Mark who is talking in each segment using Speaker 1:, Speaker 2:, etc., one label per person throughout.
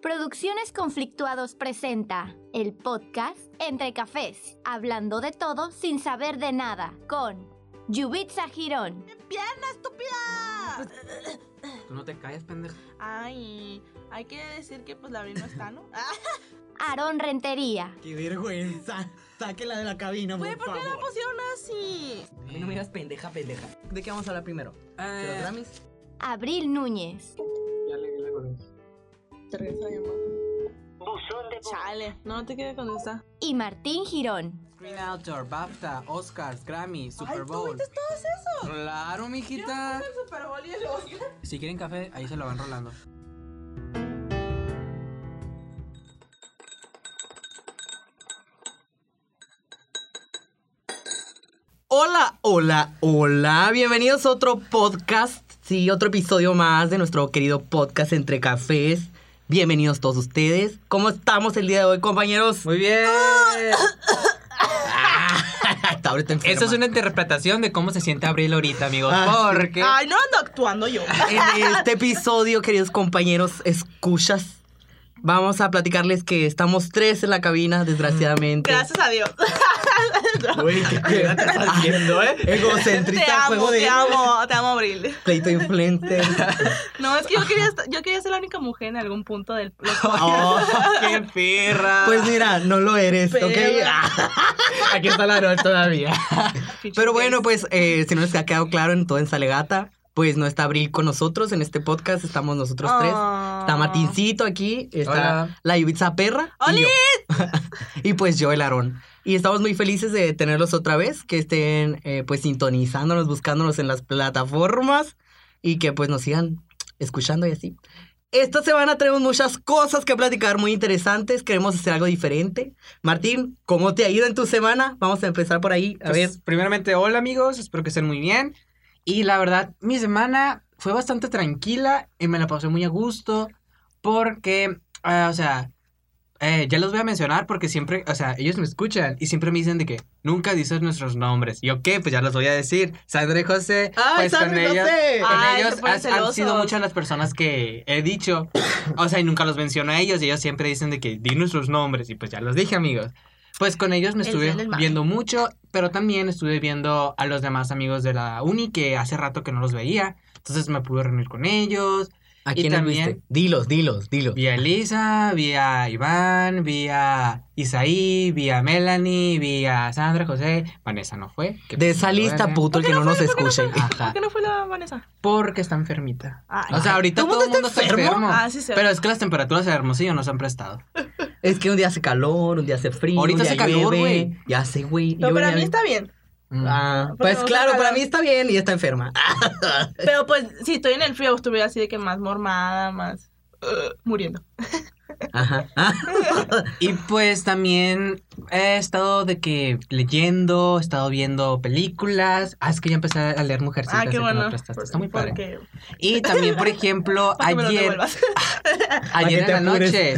Speaker 1: Producciones Conflictuados presenta el podcast Entre Cafés, hablando de todo sin saber de nada, con Yubitsa Girón,
Speaker 2: ¡Pierna estúpida!
Speaker 3: Tú no te calles, pendejo.
Speaker 2: Pues, Ay, hay que decir que pues la abril no está, ¿no?
Speaker 1: Aarón Rentería,
Speaker 4: ¡Qué vergüenza! Sáquela de la cabina, por,
Speaker 2: Güey, ¿por qué la
Speaker 4: favor.
Speaker 2: pusieron así?
Speaker 5: A mí no me digas pendeja, pendeja. ¿De qué vamos a hablar primero? ¿De los Grammys?
Speaker 1: Abril Núñez,
Speaker 6: Ya le di la corriente.
Speaker 2: Te regresa la llamada. Chale, no te quedes con esa.
Speaker 1: y Martín Girón.
Speaker 5: Screen Actor, BAFTA, Oscars, Grammy, Super
Speaker 2: Ay,
Speaker 5: Bowl.
Speaker 2: ¿tú viste todo eso?
Speaker 5: Claro, mijita.
Speaker 2: El Super Bowl y el Oscar.
Speaker 5: Si quieren café, ahí se lo van rolando.
Speaker 7: Hola, hola, hola. Bienvenidos a otro podcast. Sí, otro episodio más de nuestro querido podcast Entre Cafés. Bienvenidos todos ustedes. ¿Cómo estamos el día de hoy, compañeros? Ah,
Speaker 3: Muy bien.
Speaker 7: Hasta ahorita enferma.
Speaker 3: Eso es una interpretación de cómo se siente Abril ahorita, amigos.
Speaker 7: Ah, sí.
Speaker 3: Porque
Speaker 2: Ay, no ando actuando yo.
Speaker 7: En este episodio, queridos compañeros, escuchas. Vamos a platicarles que estamos tres en la cabina, desgraciadamente.
Speaker 2: Gracias a Dios.
Speaker 4: Güey, qué pena te estás haciendo, ¿eh?
Speaker 7: Egocentrista,
Speaker 2: Te amo,
Speaker 7: juego de
Speaker 2: te amo, te amo, Abril.
Speaker 7: pleito influente.
Speaker 2: No, es que yo quería, estar- yo quería ser la única mujer en algún punto del.
Speaker 7: Oh,
Speaker 3: qué perra.
Speaker 7: pues mira, no lo eres, ¿ok?
Speaker 2: Pero-
Speaker 7: Aquí está la noche todavía.
Speaker 2: Pinche
Speaker 7: Pero bueno,
Speaker 2: gay.
Speaker 7: pues eh, si no les ha quedado claro en todo en Salegata, pues no está Abril con nosotros en este podcast, estamos nosotros tres.
Speaker 2: Ah.
Speaker 7: Está Martincito aquí, está
Speaker 3: Hola.
Speaker 7: la Yubitsa Perra. Y, yo. y pues yo, el Aarón. Y estamos muy felices de tenerlos otra vez, que estén eh, pues sintonizándonos, buscándonos en las plataformas y que pues nos sigan escuchando y así. Esta semana tenemos muchas cosas que platicar muy interesantes, queremos hacer algo diferente. Martín, ¿cómo te ha ido en tu semana? Vamos a empezar por ahí, a
Speaker 3: Pues,
Speaker 7: ver.
Speaker 3: primeramente, hola amigos, espero que estén muy bien. Y la verdad, mi semana fue bastante tranquila y me la pasé muy a gusto porque, ah, o sea, eh, ya los voy a mencionar porque siempre, o sea, ellos me escuchan y siempre me dicen de que nunca dices nuestros nombres. Y yo, ¿qué? Pues ya los voy a decir. Sandra y José, pues con
Speaker 7: Sandra, no
Speaker 3: ellos,
Speaker 7: sé.
Speaker 3: con
Speaker 2: Ay,
Speaker 3: ellos
Speaker 2: se ponen
Speaker 3: has- han sido
Speaker 2: celosos.
Speaker 3: muchas las personas que he dicho. O sea, y nunca los menciono a ellos. Y ellos siempre dicen de que di nuestros nombres. Y pues ya los dije, amigos. Pues con ellos me
Speaker 2: El
Speaker 3: estuve
Speaker 2: bien del mal.
Speaker 3: viendo mucho, pero también estuve viendo a los demás amigos de la uni que hace rato que no los veía. Entonces me pude reunir con ellos.
Speaker 7: ¿A
Speaker 3: Y
Speaker 7: quién
Speaker 3: también-
Speaker 7: viste? Dilos, dilos, dilos.
Speaker 3: Vi a Elisa, vi a Iván, vi a Isaí, vi a Melanie, vi a Sandra, José. Vanessa no fue. que-
Speaker 7: De esa lista, puto, el que no nos escuche.
Speaker 3: Ajá.
Speaker 2: ¿Por qué no fue la Vanessa?
Speaker 3: Porque está enfermita.
Speaker 2: Ay.
Speaker 3: O sea, ahorita todo el mundo está enfermo.
Speaker 2: Ah, sí, sí.
Speaker 3: Pero es que las temperaturas de Hermosillo nos han prestado.
Speaker 7: Es que un día hace calor, un día hace frío.
Speaker 3: Ahorita
Speaker 7: un día
Speaker 3: hace calor,
Speaker 7: llueve.
Speaker 3: güey.
Speaker 7: Ya sé, güey.
Speaker 2: No,
Speaker 7: Yo
Speaker 2: para
Speaker 7: venía-
Speaker 2: mí está bien.
Speaker 7: Ah,
Speaker 2: Pero
Speaker 7: pues
Speaker 2: hace
Speaker 7: claro, para
Speaker 2: calor.
Speaker 7: mí está bien y está enferma. Ah,
Speaker 2: Pero pues, si estoy en el frío, estuviera así de que más mormada, más eh, muriendo.
Speaker 7: Ajá. Ah,
Speaker 3: Y pues también he estado de que leyendo, he estado viendo películas. Ah, es que ya empecé a leer Mujercitas.
Speaker 2: Ah, qué
Speaker 3: el que me
Speaker 2: bueno.
Speaker 3: prestaste. Está muy padre.
Speaker 2: Porque,
Speaker 3: Y también, por ejemplo,
Speaker 2: para que me lo
Speaker 3: ayer,
Speaker 2: devuelvas.
Speaker 3: ayer
Speaker 7: que
Speaker 3: en
Speaker 7: te
Speaker 3: la
Speaker 7: apures.
Speaker 3: noche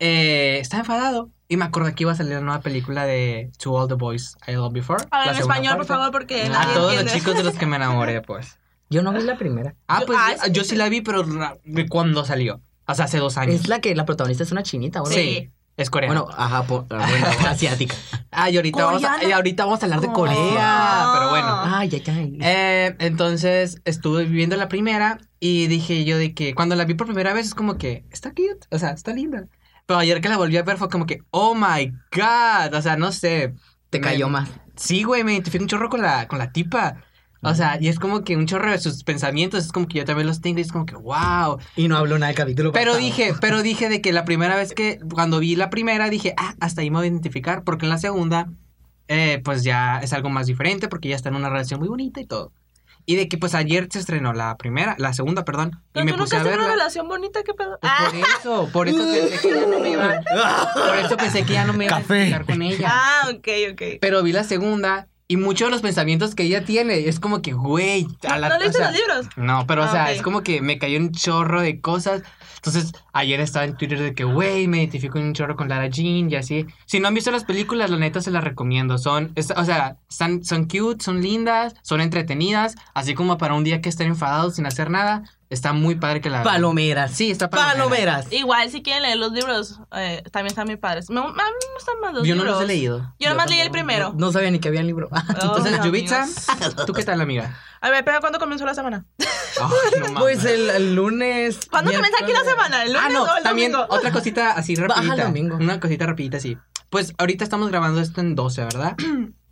Speaker 3: eh, estaba enfadado. Y me acordé que iba a salir la nueva película de To All the Boys I Loved Before.
Speaker 2: A ver,
Speaker 3: la
Speaker 2: Ah, en
Speaker 3: segunda
Speaker 2: español, por
Speaker 3: parte.
Speaker 2: favor, porque nadie
Speaker 3: A todos los
Speaker 2: entiende.
Speaker 3: chicos de los que me enamoré, pues.
Speaker 7: Yo no vi la primera.
Speaker 3: Ah,
Speaker 2: Yo-
Speaker 3: pues
Speaker 2: ah,
Speaker 3: yo,
Speaker 2: sí.
Speaker 3: yo sí la vi, pero ra- de cuándo salió. O sea, hace dos años.
Speaker 7: Es la que la protagonista es una chinita, ¿o no?
Speaker 3: Sí. Es coreana.
Speaker 7: Bueno, ajá, po- ah, bueno, asiática.
Speaker 3: ah, y ahorita, vamos a,
Speaker 2: coreana.
Speaker 3: y ahorita vamos a hablar de
Speaker 2: Corea.
Speaker 3: Corea. Pero bueno.
Speaker 7: Ay, ay, ay.
Speaker 3: Eh, entonces estuve viendo la primera y dije yo de que cuando la vi por primera vez es como que está cute, o sea, está linda. Pero ayer que la volví a ver fue como que, oh my god, o sea, no sé.
Speaker 7: Te
Speaker 3: me-
Speaker 7: cayó más.
Speaker 3: Sí, güey, me identifico un chorro con la, con la tipa. O sea, y es como que un chorro de sus pensamientos, es como que yo también los tengo y es como que, wow.
Speaker 7: Y no hablo nada del capítulo.
Speaker 3: Pero
Speaker 7: pasado.
Speaker 3: dije, pero dije de que la primera vez que, cuando vi la primera, dije, ah, hasta ahí me voy a identificar, porque en la segunda, eh, pues ya es algo más diferente, porque ya está en una relación muy bonita y todo. Y de que pues ayer se estrenó la primera, la segunda, perdón, y
Speaker 2: Pero
Speaker 3: me
Speaker 2: tú nunca
Speaker 3: puse a
Speaker 2: has tenido una
Speaker 3: verla.
Speaker 2: relación bonita, ¿qué pedo? Ah,
Speaker 3: Pues por eso, por eso pensé que ya no me iba,
Speaker 7: Ah.
Speaker 3: por eso pensé que ya no me iba a
Speaker 4: Café.
Speaker 3: identificar con ella.
Speaker 2: Ah, ok, ok.
Speaker 3: Pero vi la segunda y muchos de los pensamientos que ella tiene es como que, güey, a la
Speaker 2: ¿No
Speaker 3: o
Speaker 2: leíste
Speaker 3: sea,
Speaker 2: los libros?
Speaker 3: no, pero o
Speaker 2: Ah,
Speaker 3: sea,
Speaker 2: ok.
Speaker 3: es como que me cayó un chorro de cosas. Entonces, ayer estaba en Twitter de que, güey, me identifico un chorro con Lara Jean y así. Si no han visto las películas, la neta se las recomiendo. Son, es- o sea, están, son cute, son lindas, son entretenidas, así como para un día que estén enfadados sin hacer nada. Está muy padre que la...
Speaker 7: Palomeras.
Speaker 3: Sí, está palomera.
Speaker 7: Palomeras.
Speaker 2: Igual, si quieren leer los libros, eh, también están mis padres. Me, a mí me gustan más los
Speaker 3: Yo no
Speaker 2: libros.
Speaker 3: los he leído.
Speaker 2: Yo nomás leí el primero.
Speaker 7: No sabía ni que había libro.
Speaker 3: Entonces,
Speaker 2: Oh,
Speaker 3: Yubitsa,
Speaker 2: amigos.
Speaker 3: ¿tú qué tal, amiga?
Speaker 2: A ver, pero ¿cuándo comenzó la semana?
Speaker 3: Ay, no
Speaker 7: pues
Speaker 3: mames.
Speaker 7: el, el lunes.
Speaker 2: ¿Cuándo
Speaker 7: miércoles-
Speaker 2: comienza aquí la semana? ¿El lunes
Speaker 3: Ah, no,
Speaker 2: o el
Speaker 3: también
Speaker 2: domingo?
Speaker 3: otra cosita así
Speaker 7: Baja el
Speaker 3: rapidita.
Speaker 7: domingo.
Speaker 3: Una cosita rapidita así. Pues ahorita estamos grabando esto en 12, ¿verdad?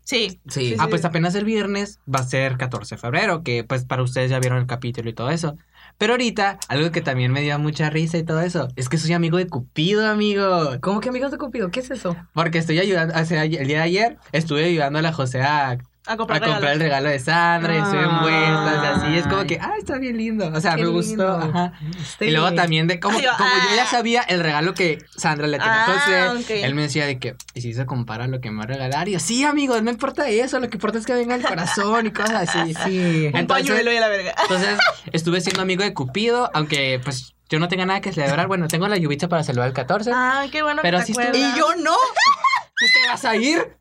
Speaker 2: Sí.
Speaker 7: Sí.
Speaker 3: Ah,
Speaker 2: sí.
Speaker 3: pues apenas el viernes va a ser 14 de febrero, que pues para ustedes ya vieron el capítulo y todo eso. Pero ahorita, algo que también me dio mucha risa y todo eso, es que soy amigo de Cupido, amigo.
Speaker 7: ¿Cómo que amigos de Cupido? ¿Qué es eso?
Speaker 3: Porque estoy ayudando, o sea, el día de ayer estuve ayudando a la José a, a
Speaker 2: A comprar,
Speaker 3: comprar el regalo de Sandra y estuve envuelta, o sea, así es como que, ah, está bien lindo. O sea,
Speaker 7: Ah. Qué
Speaker 3: me gustó.
Speaker 7: lindo. Este
Speaker 3: Ajá. Y
Speaker 7: Sí.
Speaker 3: luego también de cómo,
Speaker 2: Ay, yo,
Speaker 3: como yo ya
Speaker 2: ah.
Speaker 3: sabía el regalo que Sandra le tenía
Speaker 2: Ah,
Speaker 3: a José,
Speaker 2: ok.
Speaker 3: él me decía de que, y si se compara lo que me va a regalar, y yo, sí, amigos, no importa eso, lo que importa es que venga el corazón y cosas así.
Speaker 7: Sí.
Speaker 2: Un
Speaker 3: Entonces-
Speaker 2: pañuelo y la verga.
Speaker 3: Entonces, estuve siendo amigo de Cupido, aunque pues yo no tenga nada que celebrar. Bueno, tengo la lluvita para celebrar el 14.
Speaker 2: Ay, Ah, qué bueno
Speaker 3: Pero
Speaker 2: que te
Speaker 3: sí estuvo-
Speaker 2: acuerdas.
Speaker 7: Y yo no.
Speaker 3: ¿Tú te vas a ir?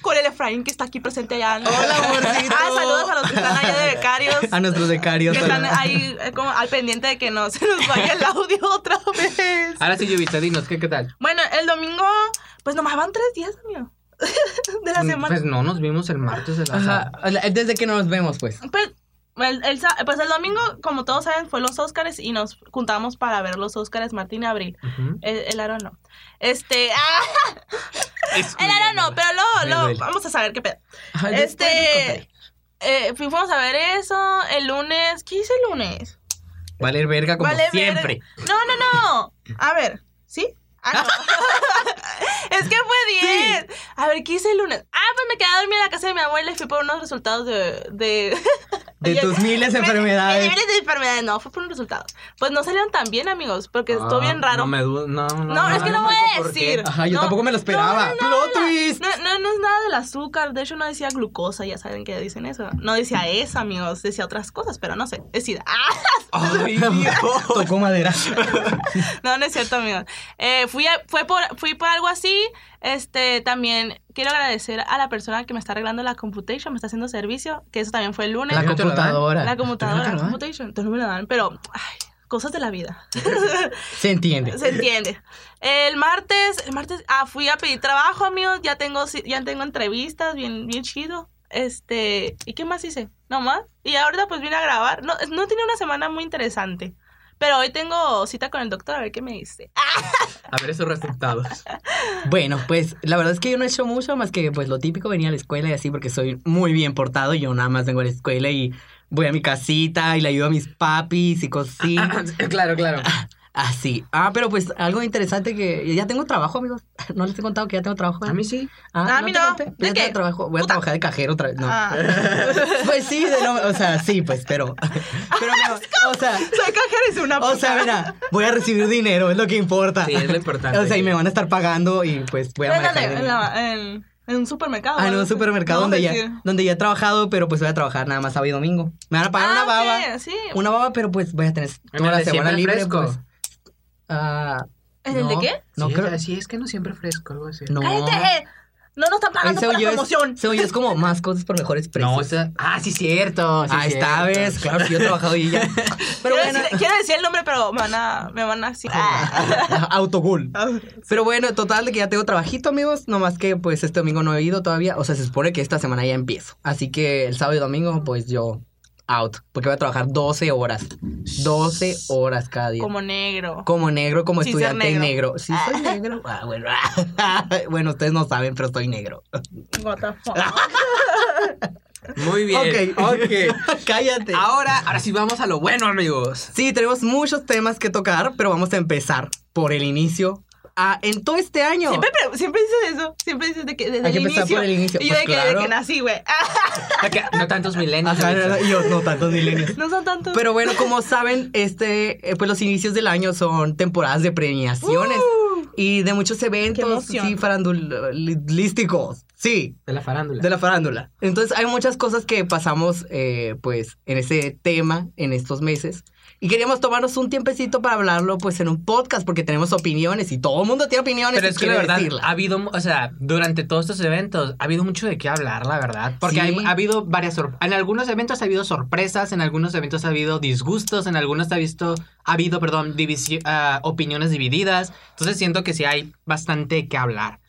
Speaker 2: Con el Efraín que está aquí presente allá.
Speaker 7: Hola, amorcito.
Speaker 2: Ah, saludos a los que están allá de becarios.
Speaker 7: A nuestros becarios.
Speaker 2: que están
Speaker 7: ¿verdad?
Speaker 2: ahí eh, como al pendiente de que no se nos vaya el audio otra vez.
Speaker 7: Ah.
Speaker 3: Ahora sí, lluvita, dinos, ¿qué, qué tal?
Speaker 2: Bueno, el domingo, pues nomás van tres días, amigo. De
Speaker 7: Mm,
Speaker 2: la semana.
Speaker 3: Pues no, nos vimos el martes de la
Speaker 7: Ajá. Desde que nos vemos, pues.
Speaker 2: Pues el, el sa- pues el domingo, como todos saben, fue los Óscares y nos juntamos para ver los Óscares Martín y Abril.
Speaker 3: Ujú.
Speaker 2: El, el Aro no. Este. ¡ah! el Aro no, pero
Speaker 3: Me
Speaker 2: luego,
Speaker 3: duele.
Speaker 2: luego vamos a saber qué pedo.
Speaker 7: Ajá, después les
Speaker 2: Este.
Speaker 7: contaré.
Speaker 2: eh, fu- fuimos a ver eso el lunes. ¿Qué hice el lunes?
Speaker 7: Valer verga como
Speaker 2: Vale, ver-
Speaker 7: siempre.
Speaker 2: No, no, no. A ver, ¿sí? Ah, no. es que fue 10. A ver, ¿qué hice el lunes? Ah, pues me quedé a dormir en la casa de mi abuela y fui por unos resultados de- de
Speaker 7: De
Speaker 2: Oye,
Speaker 7: tus miles
Speaker 2: Me-
Speaker 7: de
Speaker 2: me
Speaker 7: enfermedades.
Speaker 2: libré de enfermedades, no, fue por los resultados. Pues no salieron tan bien, amigos,
Speaker 7: Ah,
Speaker 2: porque estuvo bien raro.
Speaker 3: Ah, No, me du- no, no,
Speaker 2: No, es que no, voy a
Speaker 3: ¿por qué?
Speaker 2: decir.
Speaker 7: Ajá, yo
Speaker 2: No,
Speaker 7: tampoco me lo esperaba.
Speaker 2: no, no,
Speaker 7: Plot
Speaker 2: no,
Speaker 7: twist.
Speaker 2: No, no, no es nada del azúcar, de hecho no decía glucosa, ya saben que dicen eso. No decía eso, amigos, decía otras cosas, pero no sé, es sida. ¡Ah!
Speaker 7: Ay, Dios. Tocó madera.
Speaker 2: No, no es cierto, amigos. Eh, fui, a- fue por, fui por algo así, este, también quiero agradecer a la persona que me está arreglando la computation, me está haciendo servicio, que eso también fue el lunes.
Speaker 7: La
Speaker 3: ¿Te lo dan?
Speaker 7: computadora.
Speaker 2: La computadora,
Speaker 7: ¿Te lo
Speaker 2: la
Speaker 7: dan?
Speaker 2: computation, entonces no me la dan, pero, ay, cosas de la vida.
Speaker 7: Se entiende.
Speaker 2: Se entiende. El martes, el martes, ah, fui a pedir trabajo, amigos. Ya tengo, ci- ya tengo entrevistas, bien, bien chido. Este, ¿y qué más hice? No más. Y ahorita pues vine a grabar. No, es- no tiene una semana muy interesante. Pero hoy tengo cita con el doctor a ver qué me dice. Ah,
Speaker 4: A ver esos resultados.
Speaker 7: Bueno, pues la verdad es que yo no he hecho mucho más que pues lo típico venir a la escuela y así porque soy muy bien portado. Yo nada más vengo a la escuela y voy a mi casita y le ayudo a mis papis y cosas
Speaker 3: Claro, claro.
Speaker 7: Así. Ah, pero pues algo interesante que ya tengo trabajo, amigos. No les he contado que ya tengo trabajo. ¿eh?
Speaker 3: A mí sí.
Speaker 7: Ah,
Speaker 2: A mí
Speaker 7: te
Speaker 2: no.
Speaker 7: conté.
Speaker 2: ¿De
Speaker 7: Ya
Speaker 2: qué?
Speaker 7: tengo trabajo. Voy a
Speaker 2: Puta.
Speaker 7: trabajar de cajero otra vez. No.
Speaker 2: ah.
Speaker 7: Pues sí, de lo- o sea, sí, pues, pero. Pero no. O sea,
Speaker 2: Soy cajera y soy una
Speaker 7: o
Speaker 2: puta.
Speaker 7: sea, mira, voy a recibir dinero, es lo que importa.
Speaker 4: Sí, es lo importante.
Speaker 7: O sea, y me van a estar pagando y pues voy a
Speaker 2: Ándale,
Speaker 7: manejar
Speaker 2: en,
Speaker 7: dinero.
Speaker 2: la- en- en un supermercado.
Speaker 7: Ah, en
Speaker 2: ¿no?
Speaker 7: un supermercado
Speaker 2: No, pues
Speaker 7: donde,
Speaker 2: sí.
Speaker 7: ya, donde ya he trabajado, pero pues voy a trabajar nada más sábado y domingo. Me van a pagar
Speaker 2: Ah,
Speaker 7: una baba.
Speaker 2: Sí, sí.
Speaker 7: Una baba, pero pues voy a tener toda la
Speaker 4: de
Speaker 7: semana
Speaker 4: siempre
Speaker 7: libre.
Speaker 4: fresco.
Speaker 7: Pues. Ah,
Speaker 2: ¿En el de
Speaker 7: no,
Speaker 2: qué?
Speaker 7: No
Speaker 4: sí,
Speaker 7: creo.
Speaker 4: sí, es que no siempre fresco, algo así.
Speaker 7: No.
Speaker 2: ¡Cállate! eh. No nos están
Speaker 7: Ahí
Speaker 2: pagando por
Speaker 7: según
Speaker 2: la
Speaker 7: yo, es,
Speaker 2: promoción.
Speaker 7: según yo es como más cosas por mejores precios.
Speaker 4: No, esa- Ah, sí, cierto. sí,
Speaker 7: Ahí está,
Speaker 4: cierto.
Speaker 7: ves. Claro, sí, yo he trabajado y ya. Pero
Speaker 2: quiero,
Speaker 7: bueno.
Speaker 2: decir, quiero decir el nombre, pero me van a, me van a decir. Ah.
Speaker 7: Autogol. Pero bueno, total, de que ya tengo trabajito, amigos. Nomás que pues este domingo no he ido todavía. O sea, se supone que esta semana ya empiezo. Así que el sábado y domingo, pues yo out. Porque voy a trabajar 12 horas. 12 horas cada día. Como,
Speaker 2: Como negro.
Speaker 7: negro, como
Speaker 2: Sin ser
Speaker 7: estudiante negro.
Speaker 2: negro.
Speaker 7: Sí, soy negro. Ah, bueno. bueno, ustedes no saben, pero soy negro.
Speaker 2: What the fuck.
Speaker 7: Ah.
Speaker 4: Muy bien.
Speaker 7: Ok.
Speaker 4: Ok.
Speaker 7: Cállate.
Speaker 3: Ah,
Speaker 4: Ahora, ahora sí vamos a lo bueno, amigos.
Speaker 7: Sí, tenemos muchos temas que tocar, pero vamos a empezar por el inicio. Ah, en todo este año.
Speaker 2: Siempre, pre- siempre dices eso. Siempre dices de que desde
Speaker 7: Hay que
Speaker 2: el
Speaker 7: empezar
Speaker 2: inicio.
Speaker 7: por el inicio.
Speaker 2: Y yo
Speaker 7: Pues
Speaker 2: de, que, de
Speaker 7: claro.
Speaker 2: que nací, güey. Ah,
Speaker 4: Acá, No tantos milenios.
Speaker 7: Ajá,
Speaker 4: ahorita.
Speaker 7: y yo, no tantos milenios.
Speaker 2: no son tantos.
Speaker 7: Pero bueno, como saben, este, eh, pues los inicios del año son temporadas de premiaciones
Speaker 2: Uh,
Speaker 7: y de muchos
Speaker 2: Qué
Speaker 7: eventos
Speaker 2: emoción.
Speaker 7: sí, farandulísticos. Sí,
Speaker 3: De la farándula.
Speaker 7: de la farándula. Entonces hay muchas cosas que pasamos eh, pues en ese tema en estos meses y queríamos tomarnos un tiempecito para hablarlo pues en un podcast porque tenemos opiniones y todo el mundo tiene opiniones
Speaker 4: Pero
Speaker 7: y
Speaker 4: es que
Speaker 7: quiere
Speaker 4: la verdad ah,
Speaker 7: decirlas.
Speaker 4: ha habido, mu- o sea, durante todos estos eventos ha habido mucho de qué hablar, la verdad.
Speaker 3: Porque
Speaker 7: Sí.
Speaker 3: hay- ha habido varias sor- en algunos eventos ha habido sorpresas, en algunos eventos ha habido disgustos, en algunos ha visto ha habido, perdón, divisi- ah, opiniones divididas. Entonces siento que sí hay bastante que hablar.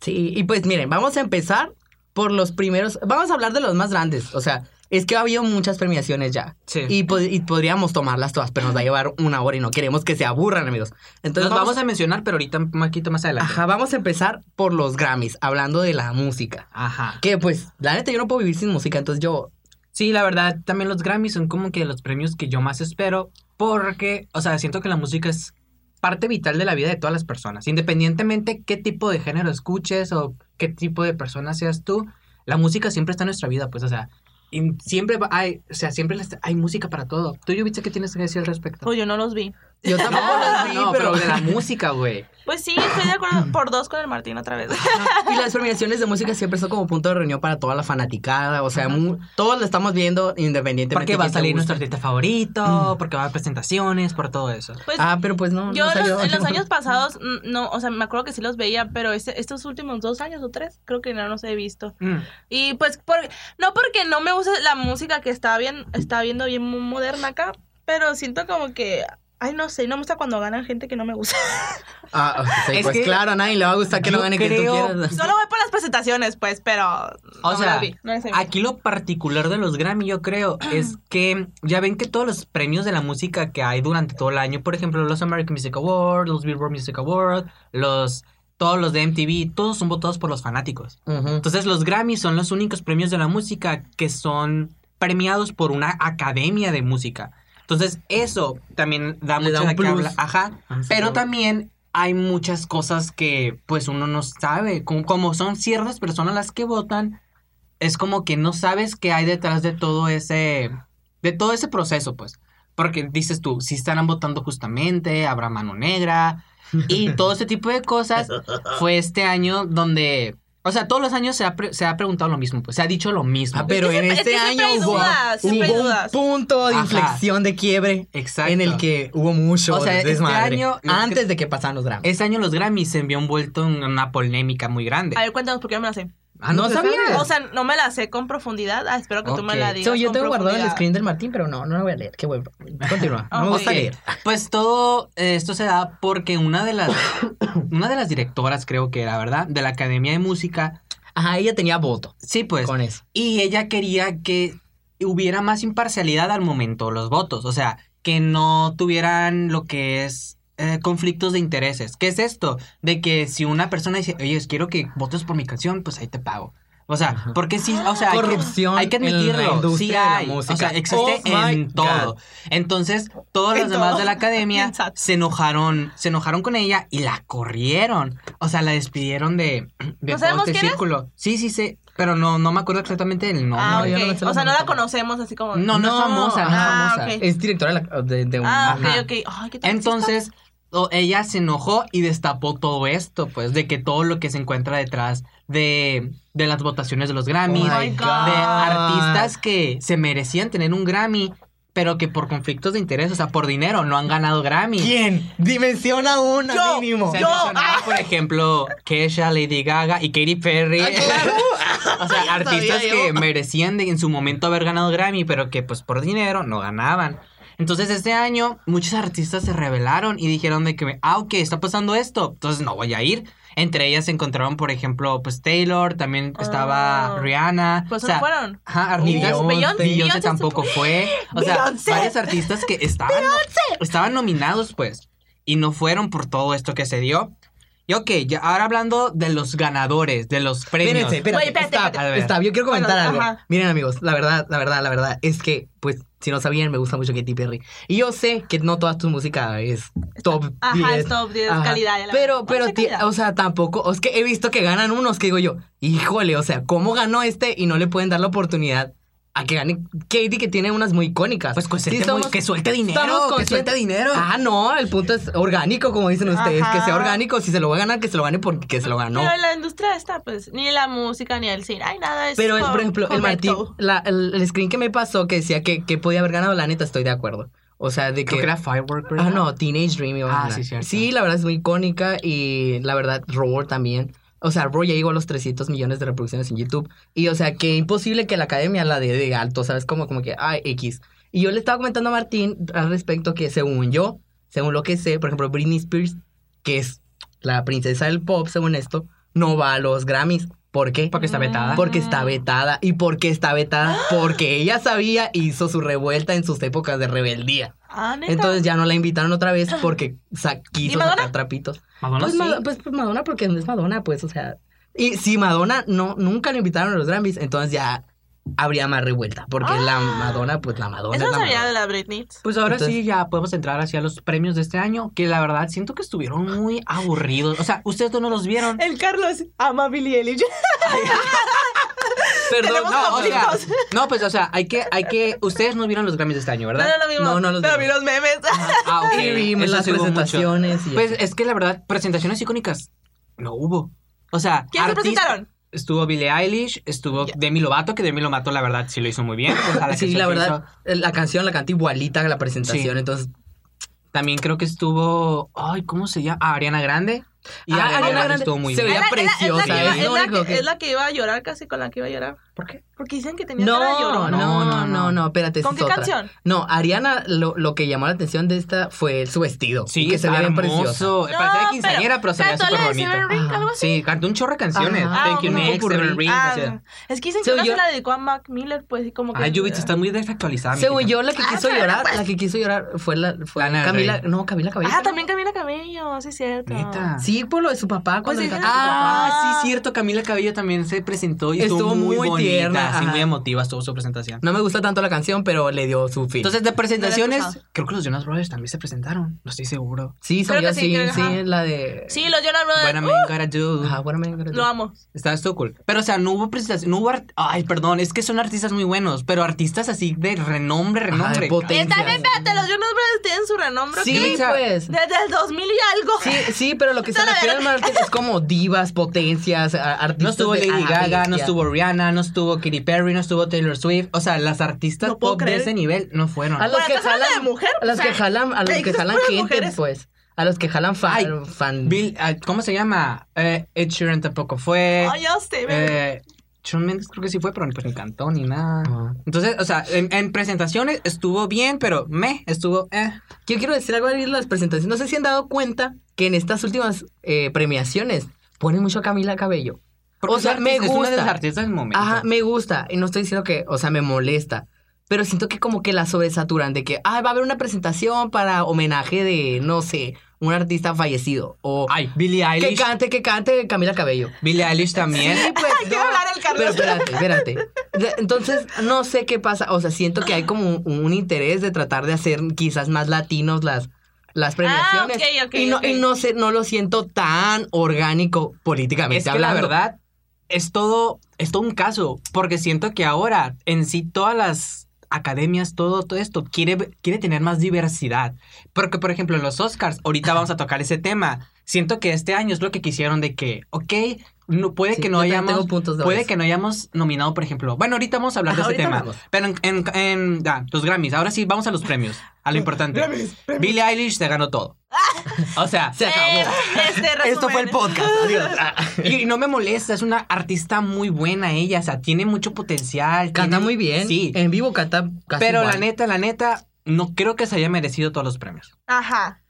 Speaker 7: Sí, y pues miren, vamos a empezar por los primeros, vamos a hablar de los más grandes, o sea, es que ha habido muchas premiaciones ya.
Speaker 3: Sí.
Speaker 7: Y, pod- y podríamos tomarlas todas, pero nos va a llevar una hora y no queremos que se aburran, amigos.
Speaker 3: Los
Speaker 7: Entonces
Speaker 3: vamos, a mencionar, pero ahorita un poquito más adelante.
Speaker 7: Ajá, vamos a empezar por los Grammys, hablando de la música.
Speaker 3: Ajá.
Speaker 7: Que pues, la neta, yo no puedo vivir sin música, entonces yo
Speaker 3: Sí, la verdad, también los Grammys son como que los premios que yo más espero porque, o sea, siento que la música es parte vital de la vida de todas las personas. Independientemente qué tipo de género escuches o qué tipo de persona seas tú, la música siempre está en nuestra vida, pues, o sea, y siempre va- hay, o sea, siempre las- hay música para todo. Tú, Yubitsa, ¿qué tienes que decir al respecto?
Speaker 2: Pues yo no los vi.
Speaker 7: Yo tampoco las vi,
Speaker 3: no,
Speaker 7: pero...
Speaker 3: pero de la música, güey.
Speaker 2: Pues sí, estoy de acuerdo por dos con el Martín otra vez.
Speaker 7: Y las premiaciones de música siempre son como punto de reunión para toda la fanaticada, o sea, mu- todos lo estamos viendo independientemente.
Speaker 3: Porque
Speaker 7: de
Speaker 3: va a
Speaker 7: quién te
Speaker 3: salir
Speaker 7: guste.
Speaker 3: nuestro artista favorito, porque va a haber presentaciones, por todo eso.
Speaker 2: Pues
Speaker 7: Ah, pero pues no,
Speaker 2: yo
Speaker 7: no
Speaker 2: los-
Speaker 7: salió.
Speaker 2: en los años pasados, mm, no, o sea, me acuerdo que sí los veía, pero este- estos últimos dos años o tres, creo que no los he visto.
Speaker 3: Mm.
Speaker 2: Y pues, por- no porque no me guste la música que está, bien, está viendo bien mu- moderna acá, pero siento como que, ay, no sé, no me gusta cuando ganan gente que no me gusta.
Speaker 7: Ah, sí,
Speaker 3: Es
Speaker 7: pues
Speaker 3: que
Speaker 7: claro, a nadie le va a gustar que
Speaker 3: yo
Speaker 7: no gane que tú
Speaker 3: creo-
Speaker 7: quieras.
Speaker 2: Solo voy por las presentaciones, pues, pero
Speaker 3: O
Speaker 2: no me
Speaker 3: sea,
Speaker 2: las vi, no las he visto.
Speaker 3: Aquí lo particular de los Grammy, yo creo, es que ya ven que todos los premios de la música que hay durante todo el año, por ejemplo, los American Music Awards, los Billboard Music Awards, los todos los de MTV, todos son votados por los fanáticos.
Speaker 7: Ujú.
Speaker 3: Entonces, los Grammy son los únicos premios de la música que son premiados por una academia de música. Entonces, eso también da
Speaker 7: Le da
Speaker 3: mucho
Speaker 7: un
Speaker 3: de qué
Speaker 7: plus.
Speaker 3: hablar. Ajá.
Speaker 7: Ah, sí,
Speaker 3: Pero
Speaker 7: no.
Speaker 3: también hay muchas cosas que pues uno no sabe, como, como son ciertas personas las que votan, es como que no sabes qué hay detrás de todo ese de todo ese proceso, pues. Porque dices tú, si estarán votando justamente, habrá mano negra y todo ese tipo de cosas fue este año donde, o sea, todos los años se ha, pre- se ha preguntado lo mismo, pues se ha dicho lo mismo.
Speaker 7: Ah, pero en
Speaker 2: siempre- es
Speaker 7: este
Speaker 2: que siempre
Speaker 7: año
Speaker 2: hay
Speaker 7: hubo,
Speaker 2: dudas, siempre hay
Speaker 7: hubo un
Speaker 2: dudas.
Speaker 7: punto de
Speaker 3: Ajá.
Speaker 7: inflexión de quiebre
Speaker 3: Exacto.
Speaker 7: en el que hubo mucho
Speaker 3: O sea, este
Speaker 7: desmadre
Speaker 3: año-
Speaker 7: antes de que pasaran los dramas.
Speaker 3: Este año los Grammys se envió envuelto en una polémica muy grande.
Speaker 2: A ver, cuéntanos por qué no me la sé.
Speaker 3: Ah,
Speaker 7: no
Speaker 3: te
Speaker 7: sabía.
Speaker 3: sabes?
Speaker 2: O sea, no me la sé con profundidad. Ah, espero que tú me
Speaker 3: Ok.
Speaker 2: la digas.
Speaker 7: So, yo
Speaker 2: con
Speaker 7: tengo guardado el
Speaker 2: profundidad.
Speaker 7: screen del Martín, pero no, no lo voy a leer. Qué bueno. Continúa. No me
Speaker 2: Ok.
Speaker 7: gusta leer.
Speaker 3: Pues todo esto se da porque una de las una de las directoras creo que era, ¿verdad? De la Academia de Música.
Speaker 7: Ajá, ella tenía voto
Speaker 3: Sí, pues.
Speaker 7: con eso.
Speaker 3: Y ella quería que hubiera más imparcialidad al momento de los votos, o sea, que no tuvieran lo que es eh, conflictos de intereses. ¿Qué es esto? De que si una persona dice, "Oye, quiero que votes por mi canción", pues ahí te pago. O sea,
Speaker 7: Ajá.
Speaker 3: porque sí, o sea, hay que-
Speaker 7: Corrupción
Speaker 3: hay que
Speaker 7: en la
Speaker 3: admitirlo, sí
Speaker 7: industria de la
Speaker 3: hay, o
Speaker 7: música.
Speaker 3: sea, existe
Speaker 7: Oh my
Speaker 3: en todo.
Speaker 7: God.
Speaker 3: Entonces, todos los
Speaker 2: En
Speaker 3: demás
Speaker 2: todo.
Speaker 3: de la academia
Speaker 2: Bien sad.
Speaker 3: se enojaron, se enojaron con ella y la corrieron. O sea, la despidieron de, de
Speaker 2: ¿No
Speaker 3: todo
Speaker 2: sabemos
Speaker 3: este
Speaker 2: quién es?
Speaker 3: círculo. Sí, sí, sí, pero no, no me acuerdo exactamente del nombre.
Speaker 2: Ah,
Speaker 7: no, yo no me
Speaker 2: ok.
Speaker 7: sé la
Speaker 2: o sea, no la
Speaker 7: famosa.
Speaker 2: conocemos así como.
Speaker 3: No, no es famosa, no es
Speaker 2: Ah,
Speaker 3: famosa.
Speaker 2: ok.
Speaker 7: Es directora de, la- de- de un-
Speaker 2: Ah,
Speaker 7: ajá.
Speaker 2: ok, ok. Ay, qué tal
Speaker 3: Entonces, o- ella se enojó y destapó todo esto, pues, de que todo lo que se encuentra detrás de, de las votaciones de los Grammys,
Speaker 7: Oh
Speaker 2: my
Speaker 3: de
Speaker 2: God. Ah.
Speaker 3: artistas que se merecían tener un Grammy, pero que por conflictos de interés, o sea, por dinero, no han ganado Grammy.
Speaker 7: ¿Quién? Dimensiona una
Speaker 2: Yo,
Speaker 7: mínimo.
Speaker 3: Se
Speaker 2: yo.
Speaker 3: mencionaba,
Speaker 2: ah.
Speaker 3: por ejemplo, Kesha, Lady Gaga y Katy Perry.
Speaker 7: Ah, claro.
Speaker 3: o sea, artistas
Speaker 7: sabía
Speaker 3: que
Speaker 7: yo.
Speaker 3: merecían de- en su momento haber ganado Grammy, pero que pues por dinero no ganaban. Entonces este año muchos artistas se rebelaron y dijeron de que, ah, ok, está pasando esto, entonces no voy a ir. Entre ellas se encontraron, por ejemplo, pues Taylor, también estaba
Speaker 2: Ah.
Speaker 3: Rihanna.
Speaker 2: Pues
Speaker 3: o
Speaker 2: no
Speaker 3: sea,
Speaker 2: fueron.
Speaker 3: Ajá, artistas.
Speaker 7: Beyoncé.
Speaker 3: Beyoncé,
Speaker 2: Beyoncé
Speaker 3: tampoco fue. O sea,
Speaker 2: Beyoncé.
Speaker 3: varios artistas que estaban, estaban nominados, pues, y no fueron por todo esto que se dio. Y ok, ya ahora hablando de los ganadores, de los premios.
Speaker 7: Espérense, espérate.
Speaker 2: Oye, espérate,
Speaker 7: stop,
Speaker 3: espérate.
Speaker 7: stop, yo quiero comentar
Speaker 2: Bueno,
Speaker 7: algo.
Speaker 2: ajá.
Speaker 7: Miren, amigos, la verdad, la verdad, la verdad es que, pues, si no sabían, me gusta mucho Katy Perry. Y yo sé que no toda tu música es top
Speaker 2: Ajá,
Speaker 7: 10.
Speaker 2: es top 10
Speaker 7: Ajá.
Speaker 2: calidad. ya la
Speaker 7: Pero,
Speaker 2: verdad.
Speaker 7: pero,
Speaker 2: Bueno, sí,
Speaker 7: ti-
Speaker 2: calidad.
Speaker 7: o sea, tampoco. Es que he visto que ganan unos que digo yo, híjole, o sea, ¿cómo ganó este y no le pueden dar la oportunidad a que gane Katie, que tiene unas muy icónicas.
Speaker 3: Pues, pues,
Speaker 7: Sí,
Speaker 3: suelte mu-
Speaker 7: somos-
Speaker 3: que suelte
Speaker 7: estamos
Speaker 3: dinero, que
Speaker 7: conscientes-
Speaker 3: suelte dinero.
Speaker 7: Ah, no, el punto es orgánico, como dicen ustedes.
Speaker 2: Ajá.
Speaker 7: Que sea orgánico. Si se lo va a ganar, que se lo gane porque se lo ganó.
Speaker 2: Pero en la industria esta, pues, ni la música ni el cine, hay nada es
Speaker 7: Pero,
Speaker 2: co-
Speaker 7: por ejemplo, el Martín,
Speaker 2: correcto.
Speaker 7: la- el, el screen que me pasó que decía que, que podía haber ganado, la neta, estoy de acuerdo. O sea, de que.
Speaker 3: Creo que era Firework, ¿verdad?
Speaker 7: ah, no, Teenage Dream. iba a
Speaker 3: Ah,
Speaker 7: ganar.
Speaker 3: sí, cierto.
Speaker 7: Sí, la verdad es muy icónica y la verdad, Roar también. O sea, Roar ya llegó a los 300 millones de reproducciones en YouTube. Y, o sea, que imposible que la academia la dé de alto, ¿sabes? Como, como que, ay, X. Y yo le estaba comentando a Martín al respecto que, según yo, según lo que sé, por ejemplo, Britney Spears, que es la princesa del pop, según esto, no va a los Grammys. ¿Por qué?
Speaker 3: Porque está vetada.
Speaker 7: Porque está vetada. ¿Y por qué está vetada? Porque ella sabía, hizo su revuelta en sus épocas de rebeldía.
Speaker 2: Ah, ¿neta?
Speaker 7: Entonces ya no la invitaron otra vez porque sa- quiso
Speaker 2: Madonna?
Speaker 7: sacar trapitos.
Speaker 3: Madonna
Speaker 7: Pues,
Speaker 3: sí.
Speaker 7: Mado- pues, pues Madonna, porque es Madonna, pues, o sea. Y si Madonna no, nunca la invitaron a los Grammys, entonces ya habría más revuelta. Porque la Madonna, pues la Madonna.
Speaker 2: Eso
Speaker 7: es
Speaker 2: no
Speaker 7: la
Speaker 2: sabía
Speaker 7: Madonna.
Speaker 2: de la Britney.
Speaker 3: Pues ahora
Speaker 7: Entonces-
Speaker 3: sí ya podemos entrar hacia los premios de este año, que la verdad siento que estuvieron muy aburridos. O sea, ustedes no los vieron.
Speaker 2: El Carlos ama a Billie Eilish.
Speaker 7: Perdón,
Speaker 2: Tenemos
Speaker 3: No, o sea,
Speaker 2: conflictos.
Speaker 3: no, pues, o sea, hay que, hay que, ustedes no vieron los Grammys de este año,
Speaker 2: No,
Speaker 3: ¿verdad?
Speaker 2: no lo vimos.
Speaker 7: No, no los
Speaker 2: pero vi
Speaker 7: vimos.
Speaker 2: los memes.
Speaker 3: Ah, ok.
Speaker 7: Y vimos
Speaker 3: Eso
Speaker 7: las
Speaker 3: sí hubo mucho.
Speaker 7: presentaciones. y
Speaker 3: Pues
Speaker 7: eso.
Speaker 3: es que la verdad, presentaciones icónicas no hubo. O sea,
Speaker 2: ¿Quién se
Speaker 3: artista-
Speaker 2: presentaron?
Speaker 3: Estuvo Billie Eilish, estuvo Demi Lovato, que Demi Lovato la verdad sí lo hizo muy bien. Ojalá que
Speaker 7: sí,
Speaker 3: sea
Speaker 7: la
Speaker 3: que
Speaker 7: verdad, la canción la canta igualita a la presentación,
Speaker 3: eh, Sí.
Speaker 7: entonces
Speaker 3: hizo. También creo que estuvo, ay, ¿cómo se llama? Ah, Ariana Grande. Y Ariana,
Speaker 7: Ah, Ariana
Speaker 3: Grande
Speaker 7: Grande
Speaker 3: estuvo muy
Speaker 7: se
Speaker 3: bien.
Speaker 7: veía
Speaker 2: Es la- es la- es la
Speaker 7: preciosa,
Speaker 2: que iba-
Speaker 7: es lo
Speaker 2: Es la
Speaker 7: único
Speaker 2: que-
Speaker 7: que-
Speaker 2: es la que iba a llorar casi con la que iba a llorar. ¿Por qué? Porque dicen que tenía cara de
Speaker 7: No, no,
Speaker 2: llorona.
Speaker 7: no, no, no, espérate.
Speaker 2: ¿Con
Speaker 7: esa es
Speaker 2: qué
Speaker 7: otra.
Speaker 2: canción?
Speaker 7: No, Ariana lo, lo que llamó la atención de esta fue su vestido.
Speaker 3: Sí,
Speaker 7: que se ve bien precioso.
Speaker 3: hermoso. Eh, Parecía de
Speaker 2: No,
Speaker 3: quinceañera, pero, se veía
Speaker 2: cantó
Speaker 3: súper
Speaker 2: la de
Speaker 3: bonito.
Speaker 2: Seven Ring,
Speaker 7: Ajá.
Speaker 2: algo así.
Speaker 3: Sí, cantó un chorro de canciones.
Speaker 7: Ajá.
Speaker 3: Thank you,
Speaker 2: Ah,
Speaker 3: Next,
Speaker 7: un
Speaker 3: Seven
Speaker 7: popurrí.
Speaker 3: Rings.
Speaker 2: Ah,
Speaker 3: o sea.
Speaker 2: es que dicen que
Speaker 7: Según
Speaker 2: una se
Speaker 7: yo- Ah,
Speaker 2: la dedicó a Mac Miller, pues, y como que...
Speaker 3: Ay, Jubitz, estás muy desactualizada.
Speaker 7: Según
Speaker 3: mijita.
Speaker 7: yo,
Speaker 2: Ah,
Speaker 7: la que quiso llorar, la que quiso llorar fue la fue
Speaker 3: Lana del
Speaker 7: Camila,
Speaker 3: Rey.
Speaker 7: no, Camila Cabello.
Speaker 2: pues. Ah, también Camila Cabello, sí es cierto.
Speaker 3: Neta.
Speaker 7: Sí, por lo de su papá cuando
Speaker 2: Pues
Speaker 7: le
Speaker 2: sí,
Speaker 7: cantó su papá.
Speaker 3: Ah, sí, cierto. Camila Cabello también se presentó y estuvo,
Speaker 7: Estuvo
Speaker 3: muy,
Speaker 7: muy
Speaker 3: bonita.
Speaker 7: tierna,
Speaker 3: sí,
Speaker 7: ajá.
Speaker 3: muy emotiva estuvo su presentación.
Speaker 7: No me gusta tanto la canción, pero le dio su fin.
Speaker 3: Entonces, de presentaciones,
Speaker 2: escuchado.
Speaker 3: creo que los Jonas Brothers también se presentaron. No estoy seguro.
Speaker 7: sí,
Speaker 2: creo
Speaker 7: salió
Speaker 2: que sí,
Speaker 7: así,
Speaker 2: creo que
Speaker 7: sí,
Speaker 2: ajá.
Speaker 7: la de
Speaker 2: Sí, los Jonas
Speaker 3: Bueno,
Speaker 2: Brothers. uh,
Speaker 3: me gotta do.
Speaker 7: Ah, uh. Ajá, bueno, me
Speaker 2: Lo amo.
Speaker 3: Está esto cool. Pero, o sea, no hubo presentación. No hubo. art- Ay, perdón, es que son artistas muy buenos, pero artistas así de renombre,
Speaker 7: Ajá,
Speaker 3: renombre.
Speaker 7: de potencia.
Speaker 2: Está bien, espérate, los Jonas Brothers tienen su renombre.
Speaker 7: Sí,
Speaker 2: ¿ok?
Speaker 3: o sea,
Speaker 7: pues.
Speaker 2: Desde el 2000 y algo.
Speaker 7: Sí, sí, pero lo que se
Speaker 2: Está la
Speaker 7: refiere al
Speaker 2: verga.
Speaker 7: marketing es como divas, potencias, a- artistas.
Speaker 3: no estuvo
Speaker 7: de-
Speaker 3: Lady
Speaker 7: ah,
Speaker 3: Gaga, no
Speaker 7: bestia.
Speaker 3: estuvo Rihanna, no estuvo Katy Perry, no estuvo Taylor Swift. O sea, las artistas
Speaker 2: No puedo
Speaker 3: pop de
Speaker 2: creer.
Speaker 3: ese nivel no fueron.
Speaker 7: A los
Speaker 2: Bueno,
Speaker 7: que
Speaker 2: estás hablando
Speaker 7: jalan
Speaker 2: de mujer,
Speaker 7: a los
Speaker 2: o sea,
Speaker 7: que jalan, a los
Speaker 2: eh,
Speaker 7: que
Speaker 2: son
Speaker 7: jalan
Speaker 2: puras
Speaker 7: gente,
Speaker 2: mujeres.
Speaker 7: pues, a los que jalan fan,
Speaker 3: Ay,
Speaker 7: fan.
Speaker 3: Bill, ah, ¿cómo se llama? Eh, Ed Sheeran tampoco fue.
Speaker 2: Ay, ya sé, bebé.
Speaker 3: Eh, Shawn Mendes creo que sí fue, pero ni, pero ni cantó ni nada.
Speaker 7: Ajá.
Speaker 3: Entonces, o sea, en, en presentaciones estuvo bien, pero me estuvo eh.
Speaker 7: Yo quiero decir algo de las presentaciones. No sé si han dado cuenta que en estas últimas eh, premiaciones ponen mucho a Camila Cabello.
Speaker 3: Porque
Speaker 7: O sea,
Speaker 3: es
Speaker 7: me
Speaker 3: artista- Es una de las
Speaker 7: gusta.
Speaker 3: artistas del momento.
Speaker 7: Ajá, me gusta. Y no estoy diciendo que, o sea, me molesta. Pero siento que como que la sobresaturan de que, ah, va a haber una presentación para homenaje de, no sé, un artista fallecido. O
Speaker 3: Ay, Billie
Speaker 7: que
Speaker 3: Eilish.
Speaker 7: cante, que cante Camila Cabello. pues,
Speaker 3: Billie Eilish también.
Speaker 2: Quiero hablar el
Speaker 7: Pero
Speaker 2: Carlos.
Speaker 7: espérate, espérate. De- Entonces, no sé qué pasa. O sea, siento que hay como un, un interés de tratar de hacer quizás más latinos las, las premiaciones.
Speaker 2: Ah, ok, ok,
Speaker 7: y no,
Speaker 2: ok.
Speaker 7: y no sé, no lo siento tan orgánico políticamente
Speaker 3: es que la
Speaker 7: hablando.
Speaker 3: verdad es todo, es todo un caso, porque siento que ahora en sí todas las academias, todo, todo esto quiere, quiere tener más diversidad. Porque, por ejemplo, en los Oscars, ahorita vamos a tocar ese tema. Siento que este año es lo que quisieron de que, ok, no, puede
Speaker 7: Sí,
Speaker 3: que no
Speaker 7: yo también
Speaker 3: hayamos...
Speaker 7: tengo puntos de
Speaker 3: Puede
Speaker 7: eso.
Speaker 3: que no hayamos nominado, por ejemplo. Bueno, ahorita vamos a hablar de
Speaker 7: Ajá,
Speaker 3: ese tema.
Speaker 7: ahorita
Speaker 3: Pero en, en- en- ah, los Grammys, ahora sí, vamos a los premios, a lo importante. Billie Eilish se ganó todo. O sea,
Speaker 7: Se acabó.
Speaker 2: Eh, este,
Speaker 3: esto fue el
Speaker 2: resumen.
Speaker 3: podcast. Adiós. Ah, Y no me molesta, es una artista muy buena ella, o sea, tiene mucho potencial.
Speaker 7: Canta
Speaker 3: tiene-
Speaker 7: muy bien.
Speaker 3: Sí.
Speaker 7: En vivo canta casi
Speaker 3: Pero la
Speaker 7: igual.
Speaker 3: neta, la neta, no creo que se haya merecido todos los premios.
Speaker 2: Ajá.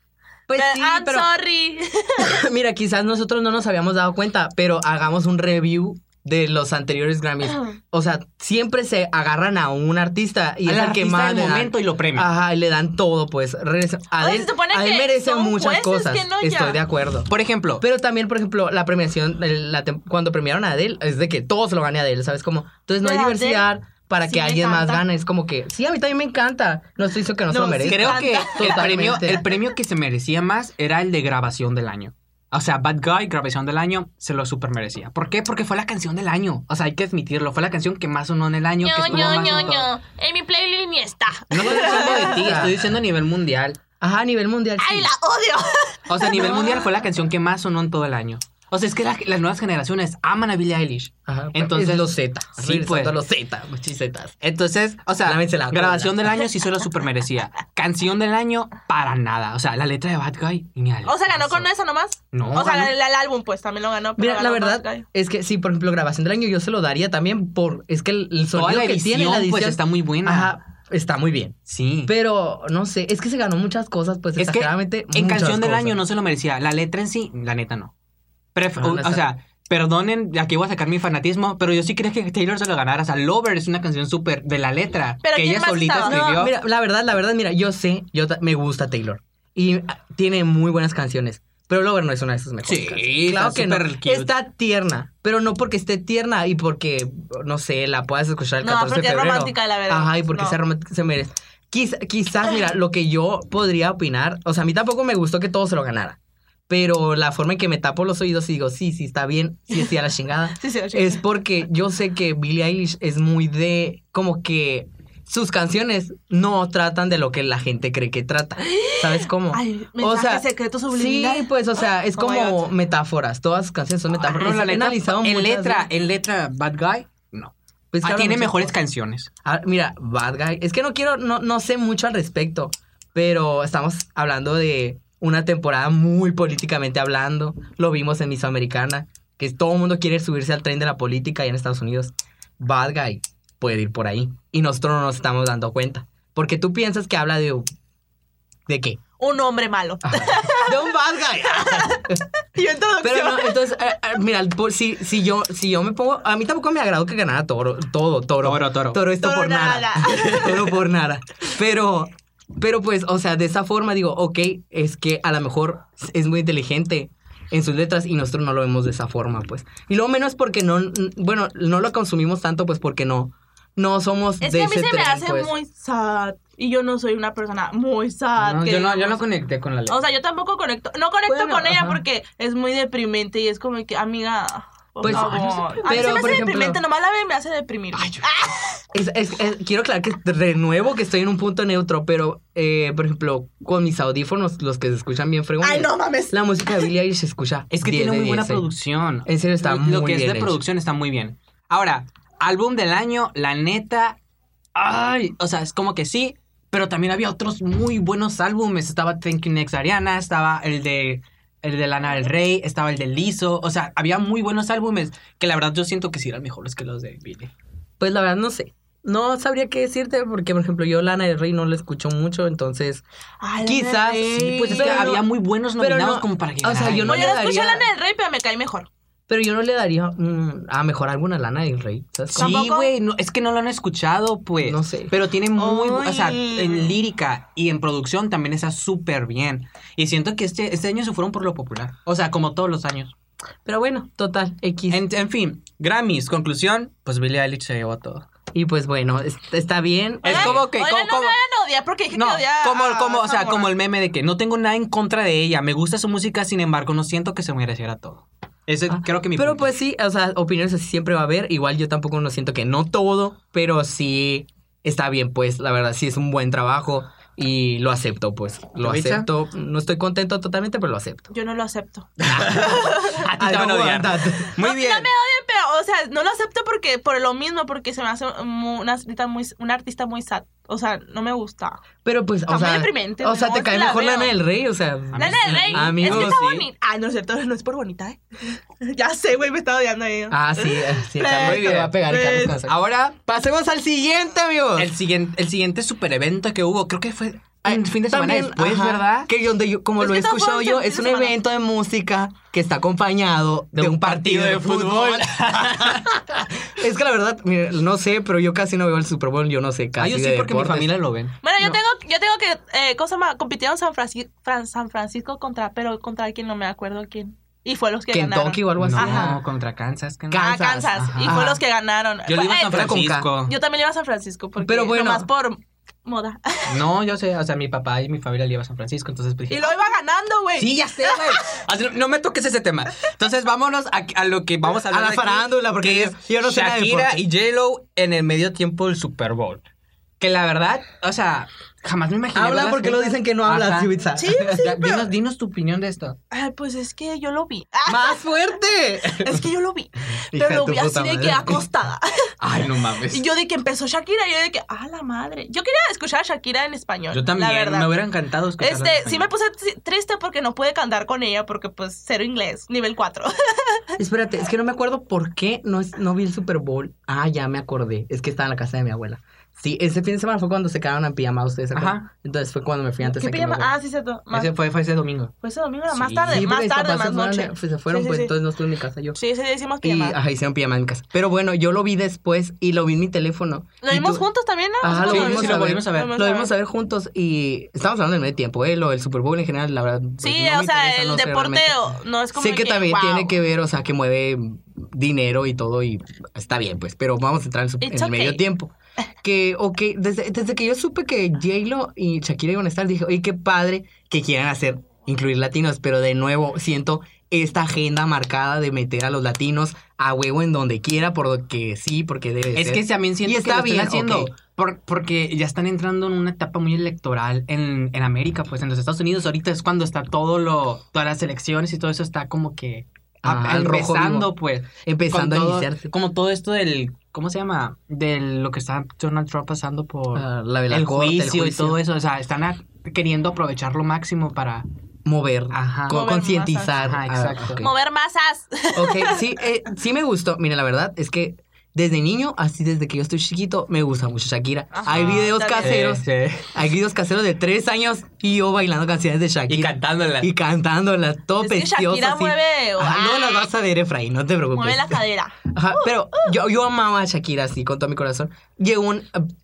Speaker 7: Pues
Speaker 2: Pero-
Speaker 7: sí,
Speaker 2: I'm
Speaker 7: pero
Speaker 2: sorry.
Speaker 7: mira, quizás nosotros no nos habíamos dado cuenta, pero hagamos un review de los anteriores Grammys. O sea, siempre se agarran a un artista y
Speaker 3: Al
Speaker 7: es el que
Speaker 3: artista
Speaker 7: más
Speaker 3: del
Speaker 7: le Ah. dan.
Speaker 3: momento y lo premia.
Speaker 7: Ajá, y le dan todo, pues. Regresa- A
Speaker 2: Oye,
Speaker 7: él,
Speaker 2: se supone
Speaker 7: a él
Speaker 2: que
Speaker 7: merece
Speaker 2: son
Speaker 7: muchas
Speaker 2: jueces
Speaker 7: cosas.
Speaker 2: que no ya.
Speaker 7: Estoy de acuerdo.
Speaker 3: Por ejemplo,
Speaker 7: Pero también, por ejemplo, la premiación, el- la tem- cuando premiaron a Adele, es de que todo se lo gane a Adele, ¿sabes? Como, entonces no hay
Speaker 2: Pero
Speaker 7: diversidad para
Speaker 2: sí
Speaker 7: que
Speaker 2: me
Speaker 7: alguien más
Speaker 2: encanta.
Speaker 7: gane. Es como que, sí, a mí también me encanta. No estoy diciendo que no, se
Speaker 2: No,
Speaker 7: lo
Speaker 2: sí
Speaker 7: merezca.
Speaker 3: creo que el
Speaker 7: Totalmente.
Speaker 3: premio, el premio que se merecía más era el de grabación del año. O sea, Bad Guy, grabación del año, se lo super merecía. ¿Por qué? Porque fue la canción del año. O sea, hay que admitirlo. Fue la canción que más sonó en el año. que
Speaker 2: ño,
Speaker 3: estuvo
Speaker 2: ño,
Speaker 3: más en
Speaker 2: ño,
Speaker 3: todo.
Speaker 2: ño. En mi playlist ni está.
Speaker 3: No estoy diciendo de ti, estoy diciendo a nivel mundial.
Speaker 7: Ajá, a nivel mundial. sí.
Speaker 2: ¡Ay, la odio!
Speaker 3: O sea, a nivel mundial fue la canción que más sonó en todo el año. O sea, es que la- las nuevas generaciones aman a Billie Eilish.
Speaker 7: Ajá,
Speaker 3: Entonces-
Speaker 7: es los Z.
Speaker 3: Sí,
Speaker 7: regresando
Speaker 3: pues.
Speaker 7: a los Z, muchos Zetas.
Speaker 3: Entonces, o sea,
Speaker 7: Lávensela la cola.
Speaker 3: grabación del año sí se lo super merecía. Canción del año, para nada. O sea, la letra de Bad Guy, ni al
Speaker 2: O sea, ganó
Speaker 3: caso.
Speaker 2: con esa nomás.
Speaker 3: No,
Speaker 2: o sea,
Speaker 3: ganó-
Speaker 2: el, el álbum, pues también lo ganó. pero
Speaker 7: Mira, la
Speaker 2: ganó más
Speaker 7: verdad
Speaker 2: gallo.
Speaker 7: es que sí, por ejemplo, grabación del año yo se lo daría también por. Es que el, el sonido
Speaker 3: toda la
Speaker 7: que
Speaker 3: edición,
Speaker 7: tiene la edición.
Speaker 3: pues está muy buena.
Speaker 7: Ajá, está muy bien.
Speaker 3: Sí.
Speaker 7: Pero no sé, es que se ganó muchas cosas, pues
Speaker 3: Es que
Speaker 7: exageradamente.
Speaker 3: en
Speaker 7: muchas
Speaker 3: canción del
Speaker 7: cosas.
Speaker 3: año no se lo merecía. La letra en sí, la neta no. Pref- o,
Speaker 7: No, no
Speaker 3: o
Speaker 7: está-
Speaker 3: sea, perdonen, aquí voy a sacar mi fanatismo, pero yo sí creía que Taylor se lo ganara. O sea, Lover es una canción súper de la letra
Speaker 2: Pero
Speaker 3: que
Speaker 2: ¿quién
Speaker 3: ella
Speaker 2: más
Speaker 3: solita
Speaker 2: estaba?
Speaker 3: escribió. Ah,
Speaker 7: No, mira, la verdad, la verdad, mira, yo sé, yo ta- me gusta Taylor. Y ah, tiene muy buenas canciones. Pero Lover no es una de sus mejores
Speaker 3: Sí,
Speaker 7: canciones. Claro
Speaker 3: está
Speaker 7: que no.
Speaker 3: súper cute.
Speaker 7: Está tierna. Pero no porque esté tierna y porque, no sé, la puedas escuchar el
Speaker 2: No,
Speaker 7: 14
Speaker 2: porque
Speaker 7: de
Speaker 2: es
Speaker 7: febrero.
Speaker 2: romántica, la verdad.
Speaker 7: Ajá, y porque
Speaker 2: No.
Speaker 7: sea romántica se merece. Quiz- quizás, mira, lo que yo podría opinar, o sea, a mí tampoco me gustó que todo se lo ganara. Pero la forma en que me tapo los oídos y digo, sí, sí, está bien, sí, sí, a la chingada.
Speaker 2: Sí, sí, sí.
Speaker 7: es porque yo sé que Billie Eilish es muy de como que sus canciones no tratan de lo que la gente cree que trata. ¿Sabes cómo?
Speaker 2: Ay,
Speaker 7: o
Speaker 2: mensaje
Speaker 7: sea,
Speaker 2: secreto subliminal.
Speaker 7: Sí, pues, o sea, es
Speaker 2: Oh my
Speaker 7: como
Speaker 2: God.
Speaker 7: metáforas. Todas sus canciones son metáforas.
Speaker 3: Pero la
Speaker 7: He
Speaker 3: letra-
Speaker 7: analizado
Speaker 3: en
Speaker 7: muchas
Speaker 3: letra,
Speaker 7: veces.
Speaker 3: en letra Bad Guy, no.
Speaker 7: Pues,
Speaker 3: Ah,
Speaker 7: claro,
Speaker 3: tiene
Speaker 7: muchas
Speaker 3: mejores
Speaker 7: cosas.
Speaker 3: canciones.
Speaker 7: Ah, mira, Bad Guy. Es que no quiero, no, no sé mucho al respecto, pero estamos hablando de una temporada muy políticamente hablando. Lo vimos en Misoamericana, que es- todo el mundo quiere subirse al tren de la política allá en Estados Unidos. Bad Guy puede ir por ahí. Y nosotros no nos estamos dando cuenta. Porque tú piensas que habla de... ¿De qué?
Speaker 2: Un hombre malo.
Speaker 7: Ajá. De un bad guy.
Speaker 2: Y en traducción.
Speaker 7: Pero no, entonces, eh, eh, mira, por- si, si, yo, si yo me pongo... A mí tampoco me agradó que ganara toro, todo, toro.
Speaker 3: Toro, toro.
Speaker 7: Toro esto
Speaker 2: Toro
Speaker 7: por nada.
Speaker 2: nada.
Speaker 7: Toro por nada. Pero, pero pues, o sea, de esa forma digo, ok, es que a lo mejor es muy inteligente en sus letras y nosotros no lo vemos de esa forma, pues. Y lo menos porque no, bueno, no lo consumimos tanto, pues porque no, no somos
Speaker 2: es
Speaker 7: de
Speaker 2: que a mí
Speaker 7: ese
Speaker 2: se me
Speaker 7: tren,
Speaker 2: hace
Speaker 7: pues.
Speaker 2: muy sad. Y yo no soy una persona muy sad.
Speaker 3: No,
Speaker 2: que
Speaker 3: yo, no, yo
Speaker 2: digamos.
Speaker 3: no conecté con la letra.
Speaker 2: O sea, yo tampoco conecto. No conecto
Speaker 7: Bueno,
Speaker 2: con ella
Speaker 7: ajá.
Speaker 2: porque es muy deprimente y es como que, amiga. Por
Speaker 7: Pues,
Speaker 2: favor.
Speaker 7: ay, no sé,
Speaker 2: a mí
Speaker 7: pero,
Speaker 2: se me hace
Speaker 7: por ejemplo-
Speaker 2: deprimente, nomás la ve y me hace deprimir.
Speaker 3: ah,
Speaker 7: Es- es- es- quiero aclarar que de nuevo que estoy en un punto neutro, pero, eh, por ejemplo, con mis audífonos, los que se escuchan bien fregones,
Speaker 2: Ay, no mames.
Speaker 7: la música de Billie Eilish se escucha
Speaker 3: es que
Speaker 7: 10
Speaker 3: tiene
Speaker 7: de
Speaker 3: muy buena
Speaker 7: 10, eh.
Speaker 3: producción.
Speaker 7: En serio, está
Speaker 3: lo,
Speaker 7: muy
Speaker 3: lo que
Speaker 7: bien
Speaker 3: es de
Speaker 7: hecho.
Speaker 3: producción está muy bien. Ahora, álbum del año, la neta. Ay, o sea, es como que sí, pero también había otros muy buenos álbumes. Estaba Thank You Next Ariana, estaba el de el de Lana del Rey, estaba el de Lizzo. O sea, había muy buenos álbumes que la verdad yo siento que sí eran mejores que los de Billie.
Speaker 7: Pues la verdad no sé. No sabría qué decirte porque, por ejemplo, yo Lana del Rey no la escucho mucho, entonces...
Speaker 2: Ay,
Speaker 7: Quizás,
Speaker 2: Lana del Rey.
Speaker 3: Pues es que
Speaker 7: Pero-
Speaker 3: había muy buenos
Speaker 7: pero
Speaker 3: nominados
Speaker 7: no-
Speaker 3: como para que
Speaker 7: o sea,
Speaker 3: ganara.
Speaker 7: yo no
Speaker 2: Pues yo
Speaker 7: le
Speaker 2: la escucho a
Speaker 7: daría-
Speaker 2: Lana del Rey, pero me cae mejor.
Speaker 7: Pero yo no le daría mm, a mejor alguna Lana del Rey, ¿sabes?
Speaker 3: Sí,
Speaker 7: cómo?
Speaker 2: ¿Tampoco?
Speaker 3: güey, no, es que no lo han escuchado, pues.
Speaker 7: No sé.
Speaker 3: Pero tiene muy, bu- o sea,
Speaker 2: Ay.
Speaker 3: en lírica y en producción también está súper bien. Y siento que este, este año se fueron por lo popular. O sea, como todos los años.
Speaker 7: Pero bueno, total, X.
Speaker 3: En, en fin, Grammys, conclusión, pues Billie Eilish se llevó todo.
Speaker 7: Y pues bueno, es- está bien.
Speaker 3: Es
Speaker 2: Oigan,
Speaker 3: como que-
Speaker 2: oigan,
Speaker 3: como-
Speaker 2: no
Speaker 3: como-
Speaker 2: me vayan a odiar porque dije
Speaker 3: No,
Speaker 2: que odiaba.
Speaker 3: como,
Speaker 7: ah,
Speaker 2: a
Speaker 3: como, o sea,
Speaker 2: esa
Speaker 3: como el
Speaker 2: morra.
Speaker 3: meme de que no tengo nada en contra de ella, me gusta su música, sin embargo, no siento que se mereciera todo. Ese
Speaker 7: Ah,
Speaker 3: creo que mi
Speaker 7: Pero
Speaker 3: punto.
Speaker 7: pues sí, o sea, opiniones así siempre va a haber. Igual yo tampoco no siento que no todo, pero sí está bien, pues, la verdad, sí es un buen trabajo y lo acepto, pues. Lo
Speaker 3: ¿Luisa?
Speaker 7: acepto. No estoy contento totalmente, pero lo acepto.
Speaker 2: Yo no lo acepto.
Speaker 3: A ti te van a odiar. Muy bien.
Speaker 2: Pero, o sea, no lo acepto porque por lo mismo, porque se me hace mu- una artista muy, una artista muy sad. O sea, no me gusta.
Speaker 7: Pero pues,
Speaker 2: Está
Speaker 7: o
Speaker 2: muy
Speaker 7: sea,
Speaker 2: deprimente,
Speaker 7: o sea,
Speaker 2: no,
Speaker 7: te
Speaker 2: es
Speaker 7: cae
Speaker 2: la
Speaker 7: mejor
Speaker 2: veo.
Speaker 7: Lana del Rey, o sea.
Speaker 3: A mí
Speaker 2: Lana del
Speaker 3: sí.
Speaker 2: Rey.
Speaker 7: Amigo,
Speaker 2: es que está
Speaker 3: sí.
Speaker 2: bonita. Ah, no es cierto, no es por bonita, ¿eh? ya sé, güey, me está odiando ahí.
Speaker 7: Ah, sí, sí, está
Speaker 2: Pues,
Speaker 7: muy bien. va a pegar
Speaker 2: pues,
Speaker 7: Carlos Casa.
Speaker 3: Ahora,
Speaker 7: Pasemos al siguiente, amigos.
Speaker 3: el siguiente, el siguiente super evento que hubo, creo que fue
Speaker 7: Ah,
Speaker 3: el fin de semana
Speaker 7: también,
Speaker 3: después,
Speaker 7: ajá,
Speaker 3: ¿verdad?
Speaker 7: Que donde yo, como
Speaker 2: Es
Speaker 7: lo
Speaker 2: que
Speaker 7: he
Speaker 2: todo fue
Speaker 7: escuchado
Speaker 2: un
Speaker 7: yo,
Speaker 2: fin
Speaker 7: es
Speaker 2: de
Speaker 7: un
Speaker 2: semana.
Speaker 7: evento de música que está acompañado de, un partido, de fútbol.
Speaker 3: Ah,
Speaker 7: es que la verdad, mire, no sé, pero yo casi no veo el Super Bowl, yo no sé
Speaker 3: Ah,
Speaker 7: casi
Speaker 3: yo
Speaker 7: de
Speaker 3: sí, porque mi
Speaker 7: deportes.
Speaker 3: familia lo ven.
Speaker 2: Bueno, yo
Speaker 7: No.
Speaker 2: tengo, yo tengo que, eh, cosa más, compitieron San Francisco, San Francisco contra, pero contra quién no me acuerdo quién. Y fue los que
Speaker 7: Kentucky
Speaker 2: ganaron.
Speaker 7: o algo así.
Speaker 3: No,
Speaker 2: Ajá.
Speaker 3: contra Kansas. que no.
Speaker 7: Ca-
Speaker 2: Ah, Kansas.
Speaker 7: Kansas,
Speaker 2: Y
Speaker 7: ajá.
Speaker 2: fue los que ganaron.
Speaker 3: Yo le iba a
Speaker 2: Eh,
Speaker 3: San
Speaker 7: pero con
Speaker 3: Francisco.
Speaker 2: yo también le iba a San Francisco, porque
Speaker 7: Pero bueno.
Speaker 2: nomás por moda.
Speaker 3: No, yo sé, o sea, mi papá y mi familia le iba a San Francisco, entonces pues,
Speaker 2: Y
Speaker 3: dije,
Speaker 2: lo iba ganando, güey.
Speaker 3: sí, ya sé, güey. Así, no, no me toques ese tema. Entonces, vámonos a, a lo que vamos a
Speaker 7: A
Speaker 3: hablar.
Speaker 7: la
Speaker 3: aquí,
Speaker 7: farándula, porque
Speaker 3: que
Speaker 7: yo- yo no sé nada de
Speaker 3: Shakira
Speaker 7: deporte.
Speaker 3: y J-Lo en el medio tiempo del Super Bowl. Que la verdad, o sea, jamás me imaginé.
Speaker 7: Habla
Speaker 3: verlas
Speaker 7: porque lo
Speaker 3: juntas.
Speaker 7: dicen que no hablas,
Speaker 3: Ajá.
Speaker 7: Yubitsa.
Speaker 2: Sí, sí,
Speaker 3: Ya,
Speaker 2: pero-
Speaker 3: dinos, dinos tu opinión de esto.
Speaker 2: Ay, pues es que yo lo vi. Ah,
Speaker 7: ¡Más fuerte!
Speaker 2: es que yo lo vi.
Speaker 4: Hija de
Speaker 2: Pero lo
Speaker 4: tu
Speaker 2: vi así
Speaker 4: puta
Speaker 2: de
Speaker 4: madre.
Speaker 2: que acostada.
Speaker 4: Ay, no mames.
Speaker 2: Y yo de que empezó Shakira, yo de que, ah, la madre. Yo quería escuchar a Shakira en español.
Speaker 3: Yo también,
Speaker 2: La verdad.
Speaker 3: me hubiera encantado escucharla en
Speaker 2: Este, sí me
Speaker 3: español.
Speaker 2: puse t- triste porque no pude cantar con ella porque pues cero inglés, nivel 4.
Speaker 7: Espérate, es que no me acuerdo por qué no, es- no vi el Super Bowl. Ah, ya me acordé. Es que estaba en la casa de mi abuela. Sí, ese fin de semana fue cuando se quedaron en pijama ustedes. ¿se acuerdan?
Speaker 3: Ajá.
Speaker 7: Entonces fue cuando me fui antes
Speaker 2: ¿Qué
Speaker 7: a que
Speaker 2: pijama?
Speaker 7: me
Speaker 2: Ah, sí, cierto. Más,
Speaker 3: Ese fue, fue ese domingo.
Speaker 2: fue ese domingo, no, más
Speaker 3: Sí,
Speaker 2: tarde,
Speaker 7: Sí, porque
Speaker 2: más
Speaker 7: mis
Speaker 2: tarde,
Speaker 7: papás
Speaker 2: más
Speaker 7: se fueron,
Speaker 2: noche.
Speaker 7: pues, se fueron,
Speaker 2: Sí, sí,
Speaker 7: pues
Speaker 2: sí.
Speaker 7: entonces no estuve en mi casa yo.
Speaker 2: Sí, sí, decimos
Speaker 7: Y ah,
Speaker 2: pijama.
Speaker 7: ajá, hicieron pijama en mi casa. Pero bueno, yo lo vi después y lo vi en mi teléfono.
Speaker 2: Lo
Speaker 7: Y
Speaker 2: vimos
Speaker 7: tú-
Speaker 2: juntos también, ¿no?
Speaker 7: Ajá, lo
Speaker 2: Sí,
Speaker 7: vimos
Speaker 2: sí,
Speaker 7: a ver.
Speaker 3: a ver.
Speaker 2: Lo
Speaker 7: Lo vimos a ver juntos y estamos hablando del medio tiempo, ¿eh? Lo del Super Bowl en general, la verdad. pues,
Speaker 2: Sí,
Speaker 7: no me
Speaker 2: o sea,
Speaker 7: interesa,
Speaker 2: el
Speaker 7: no sé
Speaker 2: deporte o-
Speaker 7: realmente.
Speaker 2: no es como
Speaker 7: Sé que también
Speaker 2: wow.
Speaker 7: tiene que ver, o sea, que mueve dinero y todo y está bien, pues, pero vamos a entrar en, su-
Speaker 2: It's
Speaker 7: en el medio
Speaker 2: okay.
Speaker 7: tiempo. Que, ok, desde, desde que yo supe que J-Lo y Shakira iban a estar, dije, oye, qué padre que quieran hacer, incluir latinos, pero de nuevo siento esta agenda marcada de meter a los latinos a huevo en donde quiera, por lo que sí, porque debe
Speaker 3: Es
Speaker 7: ser.
Speaker 3: que también siento
Speaker 7: Y está
Speaker 3: que lo
Speaker 7: bien,
Speaker 3: están haciendo
Speaker 7: ok.
Speaker 3: por- porque ya están entrando en una etapa muy electoral en, en América, pues en los Estados Unidos ahorita es cuando está todo lo todas las elecciones y todo eso está como que a-
Speaker 7: Ah, al rojo
Speaker 3: empezando,
Speaker 7: vivo.
Speaker 3: pues, con
Speaker 7: empezando a
Speaker 3: todo-
Speaker 7: iniciarse.
Speaker 3: como todo esto del ¿cómo se llama? de lo que está Donald Trump pasando por
Speaker 7: Ah, la de la
Speaker 3: el,
Speaker 7: corte, el
Speaker 3: juicio y
Speaker 7: juicio.
Speaker 3: todo eso, o sea, están a- queriendo aprovechar lo máximo para
Speaker 7: mover,
Speaker 3: Ajá.
Speaker 7: co-
Speaker 2: Mover
Speaker 7: concientizar.
Speaker 3: masas. ah, Ajá,
Speaker 7: Ah,
Speaker 3: exacto.
Speaker 7: ok.
Speaker 2: Mover masas.
Speaker 7: Ok, sí, eh, sí me gustó. Mira, la verdad es que desde niño, así desde que yo estoy chiquito, me gusta mucho Shakira.
Speaker 2: Ajá,
Speaker 7: hay videos
Speaker 2: está bien.
Speaker 7: caseros,
Speaker 3: Sí, sí.
Speaker 7: hay videos caseros de tres años y yo bailando canciones de Shakira.
Speaker 3: y cantándola.
Speaker 7: Y cantándolas, todo
Speaker 2: Es que
Speaker 7: precioso.
Speaker 2: Shakira mueve.
Speaker 7: no las vas a ver, Efraín, no te preocupes.
Speaker 2: Mueve la Uh, cadera.
Speaker 7: Ajá, pero yo, yo amaba a Shakira así con todo mi corazón. Llegó un, eh,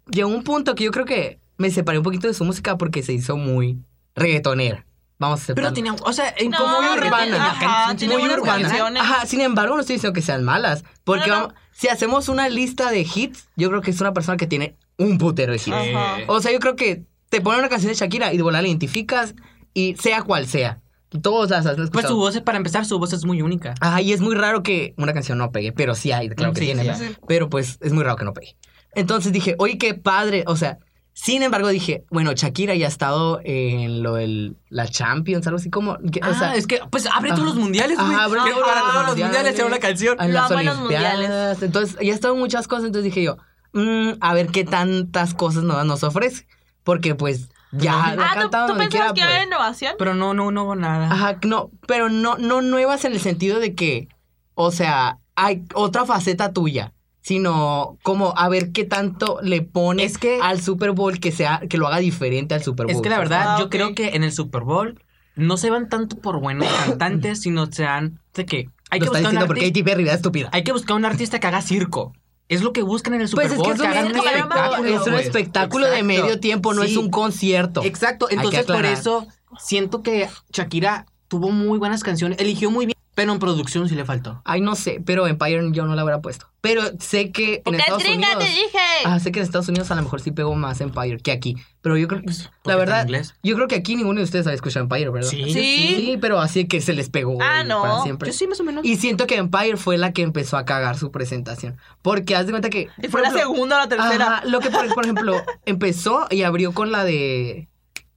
Speaker 7: llegó un punto que yo creo que me separé un poquito de su música porque se hizo muy reggaetonera. Vamos a
Speaker 3: pero
Speaker 7: aceptarlo.
Speaker 3: tenía, o sea, en
Speaker 2: No,
Speaker 3: como muy
Speaker 2: pero
Speaker 3: urbana.
Speaker 2: tiene- ajá, tiene
Speaker 3: muy
Speaker 2: buenas
Speaker 3: urbana.
Speaker 2: canciones.
Speaker 7: Ajá, sin embargo, no estoy diciendo que sean malas. Porque
Speaker 2: No, no,
Speaker 7: vamos- si hacemos una lista de hits, yo creo que es una persona que tiene un putero de hits.
Speaker 2: Ajá.
Speaker 7: O sea, yo creo que te ponen una canción de Shakira y de volar la identificas y sea cual sea. Todos las has
Speaker 3: Pues
Speaker 7: escuchado.
Speaker 3: su voz, es- para empezar, su voz es muy única.
Speaker 7: Ajá, y es muy raro que una canción no pegue, pero sí hay, claro que
Speaker 3: Mm, Sí,
Speaker 7: tiene.
Speaker 3: sí,
Speaker 7: ¿verdad?
Speaker 2: sí.
Speaker 7: Pero pues es muy raro que no pegue. Entonces dije, oye, qué padre. O sea, sin embargo dije, bueno, Shakira ya ha estado en lo del la Champions, algo así como. que- o sea,
Speaker 3: es que, pues abre
Speaker 7: Ajá.
Speaker 3: todos los mundiales, güey.
Speaker 7: Ajá, abre
Speaker 3: Que
Speaker 7: todos
Speaker 3: para
Speaker 7: los
Speaker 3: todos los
Speaker 7: mundiales.
Speaker 3: mundiales sea una canción.
Speaker 7: en
Speaker 2: Lo
Speaker 7: las
Speaker 2: amo en los
Speaker 7: Olimpiadas.
Speaker 2: mundiales.
Speaker 7: Entonces, ya estado en muchas cosas. Entonces dije yo, mm, a ver qué tantas cosas nuevas nos ofrece. Porque pues ya la
Speaker 2: Ah, ¿tú,
Speaker 7: cantaba
Speaker 2: tú
Speaker 7: donde
Speaker 2: pensabas
Speaker 7: quiera,
Speaker 2: que había
Speaker 7: pues.
Speaker 2: innovación?
Speaker 3: Pero no, no, no hubo nada.
Speaker 7: Ajá, no, pero no, no nuevas en el sentido de que, o sea, hay otra faceta tuya. Sino como a ver qué tanto le pones
Speaker 3: Es que-
Speaker 7: al Super Bowl que sea, que lo haga diferente al Super Bowl.
Speaker 3: es que la verdad,
Speaker 2: Ah,
Speaker 3: yo
Speaker 2: ok.
Speaker 3: creo que en el Super Bowl no se van tanto por buenos cantantes, sino se dan de que hay
Speaker 7: Lo
Speaker 3: que, buscar
Speaker 7: está
Speaker 3: un
Speaker 7: diciendo porque
Speaker 3: artista,
Speaker 7: Katy Perry, ¿verdad? estúpida.
Speaker 3: hay que buscar un artista que haga circo. Es lo que buscan en el Super
Speaker 7: Pues es que
Speaker 3: Bowl,
Speaker 7: es
Speaker 3: que
Speaker 7: un,
Speaker 3: hagan un
Speaker 2: circo,
Speaker 3: espectáculo.
Speaker 7: espectáculo, es un
Speaker 3: güey.
Speaker 7: espectáculo de
Speaker 3: Exacto.
Speaker 7: medio tiempo, no es
Speaker 3: Sí.
Speaker 7: un concierto.
Speaker 3: Exacto,
Speaker 7: que
Speaker 3: entonces por
Speaker 7: aclarar.
Speaker 3: eso siento que Shakira tuvo muy buenas canciones, eligió muy bien, pero en producción sí le faltó.
Speaker 7: Ay, no sé, pero Empire yo no la habrá puesto. Pero sé que en
Speaker 2: Porque es
Speaker 7: Estados
Speaker 2: gringa,
Speaker 7: Unidos.
Speaker 2: te dije.
Speaker 7: Ah, sé que en Estados Unidos a lo mejor sí pegó más Empire que aquí. Pero yo creo.
Speaker 3: porque
Speaker 7: Pues, La
Speaker 3: está en
Speaker 7: verdad,
Speaker 3: inglés.
Speaker 7: yo creo que aquí ninguno de ustedes había escuchado Empire, ¿verdad?
Speaker 3: Sí,
Speaker 2: Sí.
Speaker 7: Sí, pero así que se les pegó.
Speaker 2: Ah,
Speaker 7: y
Speaker 2: no.
Speaker 7: para siempre.
Speaker 3: Yo sí, más o menos.
Speaker 7: Y siento que Empire fue la que empezó a cagar su presentación. Porque haz de cuenta que.
Speaker 2: Y
Speaker 7: por
Speaker 2: fue la
Speaker 7: ejemplo,
Speaker 2: segunda o la tercera.
Speaker 7: Ajá, lo que, por, por ejemplo, empezó y abrió con la de.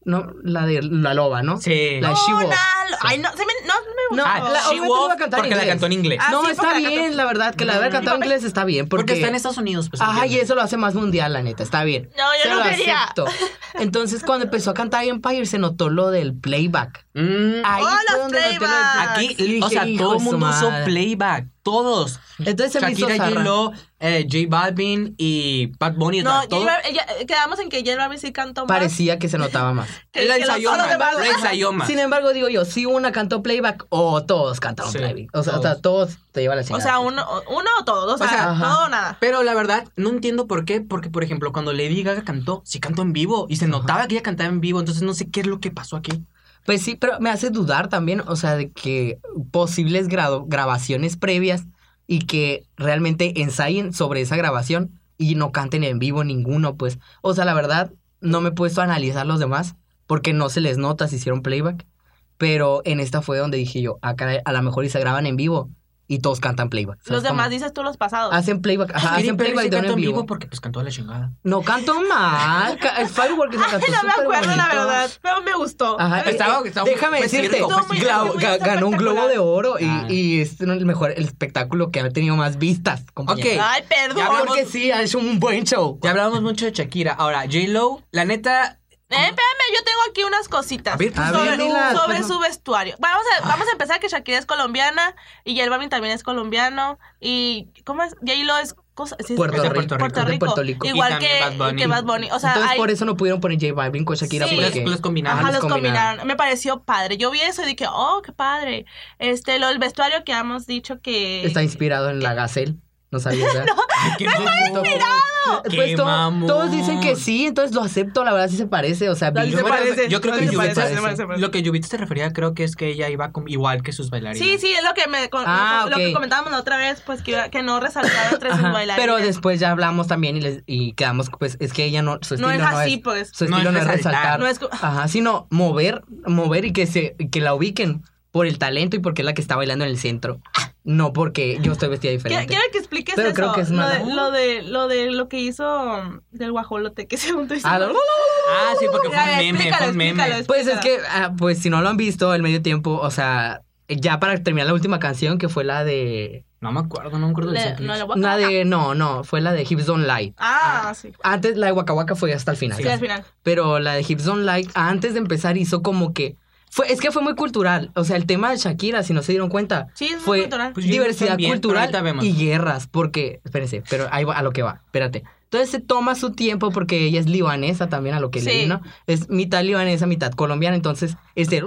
Speaker 7: No, la de la loba, ¿no?
Speaker 3: sí.
Speaker 7: la Ah, She
Speaker 2: Una-
Speaker 7: Wolf.
Speaker 2: Ay, no, se me, no me
Speaker 7: No,
Speaker 2: gustó.
Speaker 3: Ah,
Speaker 7: la-
Speaker 3: She
Speaker 7: obviamente
Speaker 3: Wolf,
Speaker 7: iba a cantar en
Speaker 3: porque la
Speaker 7: inglés.
Speaker 3: cantó en inglés.
Speaker 2: Ah,
Speaker 7: no,
Speaker 2: sí,
Speaker 7: está
Speaker 2: porque la
Speaker 7: bien, la verdad, que la haber cantado en inglés está bien. Porque,
Speaker 3: Porque está en Estados Unidos, pues.
Speaker 7: Ajá, y
Speaker 3: entiende.
Speaker 7: eso lo hace más mundial, la neta, está bien.
Speaker 2: No, yo
Speaker 7: Se
Speaker 2: no
Speaker 7: lo
Speaker 2: quería.
Speaker 7: acepto. Entonces, cuando empezó a cantar Empire, se notó lo del playback.
Speaker 3: Mm,
Speaker 7: Ahí
Speaker 2: ¡Oh,
Speaker 7: fue
Speaker 2: los
Speaker 7: donde noté lo
Speaker 2: playbacks!
Speaker 7: del playback.
Speaker 3: aquí,
Speaker 7: Ah, Sí,
Speaker 3: o
Speaker 7: dije,
Speaker 3: sea,
Speaker 7: "Hijo
Speaker 3: todo
Speaker 7: de
Speaker 3: el
Speaker 7: su
Speaker 3: mundo usó
Speaker 7: madre".
Speaker 3: playback. Todos.
Speaker 7: Entonces se me
Speaker 3: Shakira,
Speaker 7: hizo zarra.
Speaker 3: J-Lo, eh, J Balvin y Bad Bunny. o sea,
Speaker 2: No,
Speaker 3: todo-
Speaker 2: J Balvin- ya- quedamos en que J Balvin sí cantó más.
Speaker 7: Parecía que se notaba más.
Speaker 2: que-
Speaker 3: la
Speaker 2: que los
Speaker 3: ensayó
Speaker 2: otros
Speaker 3: más,
Speaker 2: demás.
Speaker 3: la ensayó más.
Speaker 7: Sin embargo, digo yo, si una cantó playback o todos cantaron
Speaker 3: Sí,
Speaker 7: playback. O sea, o
Speaker 3: todos.
Speaker 7: sea, todos te llevan la
Speaker 2: O
Speaker 7: chingada.
Speaker 2: sea, uno, uno o todos. O sea,
Speaker 7: sea, ajá.
Speaker 2: todo o nada.
Speaker 3: Pero la verdad, no entiendo por qué, porque por ejemplo, cuando Lady Gaga cantó, sí cantó en vivo y se notaba que ella cantaba en vivo, entonces no sé qué es lo que pasó aquí.
Speaker 7: Pues sí, pero me hace dudar también, o sea, de que posibles grado- grabaciones previas y que realmente ensayen sobre esa grabación y no canten en vivo ninguno, pues. O sea, la verdad, no me he puesto a analizar los demás porque no se les nota si hicieron playback. Pero en esta fue donde dije yo, ah, caray, a lo mejor y se graban en vivo y todos cantan playback.
Speaker 2: Los
Speaker 7: ¿sabes cómo?
Speaker 2: demás dices tú los pasados.
Speaker 7: Hacen playback, ajá,
Speaker 4: Katy
Speaker 7: hacen
Speaker 4: Perry
Speaker 7: playback
Speaker 4: sí
Speaker 7: de uno
Speaker 4: cantó
Speaker 7: en vivo.
Speaker 4: porque pues cantó a la chingada.
Speaker 7: No canto mal. ca- El Firework es cantó
Speaker 2: no me
Speaker 7: súper
Speaker 2: acuerdo, la
Speaker 7: bonito.
Speaker 2: verdad. No me gustó.
Speaker 7: Ajá,
Speaker 2: Pero-
Speaker 7: estaba-
Speaker 4: estaba-
Speaker 7: eh, déjame
Speaker 2: pues,
Speaker 4: fue
Speaker 7: decirte,
Speaker 4: cierto,
Speaker 2: fue cierto.
Speaker 7: Glau-
Speaker 2: Estuvo muy
Speaker 7: ga- ganó un globo de oro y,
Speaker 4: Ah.
Speaker 7: y es el mejor el espectáculo que ha tenido más vistas. compañera.
Speaker 3: Ok,
Speaker 2: Ay,
Speaker 7: Ya
Speaker 2: perdón.
Speaker 7: porque sí, es un buen show.
Speaker 3: Ya hablábamos mucho de Shakira. Ahora, J-Lo, la neta,
Speaker 2: Eh, espérame, yo tengo aquí unas cositas.
Speaker 3: A ver, pues,
Speaker 7: a
Speaker 2: sobre
Speaker 7: ver, dilas,
Speaker 2: sobre
Speaker 7: pues, no.
Speaker 2: su vestuario. Bueno, vamos, a, vamos a empezar que Shakira es colombiana y el Balvin también es colombiano. Y ¿cómo es? J-Lo es cosa, sí, es-
Speaker 7: Puerto
Speaker 2: es de
Speaker 7: Rico, es de Puerto Rico.
Speaker 2: Igual
Speaker 3: Y
Speaker 2: que,
Speaker 3: también Bad Bunny.
Speaker 2: que Bad Bunny. O sea,
Speaker 7: Entonces
Speaker 2: hay-
Speaker 7: por eso no pudieron poner J Balvin con Shakira
Speaker 2: Sí.
Speaker 7: porque...
Speaker 2: Los-
Speaker 3: los combinaron.
Speaker 2: Ajá,
Speaker 7: los
Speaker 2: los
Speaker 7: combinaron.
Speaker 2: combinaron. Me pareció padre. Yo vi eso y dije, oh, qué padre. Este, lo, el vestuario que hemos dicho que.
Speaker 7: Está inspirado en la Gacel. No sabía. ¿verdad?
Speaker 4: ¡Qué mamón! ¡Qué
Speaker 7: Pues to-
Speaker 4: mamón!
Speaker 7: todos dicen que sí, entonces lo acepto, la verdad sí se parece, o sea,
Speaker 2: La-
Speaker 7: vi-
Speaker 2: se
Speaker 4: Yo creo-
Speaker 2: parece,
Speaker 7: Este,
Speaker 4: Yo creo
Speaker 2: sí
Speaker 4: que
Speaker 2: se
Speaker 4: Yubitsa-
Speaker 2: parece, se parece, se parece.
Speaker 4: Lo que Yubitsa se refería creo que es que ella iba como- igual que sus bailarines.
Speaker 2: Sí, sí, es lo que me con-
Speaker 7: Ah,
Speaker 2: lo
Speaker 7: ok.
Speaker 2: que comentábamos la otra vez, pues que, que no resaltaron entre sus
Speaker 7: Ajá,
Speaker 2: bailarines.
Speaker 7: pero después ya hablamos también y, les- y quedamos pues es que ella no su
Speaker 2: no
Speaker 7: estilo
Speaker 2: es
Speaker 7: no
Speaker 2: así,
Speaker 7: es
Speaker 2: pues.
Speaker 7: su
Speaker 4: No
Speaker 7: estilo
Speaker 4: es
Speaker 7: no es
Speaker 4: resaltar,
Speaker 7: resaltar,
Speaker 2: no es co-
Speaker 7: ajá, sino mover, mover y que se que la ubiquen por el talento y porque es la que está bailando en el centro, no porque yo estoy vestida
Speaker 2: Quiero,
Speaker 7: diferente.
Speaker 2: quiero que expliques
Speaker 7: Pero
Speaker 2: eso.
Speaker 7: creo que es
Speaker 2: lo,
Speaker 7: mala.
Speaker 2: de, lo de lo de lo que hizo um, del guajolote que según tú
Speaker 7: Ah, la- la- la-
Speaker 4: Ah, sí, porque fue
Speaker 2: A ver,
Speaker 4: un meme, fue
Speaker 2: explícalo,
Speaker 4: un meme.
Speaker 2: explícalo.
Speaker 7: Pues es que, ah, pues si no lo han visto, el medio tiempo, o sea, ya para terminar la última canción, que fue la de.
Speaker 4: No me acuerdo, no me acuerdo de ese clip.
Speaker 2: no lo voy a
Speaker 7: La
Speaker 2: contar.
Speaker 7: de. No, no, fue la de Hips Don't Lie.
Speaker 2: Ah, sí.
Speaker 7: Antes, la de Waka Waka fue hasta el final.
Speaker 2: Sí, al final.
Speaker 7: Pero la de Hips Don't Lie, antes de empezar, hizo como que. Fue, es que fue muy cultural. O sea, el tema de Shakira, si no se dieron cuenta,
Speaker 2: Sí, es muy
Speaker 7: fue
Speaker 2: cultural.
Speaker 4: Pues yo
Speaker 7: diversidad
Speaker 4: también, pero
Speaker 7: cultural
Speaker 4: ahorita vemos.
Speaker 7: y guerras. Porque, espérense, pero ahí va a lo que va, espérate. Entonces se toma su tiempo porque ella es libanesa también, a lo que
Speaker 2: Sí.
Speaker 7: leí, ¿no? Es mitad libanesa, mitad colombiana. Entonces, este,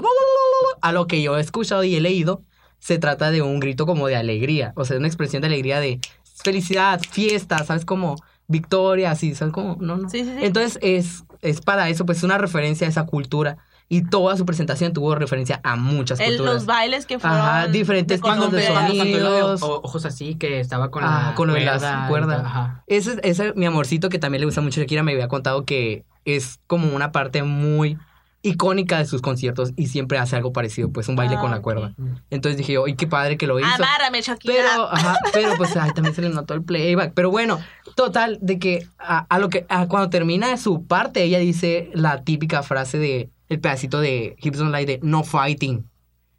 Speaker 7: a lo que yo he escuchado y he leído, se trata de un grito como de alegría. O sea, una expresión de alegría de felicidad, fiesta, ¿sabes? Como victoria, así, ¿sabes? Como, no, no.
Speaker 2: Sí, sí, sí.
Speaker 7: Entonces es, es para eso, pues es una referencia a esa cultura. Y toda su presentación tuvo referencia a muchas
Speaker 2: El-
Speaker 7: culturas.
Speaker 2: los bailes que fueron.
Speaker 7: Ajá, diferentes
Speaker 2: de
Speaker 7: tipos
Speaker 2: Colombia.
Speaker 7: de sonido.
Speaker 4: cuando lo de
Speaker 7: sonidos.
Speaker 4: o- ojos así, que estaba con
Speaker 7: Ah,
Speaker 4: la
Speaker 7: con lo de las
Speaker 4: cuerda y
Speaker 7: cuerdas.
Speaker 4: todo, Ajá.
Speaker 7: Ese, ese, mi amorcito, que también le gusta mucho Shakira, me había contado que es como una parte muy icónica de sus conciertos y siempre hace algo parecido, pues un baile
Speaker 2: Ah,
Speaker 7: con la
Speaker 2: ok.
Speaker 7: cuerda. Entonces dije yo, y qué padre que lo hizo.
Speaker 2: Amárrame, Shakira.
Speaker 7: Pero, ajá, pero pues ay, también se le notó el playback. Pero bueno, total, de que a, a lo que a cuando termina su parte, ella dice la típica frase de el pedacito de Hips Don't Lie de no fighting.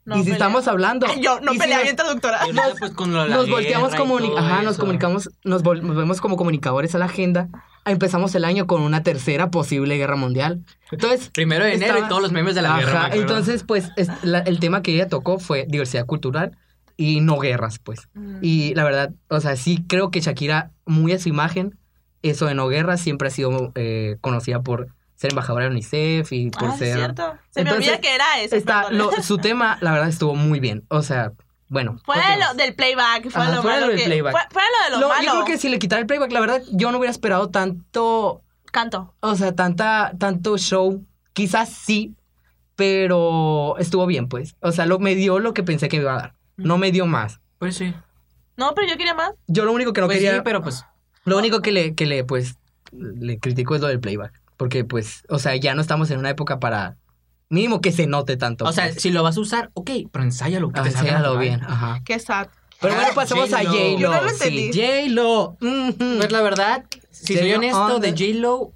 Speaker 2: No
Speaker 7: y si
Speaker 2: pelea.
Speaker 7: estando hablando.
Speaker 2: Ay, Yo no
Speaker 7: y si
Speaker 2: pelea
Speaker 7: nos-
Speaker 2: bien traductora.
Speaker 4: Y ahorita, pues, con lo de la
Speaker 7: Ah, nos volteamos
Speaker 4: guerra y
Speaker 7: comuni-
Speaker 4: todo
Speaker 7: ajá, nos
Speaker 4: eso.
Speaker 7: comunicamos, nos vol- nos vemos como comunicadores a la agenda. Empezamos el año con una tercera posible guerra mundial. Entonces,
Speaker 4: Primero de enero
Speaker 7: Estaba-
Speaker 4: y todos los memes de la guerra.
Speaker 7: ajá,
Speaker 4: me acuerdo.
Speaker 7: entonces pues es- la- el tema que ella tocó fue diversidad cultural y no guerras, pues. Y la verdad, o sea, sí creo que Shakira, muy a su imagen, eso de no guerras siempre ha sido eh, conocida por ser embajadora de UNICEF y por
Speaker 2: Ah, sí,
Speaker 7: ser
Speaker 2: cierto. Se
Speaker 7: Entonces,
Speaker 2: me olvida que era eso.
Speaker 7: está
Speaker 2: perdón.
Speaker 7: lo- su tema, la verdad estuvo muy bien. O sea, bueno.
Speaker 2: Fue
Speaker 7: continuamos.
Speaker 2: lo del playback. Fue
Speaker 7: Ajá,
Speaker 2: lo
Speaker 7: fue lo
Speaker 2: malo
Speaker 7: del
Speaker 2: que-
Speaker 7: playback.
Speaker 2: Fue, fue lo de lo,
Speaker 7: Lo-
Speaker 2: malo.
Speaker 7: Yo creo que si le quitara el playback, la verdad, yo no hubiera esperado tanto,
Speaker 2: Canto.
Speaker 7: o sea, tanta, tanto show. Quizás sí, pero estuvo bien, pues. O sea, lo, me dio lo que pensé que me iba a dar. No me dio más.
Speaker 4: Pues sí.
Speaker 2: No, pero yo quería más.
Speaker 7: Yo lo único que no
Speaker 4: Pues
Speaker 7: quería,
Speaker 4: sí, pero pues.
Speaker 7: lo único que le, que le, pues, le critico es lo del playback. Porque, pues, o sea, ya no estamos en una época para, mínimo que se note tanto.
Speaker 4: O sea,
Speaker 7: pues.
Speaker 4: si lo vas a usar, ok, pero ensáyalo. Que
Speaker 7: Ah,
Speaker 4: te salga
Speaker 7: enséñalo
Speaker 4: natural.
Speaker 7: bien, ajá.
Speaker 2: Qué sad.
Speaker 7: Pero bueno,
Speaker 4: Ah,
Speaker 7: pasamos a
Speaker 4: J-Lo.
Speaker 7: J-Lo.
Speaker 2: Yo no lo
Speaker 7: sí,
Speaker 2: entendí.
Speaker 7: J-Lo. ujú.
Speaker 4: Pues la verdad, si soy
Speaker 7: J-Lo
Speaker 4: honesto,
Speaker 7: on
Speaker 4: de
Speaker 7: the-
Speaker 4: J-Lo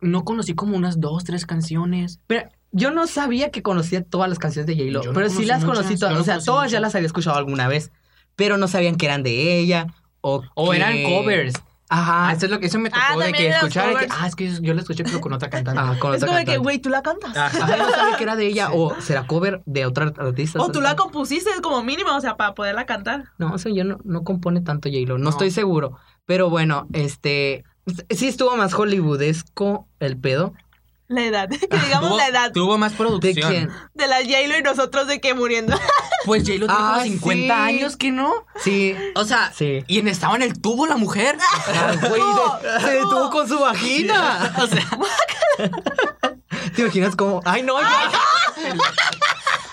Speaker 4: no conocí como unas dos, tres canciones.
Speaker 7: Pero yo no sabía que conocía todas las canciones de J-Lo,
Speaker 4: Yo no
Speaker 7: pero sí
Speaker 4: conocí
Speaker 7: las conocí
Speaker 4: muchas,
Speaker 7: todas.
Speaker 4: yo no
Speaker 7: o sea,
Speaker 4: conocí
Speaker 7: todas
Speaker 4: muchas.
Speaker 7: ya las había escuchado alguna vez, pero no sabían que eran de ella o,
Speaker 4: O
Speaker 7: que-
Speaker 4: eran covers.
Speaker 7: Ajá.
Speaker 4: Ah, eso es lo que eso me tocó
Speaker 2: Ah,
Speaker 4: de
Speaker 2: también
Speaker 4: que
Speaker 2: eran
Speaker 4: escuchar de que,
Speaker 2: covers.
Speaker 4: ah, es que yo, yo la escuché pero con otra cantante. Ah.
Speaker 7: Ah, con
Speaker 2: es
Speaker 7: otra
Speaker 2: como de
Speaker 7: cantante.
Speaker 2: que, güey, tú la cantas.
Speaker 7: Ajá, yo no sabía que era de ella o será cover de otra artista.
Speaker 2: O tú la compusiste como mínimo, o sea, para poderla cantar.
Speaker 7: No, o sea, yo no, no compone tanto J-Lo, no,
Speaker 4: No.
Speaker 7: estoy seguro. Pero bueno, este... Sí estuvo más hollywoodesco el pedo.
Speaker 2: La edad. Que
Speaker 7: Ah,
Speaker 2: digamos
Speaker 4: Tuvo-
Speaker 2: la edad
Speaker 4: Tuvo más
Speaker 7: ¿De
Speaker 4: producción.
Speaker 7: quién?
Speaker 2: de la J-Lo y nosotros de que muriendo.
Speaker 4: Pues J-Lo tiene
Speaker 7: Ah,
Speaker 4: como 50
Speaker 7: sí.
Speaker 4: años, que no?
Speaker 7: Sí.
Speaker 4: O sea,
Speaker 7: Sí.
Speaker 4: y en, estaba en el tubo la mujer.
Speaker 7: Ah, güey, se- se detuvo con su vagina.
Speaker 4: o sea,
Speaker 7: ¿Te imaginas cómo? Ay, no, ya.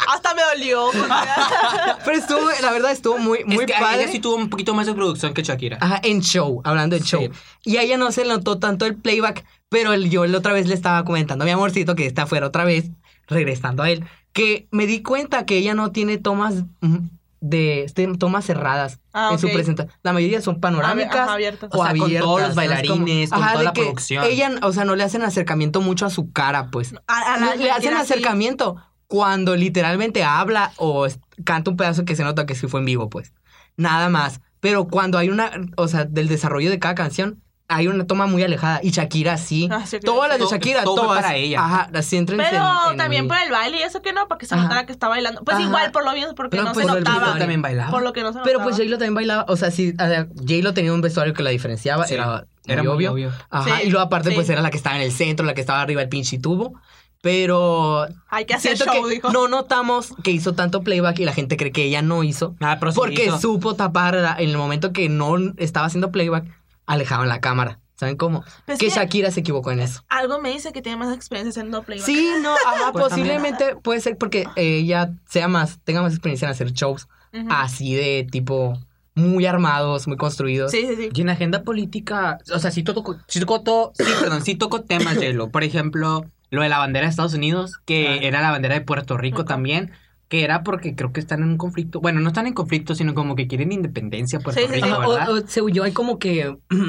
Speaker 2: Hasta me dolió. porque-
Speaker 7: Pero estuvo, la verdad, estuvo muy,
Speaker 4: es
Speaker 7: muy
Speaker 4: que
Speaker 7: padre. Ah,
Speaker 4: ella sí tuvo un poquito más de producción que Shakira.
Speaker 7: Ajá, en show, hablando de
Speaker 4: Sí.
Speaker 7: show. Y a ella no se le notó tanto el playback, Pero el- yo la otra vez le estaba comentando a mi amorcito que está afuera otra vez, regresando a él, que me di cuenta que ella no tiene tomas mm, de este, tomas cerradas
Speaker 2: Ah,
Speaker 7: en su
Speaker 2: ok.
Speaker 7: presentación. La mayoría son panorámicas
Speaker 2: Ajá, abiertas.
Speaker 7: o
Speaker 3: O sea, con
Speaker 7: abiertas,
Speaker 3: todos los
Speaker 7: ¿sabes? Como-
Speaker 3: bailarines, con
Speaker 7: Ajá,
Speaker 3: toda
Speaker 7: de
Speaker 3: la
Speaker 7: que
Speaker 3: producción.
Speaker 7: Ella, o sea, no le hacen acercamiento mucho a su cara, pues.
Speaker 2: A- a la-
Speaker 7: le hacen
Speaker 2: era así.
Speaker 7: acercamiento cuando literalmente habla o es- canta un pedazo que se nota que sí fue en vivo, pues. Nada más. Pero cuando hay una, o sea, del desarrollo de cada canción, hay una toma muy alejada. Y Shakira sí.
Speaker 2: Ah, Shakira,
Speaker 7: todas las de
Speaker 3: sí.
Speaker 7: Shakira,
Speaker 3: Todo fue
Speaker 7: todas.
Speaker 3: para ella.
Speaker 7: Ajá, las entran
Speaker 2: Pero
Speaker 7: en- en-
Speaker 2: también pues, por el baile y eso que no, porque se
Speaker 7: Ajá.
Speaker 2: notara que está bailando. Pues
Speaker 7: Ajá.
Speaker 2: igual, por lo mismo, porque
Speaker 7: Pero
Speaker 2: no
Speaker 7: pues
Speaker 2: se
Speaker 7: lo del
Speaker 2: notaba.
Speaker 7: video
Speaker 3: también bailaba.
Speaker 2: Por lo que no se
Speaker 7: Pero
Speaker 2: notaba.
Speaker 7: pues J-Lo también bailaba, o sea, sí, o sea, J-Lo tenía un vestuario que la diferenciaba,
Speaker 3: Sí,
Speaker 7: era,
Speaker 3: Era muy obvio.
Speaker 7: Ajá,
Speaker 2: Sí,
Speaker 7: y luego aparte
Speaker 2: sí.
Speaker 7: pues era la que estaba en el centro, la que estaba arriba del pinche tubo. Pero
Speaker 2: Hay que hacer
Speaker 7: Siento
Speaker 2: show,
Speaker 7: que
Speaker 2: dijo.
Speaker 7: no notamos que hizo tanto playback y la gente cree que ella no hizo.
Speaker 3: Ah, pero sí
Speaker 7: Porque
Speaker 3: hizo.
Speaker 7: supo tapar la- en el momento que no estaba haciendo playback, alejaban la cámara. ¿Saben cómo?
Speaker 2: Pues
Speaker 7: que
Speaker 2: es que-
Speaker 7: Shakira se equivocó en eso.
Speaker 2: Algo me dice que tiene más experiencia haciendo playback.
Speaker 7: Sí, no, ajá,
Speaker 3: Pues también.
Speaker 7: posiblemente puede ser porque ella sea más, tenga más experiencia en hacer shows
Speaker 2: Ujú.
Speaker 7: así de tipo muy armados, muy construidos.
Speaker 2: Sí, sí, sí.
Speaker 3: Y en agenda política, o sea, sí tocó, sí tocó todo- sí, perdón, sí tocó temas, J-Lo. Por ejemplo, lo de la bandera de Estados Unidos, que era la bandera de Puerto Rico
Speaker 2: Ujú.
Speaker 3: también, que era porque creo que están en un conflicto. Bueno, no están en conflicto, sino como que quieren independencia Puerto
Speaker 2: Sí, sí,
Speaker 3: Rico,
Speaker 2: sí.
Speaker 7: Ajá, o-
Speaker 3: ¿verdad?
Speaker 7: o, según yo, hay como que.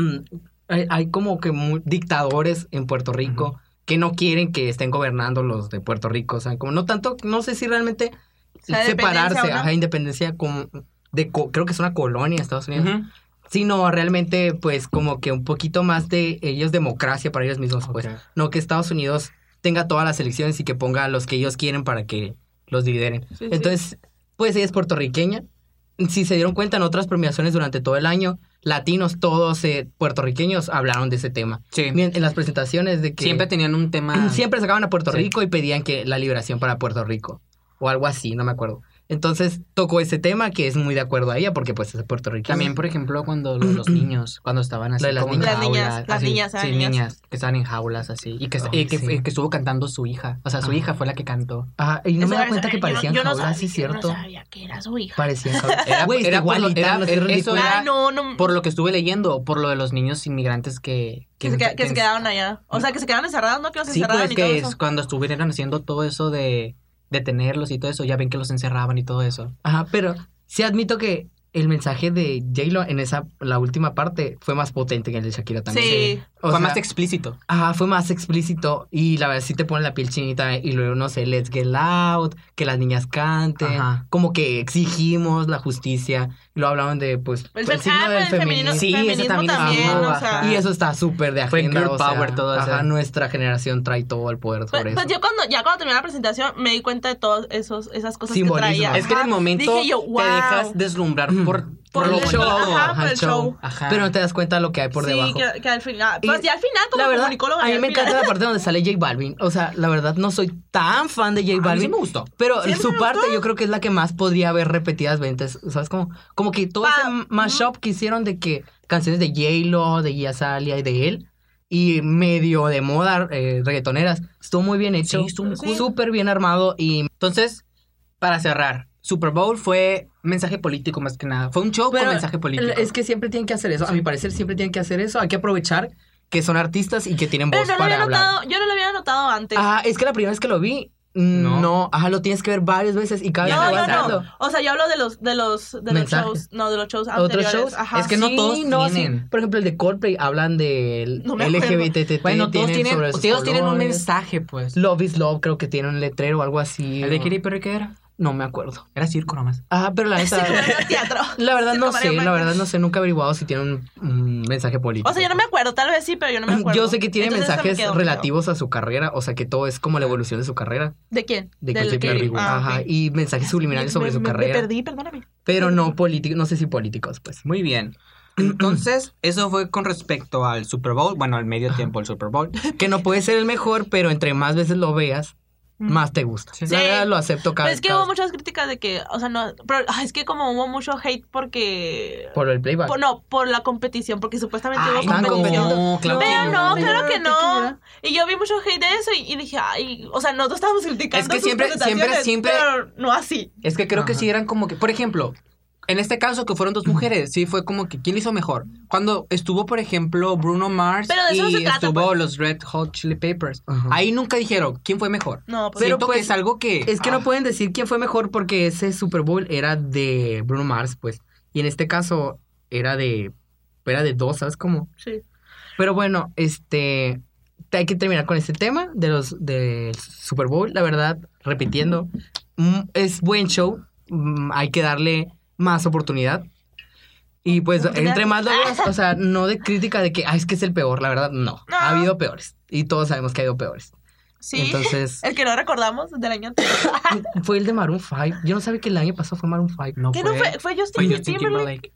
Speaker 7: hay, hay como que mu- dictadores en Puerto Rico que no quieren que estén gobernando los de Puerto Rico. O sea, como no tanto. No sé si realmente
Speaker 2: sea,
Speaker 7: separarse,
Speaker 2: dependencia o no.
Speaker 7: ajá, independencia como. De, co- creo que es una colonia de Estados Unidos,
Speaker 3: Ujú.
Speaker 7: sino realmente pues como que un poquito más de ellos democracia para ellos mismos, pues
Speaker 3: Ok.
Speaker 7: no que Estados Unidos tenga todas las elecciones y que ponga los que ellos quieren para que los lideren.
Speaker 2: Sí, sí.
Speaker 7: Entonces, pues ella es puertorriqueña. Si se dieron cuenta en otras premiaciones durante todo el año, latinos, todos eh, puertorriqueños hablaron de ese tema.
Speaker 3: Sí.
Speaker 7: Mien- En las presentaciones de que
Speaker 3: Em, Siempre tenían un tema.
Speaker 7: siempre sacaban a Puerto
Speaker 3: Sí.
Speaker 7: Rico y pedían que la liberación para Puerto Rico o algo así, no me acuerdo. Entonces tocó ese tema que es muy de acuerdo a ella porque pues es puertorriqueña.
Speaker 3: También, por ejemplo, cuando lo de los niños, cuando estaban así
Speaker 7: Lo de las
Speaker 3: como en
Speaker 7: niñas.
Speaker 2: Las niñas,
Speaker 3: jaulas,
Speaker 2: las
Speaker 3: así,
Speaker 2: niñas, eran
Speaker 3: sí,
Speaker 2: niñas.
Speaker 3: que estaban en jaulas así, y que,
Speaker 7: Ay,
Speaker 3: y que,
Speaker 7: sí.
Speaker 3: que estuvo cantando su hija, o sea, su
Speaker 7: Ajá.
Speaker 3: hija fue la que cantó.
Speaker 7: Ajá, y no me
Speaker 2: Eso
Speaker 7: da cuenta
Speaker 2: era-
Speaker 7: que
Speaker 2: yo no-
Speaker 7: parecían
Speaker 2: yo no
Speaker 7: jaulas,
Speaker 2: sabía-
Speaker 7: sí es
Speaker 2: Yo
Speaker 7: cierto.
Speaker 2: no sabía que era su hija.
Speaker 7: Parecían jaulas. Era,
Speaker 3: Güey, está
Speaker 7: era
Speaker 3: igualita,
Speaker 7: igualita, no
Speaker 3: era-
Speaker 7: seas
Speaker 3: eso
Speaker 7: ridícula.
Speaker 2: Ah, no, no.
Speaker 3: Por lo que estuve leyendo, por lo de los niños inmigrantes que...
Speaker 2: que, se, que- que se quedaron allá. O sea, que se quedaron encerrados, ¿no? Que no se
Speaker 3: Sí,
Speaker 2: encerraron
Speaker 3: pues
Speaker 2: y todo
Speaker 3: que
Speaker 2: eso.
Speaker 3: es cuando estuvieron haciendo todo eso de detenerlos y todo eso, ya ven que los encerraban y todo eso.
Speaker 7: Ajá, pero sí admito que el mensaje de J-Lo en esa, la última parte, fue más potente que el de Shakira también.
Speaker 2: Sí.
Speaker 3: fue
Speaker 7: O sea,
Speaker 3: más explícito.
Speaker 7: Ajá, fue más explícito y la verdad sí te pone la piel chinita y luego, no sé, Let's Get Loud, que las niñas canten,
Speaker 3: Ajá.
Speaker 7: como que exigimos la justicia, y luego hablaban de, pues,
Speaker 2: El
Speaker 7: el
Speaker 2: fem-
Speaker 7: signo
Speaker 2: ah,
Speaker 7: del
Speaker 2: pero el femenino-
Speaker 7: feminismo.
Speaker 3: Sí, eso
Speaker 2: feminismo
Speaker 3: también es
Speaker 2: también,
Speaker 3: algo,
Speaker 2: o sea. pues,
Speaker 3: ajá.
Speaker 7: Y eso está súper de
Speaker 3: Fue
Speaker 7: agenda.
Speaker 3: girl
Speaker 7: o sea,
Speaker 3: power todo
Speaker 7: ajá,
Speaker 3: eso.
Speaker 7: nuestra generación trae todo el poder
Speaker 2: Pues,
Speaker 7: sobre eso.
Speaker 2: pues yo cuando, ya cuando terminé la presentación, me di cuenta de todas esos, esas cosas
Speaker 7: Simbolismo.
Speaker 2: que traía.
Speaker 3: Es que en el
Speaker 2: Ajá.
Speaker 3: momento
Speaker 2: Dije yo, wow.
Speaker 3: te dejas deslumbrar por,
Speaker 2: Por
Speaker 3: lo
Speaker 2: el show,
Speaker 3: bonito.
Speaker 2: ajá, por el show.
Speaker 3: Ajá.
Speaker 7: Pero no te das cuenta lo que hay por
Speaker 2: sí,
Speaker 7: debajo.
Speaker 2: que, que al final.
Speaker 7: Y-
Speaker 2: Pues ya al final, como
Speaker 7: la verdad,
Speaker 2: comunicóloga.
Speaker 7: a mí
Speaker 2: ya
Speaker 7: me
Speaker 2: al final-
Speaker 7: encanta la parte donde sale J Balvin. O sea, la verdad no soy tan fan de J
Speaker 3: A mí sí
Speaker 7: Balvin.
Speaker 3: me gustó.
Speaker 7: Pero
Speaker 2: ¿Sí?
Speaker 7: su
Speaker 2: ¿Me
Speaker 7: parte yo creo que es la que más podría haber repetidas ventas. ¿Sabes? Como, como que todo
Speaker 2: Pa-
Speaker 7: ese mashup que hicieron de que canciones de J-Lo, de Gia Salia y de él, y medio de moda eh, reggaetoneras, estuvo muy bien hecho.
Speaker 3: Sí, estuvo muy cool.
Speaker 7: Súper bien armado y...
Speaker 3: Entonces, para cerrar, Super Bowl fue mensaje político más que nada. Fue un show con
Speaker 7: Pero
Speaker 3: mensaje político.
Speaker 7: Es que siempre tienen que hacer eso. A mi parecer siempre tienen que hacer eso. Hay que aprovechar que son artistas y que tienen voz
Speaker 2: Pero no lo
Speaker 7: para
Speaker 2: había
Speaker 7: hablar.
Speaker 2: notado, yo no lo había notado antes.
Speaker 7: Ah, es que la primera vez que lo vi, mm,
Speaker 3: No.
Speaker 7: no. ajá, lo tienes que ver varias veces y cada vez
Speaker 2: no,
Speaker 7: te
Speaker 2: no,
Speaker 7: vas
Speaker 2: no.
Speaker 7: dando.
Speaker 2: O sea, yo hablo de los, de los, de los
Speaker 7: Mensaje.
Speaker 2: shows. No, de los shows
Speaker 7: Otros
Speaker 2: anteriores.
Speaker 7: shows,
Speaker 2: Ajá.
Speaker 3: es que no
Speaker 7: Sí,
Speaker 3: todos
Speaker 7: no, sí.
Speaker 3: tienen.
Speaker 7: Por ejemplo, el de Coldplay hablan del
Speaker 2: No me acuerdo.
Speaker 7: LGBT.
Speaker 3: Bueno, todos tienen,
Speaker 7: sobre sus
Speaker 3: todos tienen un
Speaker 7: colores.
Speaker 3: mensaje, pues.
Speaker 7: Love is love, creo que tiene un letrero o algo así.
Speaker 3: ¿El de
Speaker 7: o-
Speaker 3: Katy Perry qué era?
Speaker 7: No me acuerdo.
Speaker 3: Era circo nomás.
Speaker 7: Ajá, pero la neta-
Speaker 2: Era teatro.
Speaker 7: la verdad
Speaker 2: Circo
Speaker 7: no
Speaker 2: Mario
Speaker 7: sé, la
Speaker 2: Vargas.
Speaker 7: verdad no sé, nunca he averiguado si tiene un, un mensaje político.
Speaker 2: O sea, yo no me acuerdo, tal vez sí, pero yo no me acuerdo.
Speaker 7: Yo sé que tiene
Speaker 2: Entonces, eso me
Speaker 7: mensajes
Speaker 2: quedó, me quedó.
Speaker 7: relativos a su carrera, o sea que todo es como la evolución de su carrera,
Speaker 2: ¿De quién?
Speaker 7: de
Speaker 2: Del
Speaker 7: Katy
Speaker 2: que-
Speaker 7: Perry,
Speaker 2: ah,
Speaker 7: ajá,
Speaker 2: ok.
Speaker 7: y mensajes subliminales sobre
Speaker 2: Me-
Speaker 7: su
Speaker 2: me-
Speaker 7: carrera,
Speaker 2: Me perdí, perdóname.
Speaker 7: pero no políticos, no sé si políticos, pues.
Speaker 3: Muy bien. Entonces, eso fue con respecto al Super Bowl, bueno, al medio tiempo del Super Bowl.
Speaker 7: Que no puede ser el mejor, pero entre más veces lo veas, más te gusta.
Speaker 3: Sí.
Speaker 7: La verdad lo acepto cada
Speaker 2: Pero es
Speaker 7: vez.
Speaker 2: que hubo muchas críticas de que, o sea, no, pero ah, es que como hubo mucho hate porque...
Speaker 7: Por el playback.
Speaker 2: por- no, por la competición, porque supuestamente
Speaker 3: Ay,
Speaker 2: hubo
Speaker 7: Ah, estaban
Speaker 2: competición.
Speaker 7: compitiendo.
Speaker 3: Ah, claro
Speaker 2: Pero no,
Speaker 7: Ay,
Speaker 2: claro que
Speaker 7: qué
Speaker 2: no.
Speaker 7: cagada.
Speaker 2: Y yo vi mucho hate de eso y, y dije, ay, o sea, nosotros estábamos criticando
Speaker 3: Es que
Speaker 2: sus
Speaker 3: siempre- siempre-
Speaker 2: presentaciones,
Speaker 3: siempre-
Speaker 2: Pero no así.
Speaker 3: Es que creo que
Speaker 7: Ajá.
Speaker 3: sí eran como que, por ejemplo, en este caso que fueron dos mujeres, sí fue como que quién hizo mejor. Cuando estuvo, por ejemplo, Bruno Mars
Speaker 2: Pero de eso no
Speaker 3: y
Speaker 2: se trata,
Speaker 3: estuvo
Speaker 2: pues.
Speaker 3: los Red Hot Chili Peppers.
Speaker 7: Ajá.
Speaker 3: Ahí nunca dijeron quién fue mejor.
Speaker 2: No, pues
Speaker 3: Pero
Speaker 7: Pero,
Speaker 3: que
Speaker 7: pues,
Speaker 3: es algo que
Speaker 7: Es que no
Speaker 3: Ah,
Speaker 7: pueden decir quién fue mejor porque ese Super Bowl era de Bruno Mars, pues. Y en este caso era de. Era de dos, ¿sabes cómo?
Speaker 2: sí.
Speaker 7: Pero bueno, este. te- Hay que terminar con este tema de los del Super Bowl. La verdad, repitiendo, mm, es buen show. mm, Hay que darle más oportunidad. Y pues,
Speaker 2: Oportunidad.
Speaker 7: entre más lo veas, o sea, no de crítica de que, ah, es que es el peor. La verdad, no.
Speaker 2: No.
Speaker 7: Ha habido peores. Y todos sabemos que ha habido peores.
Speaker 2: Sí.
Speaker 7: Entonces, eh,
Speaker 2: El que no recordamos del año anterior.
Speaker 7: fue el de Maroon 5. Yo no sabía que el año pasado fue Maroon 5.
Speaker 3: no
Speaker 2: ¿Qué
Speaker 3: fue,
Speaker 2: no fue? ¿Fue
Speaker 3: fue
Speaker 2: Justin,
Speaker 3: Justin
Speaker 2: Timberlake?
Speaker 3: Timberlake.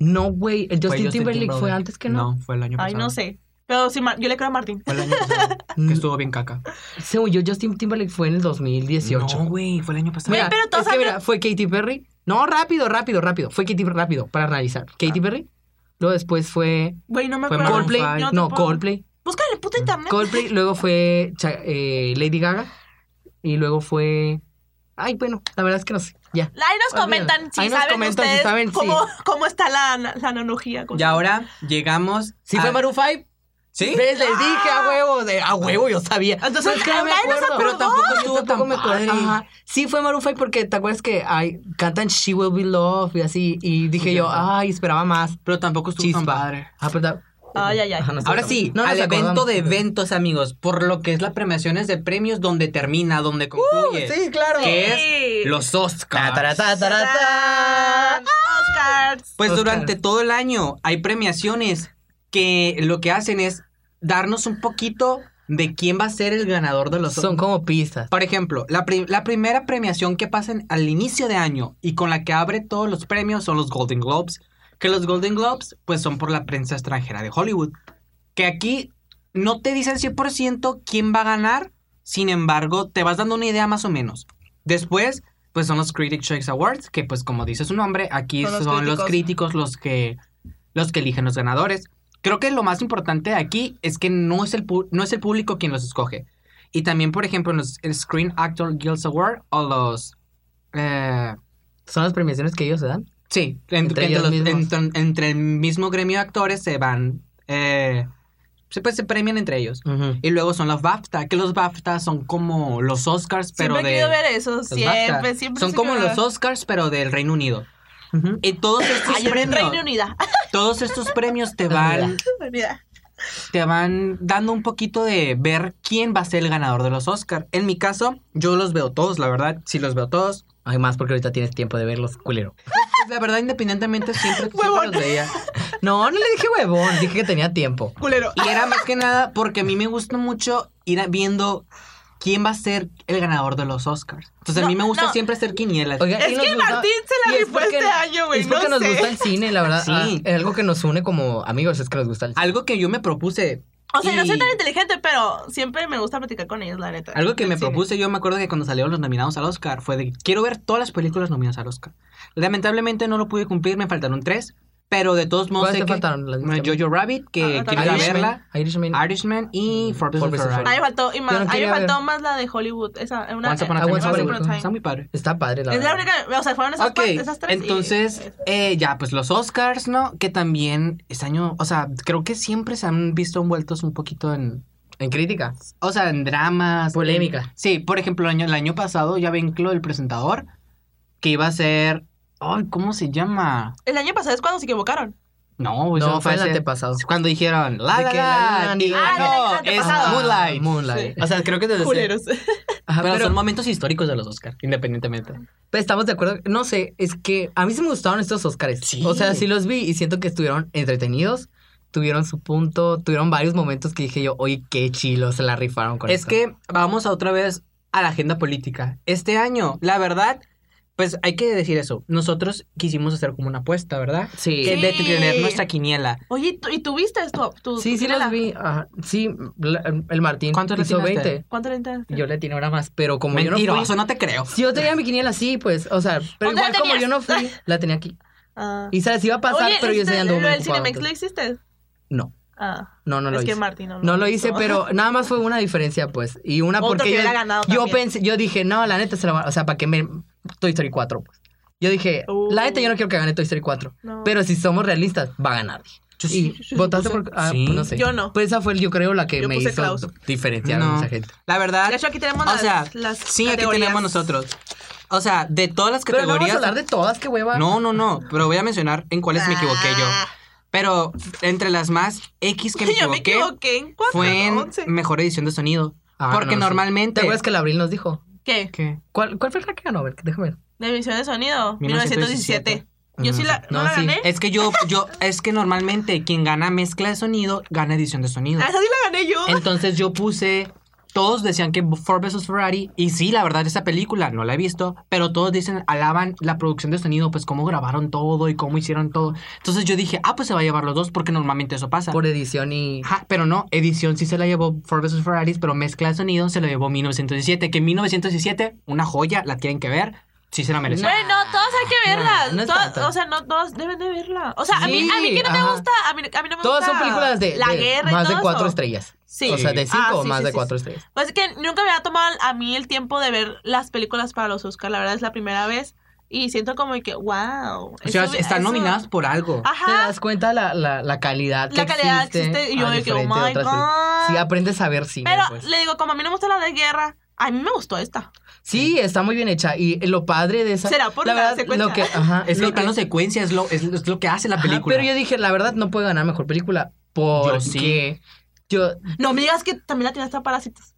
Speaker 7: No, güey, el
Speaker 3: Fue
Speaker 7: Justin, Timberlake, fue antes que no.
Speaker 3: No, fue el año pasado.
Speaker 2: Ay, no sé. Pero sí, ma- yo le creo a Martín.
Speaker 3: Fue el año pasado. que estuvo bien caca.
Speaker 7: Según yo, Justin Timberlake fue en el 2018.
Speaker 3: No, güey, fue el año pasado.
Speaker 7: Mira,
Speaker 2: Güey, pero todos
Speaker 7: es que
Speaker 2: hablan-
Speaker 7: mira, fue Katy Perry. No, rápido, rápido, rápido. Fue Katy Perry, rápido, para analizar. Katy Perry. Luego después fue
Speaker 2: Güey, no me
Speaker 3: Fue
Speaker 2: acuerdo.
Speaker 3: Maroon
Speaker 7: Coldplay.
Speaker 3: five.
Speaker 2: Yo
Speaker 7: No,
Speaker 2: tampoco.
Speaker 7: Coldplay. Mm,
Speaker 2: Busca en el puto internet.
Speaker 7: Coldplay. Luego fue Cha- eh, Lady Gaga. Y luego fue... Ay, bueno, la verdad es que no sé. Ya.
Speaker 2: Ahí nos comentan si
Speaker 7: Ahí nos
Speaker 2: saben
Speaker 7: comentan si
Speaker 2: ustedes
Speaker 7: saben, sí.
Speaker 2: cómo, cómo está la, la, la analogía. con-
Speaker 3: Y ahora llegamos.
Speaker 7: Sí
Speaker 3: a-
Speaker 7: fue Maroon 5.
Speaker 3: ¿Sí?
Speaker 7: Les, les Ah. dije a huevo, de- a huevo yo sabía.
Speaker 2: Entonces,
Speaker 7: Pero es que no me
Speaker 2: nadie nos
Speaker 7: acuerdo.
Speaker 3: Pero tampoco
Speaker 7: Yo
Speaker 3: estuvo
Speaker 7: tampoco
Speaker 3: tan
Speaker 7: me acuerdo.
Speaker 3: padre.
Speaker 7: Ajá. Sí, fue Maroon 5 porque te acuerdas que ay, cantan She Will Be Love y así. Y dije yo, ay, esperaba más.
Speaker 3: Pero tampoco estuvo
Speaker 7: Chispa.
Speaker 3: tan padre.
Speaker 7: Ah, pero ta-
Speaker 2: Ay, ay, ay.
Speaker 7: Ajá, no sé.
Speaker 3: Ahora sí,
Speaker 7: No nos
Speaker 3: al evento
Speaker 7: acordamos.
Speaker 3: de eventos, amigos. Por lo que es la premiación es de premios donde termina, donde concluye.
Speaker 7: Uh, Sí, claro.
Speaker 3: Que es los Oscars.
Speaker 7: Ta, ta, ta, ta, ta, ta.
Speaker 2: Oscars.
Speaker 3: Pues
Speaker 7: Oscars.
Speaker 3: durante todo el año hay premiaciones que lo que hacen es darnos un poquito de quién va a ser el ganador de los
Speaker 7: Son
Speaker 3: Oscars.
Speaker 7: como pistas.
Speaker 3: Por ejemplo, la, pri- la primera premiación que pasan al inicio de año y con la que abre todos los premios son los Golden Globes. Que los Golden Globes, pues son por la prensa extranjera de Hollywood. Que aquí no te dicen 100% quién va a ganar, sin embargo, te vas dando una idea más o menos. Después, pues son los Critic Choice Awards, que pues como dice su nombre, aquí
Speaker 2: Son
Speaker 3: son,
Speaker 2: los
Speaker 3: los, críticos los que, los que eligen los ganadores. Creo que lo más importante de aquí es que no es el, pu- no es el público quien los escoge. Y también, por ejemplo, en los el Screen Actor Guild Award o los... eh,
Speaker 7: Son las premiaciones que ellos se dan.
Speaker 3: sí, en- entre,
Speaker 7: Entre ellos
Speaker 3: los-
Speaker 7: mismos.
Speaker 3: entre- entre el mismo gremio de actores se van... eh, se- pues se premian entre ellos. Y luego son los BAFTA, que los BAFTA son como los Oscars, pero
Speaker 2: siempre he querido
Speaker 3: de...
Speaker 2: ver eso.
Speaker 3: los BAFTA.
Speaker 2: Siempre, siempre.
Speaker 3: son
Speaker 2: sí
Speaker 3: como
Speaker 2: quiero
Speaker 3: los
Speaker 2: ver.
Speaker 3: Oscars, pero del Reino Unido.
Speaker 7: Ujú.
Speaker 3: Y todos estos
Speaker 2: Ay, en Reino Ah,
Speaker 3: premios,
Speaker 2: Unida.
Speaker 3: todos estos premios te
Speaker 7: Ah, mira.
Speaker 3: van, te van dando un poquito de ver quién va a ser el ganador de los Oscars. En mi caso, yo los veo todos, la verdad, sí los veo todos.
Speaker 7: Hay más porque ahorita tienes tiempo de verlos, culero.
Speaker 3: Pues, La verdad, independientemente siempre, siempre
Speaker 2: Huevón.
Speaker 3: los veía.
Speaker 7: No, no le dije huevón, dije que tenía tiempo.
Speaker 2: Culero.
Speaker 3: Y era más que nada porque a mí me gusta mucho ir a- viendo quién va a ser el ganador de los Oscars. Entonces, a mí
Speaker 2: No,
Speaker 3: me gusta
Speaker 2: no.
Speaker 3: siempre hacer quinielas.
Speaker 7: Oiga, y
Speaker 2: Es
Speaker 7: nos
Speaker 2: que
Speaker 7: gusta-
Speaker 2: Martín se
Speaker 7: y
Speaker 2: la
Speaker 7: es
Speaker 2: rifó
Speaker 7: porque-
Speaker 2: este año, güey.
Speaker 7: Es porque
Speaker 2: no
Speaker 7: nos
Speaker 2: sé.
Speaker 7: gusta el cine, la verdad.
Speaker 3: Sí.
Speaker 7: Ah, es algo que nos une como amigos, es que nos gusta el cine.
Speaker 3: Algo que yo me propuse
Speaker 2: O sea, no soy
Speaker 3: y-
Speaker 2: tan inteligente, pero siempre me gusta platicar con ellos, la neta.
Speaker 3: Algo que
Speaker 2: Del
Speaker 3: me
Speaker 2: cine.
Speaker 3: propuse, yo me acuerdo que cuando salieron los nominados al Oscar, fue de quiero ver todas las películas nominadas al Oscar. Lamentablemente no lo pude cumplir, me faltaron tres, pero de todos modos
Speaker 7: ¿Cuáles
Speaker 3: sé
Speaker 7: te
Speaker 3: que
Speaker 7: faltaron? Las
Speaker 3: Bueno, Jojo Rabbit, que
Speaker 2: Ah,
Speaker 3: quiero ir a
Speaker 2: también.
Speaker 3: verla,
Speaker 7: Irishman.
Speaker 3: Irishman y
Speaker 7: Mm,
Speaker 3: Forbes
Speaker 7: Forbes and
Speaker 2: A mí
Speaker 3: Ferrari.
Speaker 2: me faltó, y más,
Speaker 7: Yo no
Speaker 2: a mí me
Speaker 7: quería
Speaker 2: faltó
Speaker 7: ver.
Speaker 2: más la de Hollywood. Esa, una. eh,
Speaker 3: Once Upon a
Speaker 7: Ah,
Speaker 3: Time.
Speaker 7: Once Upon
Speaker 2: Once
Speaker 7: a
Speaker 2: Upon a
Speaker 7: Time.
Speaker 3: Está muy padre.
Speaker 7: Está padre, la
Speaker 2: es
Speaker 7: verdad.
Speaker 2: la única. O sea, fueron esas,
Speaker 3: Ok,
Speaker 2: cuatro- esas tres. y-
Speaker 3: entonces eh, ya, pues los Oscars, ¿no? Que también este año, o sea, creo que siempre se han visto envueltos un poquito en,
Speaker 7: En crítica.
Speaker 3: o sea, en dramas.
Speaker 7: Polémica.
Speaker 3: Sí, por ejemplo, el año, el año pasado ya vincló el presentador que iba a ser. Ay, ¿cómo se llama?
Speaker 2: El año pasado es cuando se equivocaron.
Speaker 3: No, eso
Speaker 7: No, fue el
Speaker 3: hace-
Speaker 7: antepasado.
Speaker 3: Cuando dijeron La
Speaker 7: De
Speaker 3: La
Speaker 7: que La
Speaker 3: La,
Speaker 7: Land
Speaker 3: y
Speaker 7: y-
Speaker 2: Ah,
Speaker 3: ganó,
Speaker 2: del
Speaker 3: es
Speaker 2: antepasado.
Speaker 3: Moonlight.
Speaker 7: Moonlight.
Speaker 3: O sea, creo que desde
Speaker 2: Culeros.
Speaker 7: Ajá,
Speaker 3: Pero,
Speaker 7: pero-
Speaker 3: son momentos históricos de los Oscars, independientemente.
Speaker 7: Pero estamos de acuerdo. No sé, es que a mí sí me gustaron estos Oscars.
Speaker 3: Sí.
Speaker 7: O sea, sí los vi y siento que estuvieron entretenidos. Tuvieron su punto, tuvieron varios momentos que dije yo, oye, qué chilo, se la rifaron con
Speaker 3: Es
Speaker 7: esto".
Speaker 3: que vamos a otra vez a la agenda política. Este año, la verdad, pues hay que decir eso. Nosotros quisimos hacer como una apuesta, ¿verdad?
Speaker 7: Sí.
Speaker 3: Que de
Speaker 2: Sí.
Speaker 3: tener nuestra quiniela.
Speaker 2: Oye, ¿y tú- ¿y tuviste esto? Tu, tu
Speaker 7: Sí, sí
Speaker 2: quiniela?
Speaker 7: los vi. Ajá. Sí, la- el Martín
Speaker 3: ¿Cuántos le
Speaker 7: hizo
Speaker 3: atinaste?
Speaker 7: 20.
Speaker 2: ¿Cuánto le entraste?
Speaker 7: Yo le atiné una más, pero como yo no
Speaker 3: Mentiroso,
Speaker 7: fui...
Speaker 3: no te creo.
Speaker 7: Si yo tenía mi quiniela así, pues, o sea, pero
Speaker 2: ¿Dónde la
Speaker 7: igual como
Speaker 2: tenías?
Speaker 7: yo no fui, la tenía aquí.
Speaker 2: Ah.
Speaker 7: Y se las iba a pasar,
Speaker 2: Oye,
Speaker 7: pero yo
Speaker 2: ¿hiciste
Speaker 7: enseñando
Speaker 2: ¿Lo del Cinemex lo hiciste?
Speaker 7: No,
Speaker 2: Ah.
Speaker 7: no, no lo
Speaker 2: es
Speaker 7: hice.
Speaker 2: que Martín no lo
Speaker 7: No lo hice,
Speaker 2: hizo.
Speaker 7: pero nada más fue una diferencia, pues. Y una
Speaker 2: Otro
Speaker 7: porque
Speaker 2: que
Speaker 7: yo,
Speaker 2: hubiera ganado
Speaker 7: yo
Speaker 2: también.
Speaker 7: pensé, yo dije, no, la neta se la va, o sea, para que me Toy Story 4, pues. Yo dije,
Speaker 2: Uh.
Speaker 7: la neta yo no quiero que gane Toy Story 4.
Speaker 2: No.
Speaker 7: Pero si somos realistas, va a ganar.
Speaker 3: Yo sí-
Speaker 7: Y
Speaker 3: yo sí
Speaker 7: votaste
Speaker 3: puse-
Speaker 7: por... Ah,
Speaker 3: Sí.
Speaker 7: pues no sé.
Speaker 2: Yo no.
Speaker 7: Pues esa fue, yo creo, la que
Speaker 2: Yo
Speaker 7: me
Speaker 2: puse
Speaker 7: hizo
Speaker 2: Klaus.
Speaker 7: diferenciar a
Speaker 3: No.
Speaker 7: mucha gente.
Speaker 3: La verdad.
Speaker 2: De hecho, aquí tenemos
Speaker 3: o
Speaker 2: las-
Speaker 3: sea,
Speaker 2: las
Speaker 3: sí, aquí
Speaker 2: categorías.
Speaker 3: tenemos nosotros. O sea, de todas las
Speaker 7: Pero no vamos a
Speaker 3: categorías.
Speaker 7: hablar de todas, qué hueva.
Speaker 3: no, no, no. Pero voy a mencionar en cuáles me equivoqué yo.
Speaker 2: Ah.
Speaker 3: Pero entre las más X que me
Speaker 2: Yo me
Speaker 3: equivoqué,
Speaker 2: equivoqué en cuatro,
Speaker 3: fue en
Speaker 2: once.
Speaker 3: mejor edición de sonido.
Speaker 7: Ah,
Speaker 3: porque
Speaker 7: no, sí. ¿Te
Speaker 3: normalmente.
Speaker 7: acuerdas que el Abril nos dijo?
Speaker 2: ¿Qué?
Speaker 3: ¿Qué?
Speaker 7: ¿Cuál, cuál fue la que ganó? A ver, déjame ver.
Speaker 2: De emisión de sonido. 1917.
Speaker 3: 1917.
Speaker 2: Yo sí la, no,
Speaker 7: No,
Speaker 2: la
Speaker 7: sí.
Speaker 2: gané.
Speaker 3: Es que yo, yo, es que normalmente quien gana mezcla de sonido, gana edición de sonido.
Speaker 2: Ah, Esa sí la gané yo.
Speaker 3: Entonces yo puse. Todos decían que Ford vs. Ferrari. Y sí, la verdad, esa película no la he visto. Pero todos dicen, alaban la producción de sonido, pues cómo grabaron todo y cómo hicieron todo. Entonces yo dije, ah, pues se va a llevar los dos, porque normalmente eso pasa.
Speaker 7: Por edición y...
Speaker 2: Ah,
Speaker 3: Ajá, pero no, edición sí se la llevó Ford vs. Ferrari, pero mezcla de sonido se la llevó 1917. Que 1917, una joya, la tienen que ver. Sí se la merece.
Speaker 2: Bueno, todos hay que verla.
Speaker 7: no es
Speaker 2: Todas-
Speaker 7: tanto.
Speaker 2: o sea, no todos deben de verla. O sea, a mí, a mí
Speaker 7: Sí,
Speaker 2: que no me
Speaker 7: ajá.
Speaker 2: gusta, a mí, a mí no me
Speaker 7: Todas
Speaker 2: gusta.
Speaker 7: son películas de,
Speaker 2: la
Speaker 7: de
Speaker 2: guerra y
Speaker 7: más
Speaker 2: todo
Speaker 7: de cuatro
Speaker 2: eso.
Speaker 7: estrellas.
Speaker 2: Sí.
Speaker 7: O sea, de cinco
Speaker 2: Ah,
Speaker 7: o
Speaker 2: sí,
Speaker 7: más
Speaker 2: sí,
Speaker 7: de
Speaker 2: sí,
Speaker 7: cuatro estrellas.
Speaker 2: Pues es que nunca me había tomado a mí el tiempo de ver las películas para los Oscar. La verdad es la primera vez. Y siento como que, wow.
Speaker 3: o sea,
Speaker 2: eso-
Speaker 3: están
Speaker 2: eso-
Speaker 3: nominadas por algo.
Speaker 7: Te
Speaker 2: Ajá.
Speaker 7: das cuenta la, la, la calidad que
Speaker 2: La calidad
Speaker 7: existe.
Speaker 2: existe y yo
Speaker 7: a
Speaker 2: de que, oh
Speaker 7: diferente de
Speaker 2: my
Speaker 7: otras
Speaker 2: God.
Speaker 7: películas. Sí, aprendes a ver cine,
Speaker 2: Pero
Speaker 7: pues.
Speaker 2: le digo, como a mí no me gusta la de guerra, a mí me gustó esta.
Speaker 7: Sí, está muy bien hecha. Y lo padre de esa...
Speaker 2: ¿Será por la secuencia?
Speaker 7: Lo que, ajá,
Speaker 3: Es que
Speaker 7: lo
Speaker 3: el plano secuencia es lo, es, es lo que hace la
Speaker 7: ajá,
Speaker 3: película.
Speaker 7: pero yo dije, la verdad, no puede ganar mejor película. Porque...
Speaker 3: sí.
Speaker 7: Yo,
Speaker 2: No me digas que también la tienes para parásitos.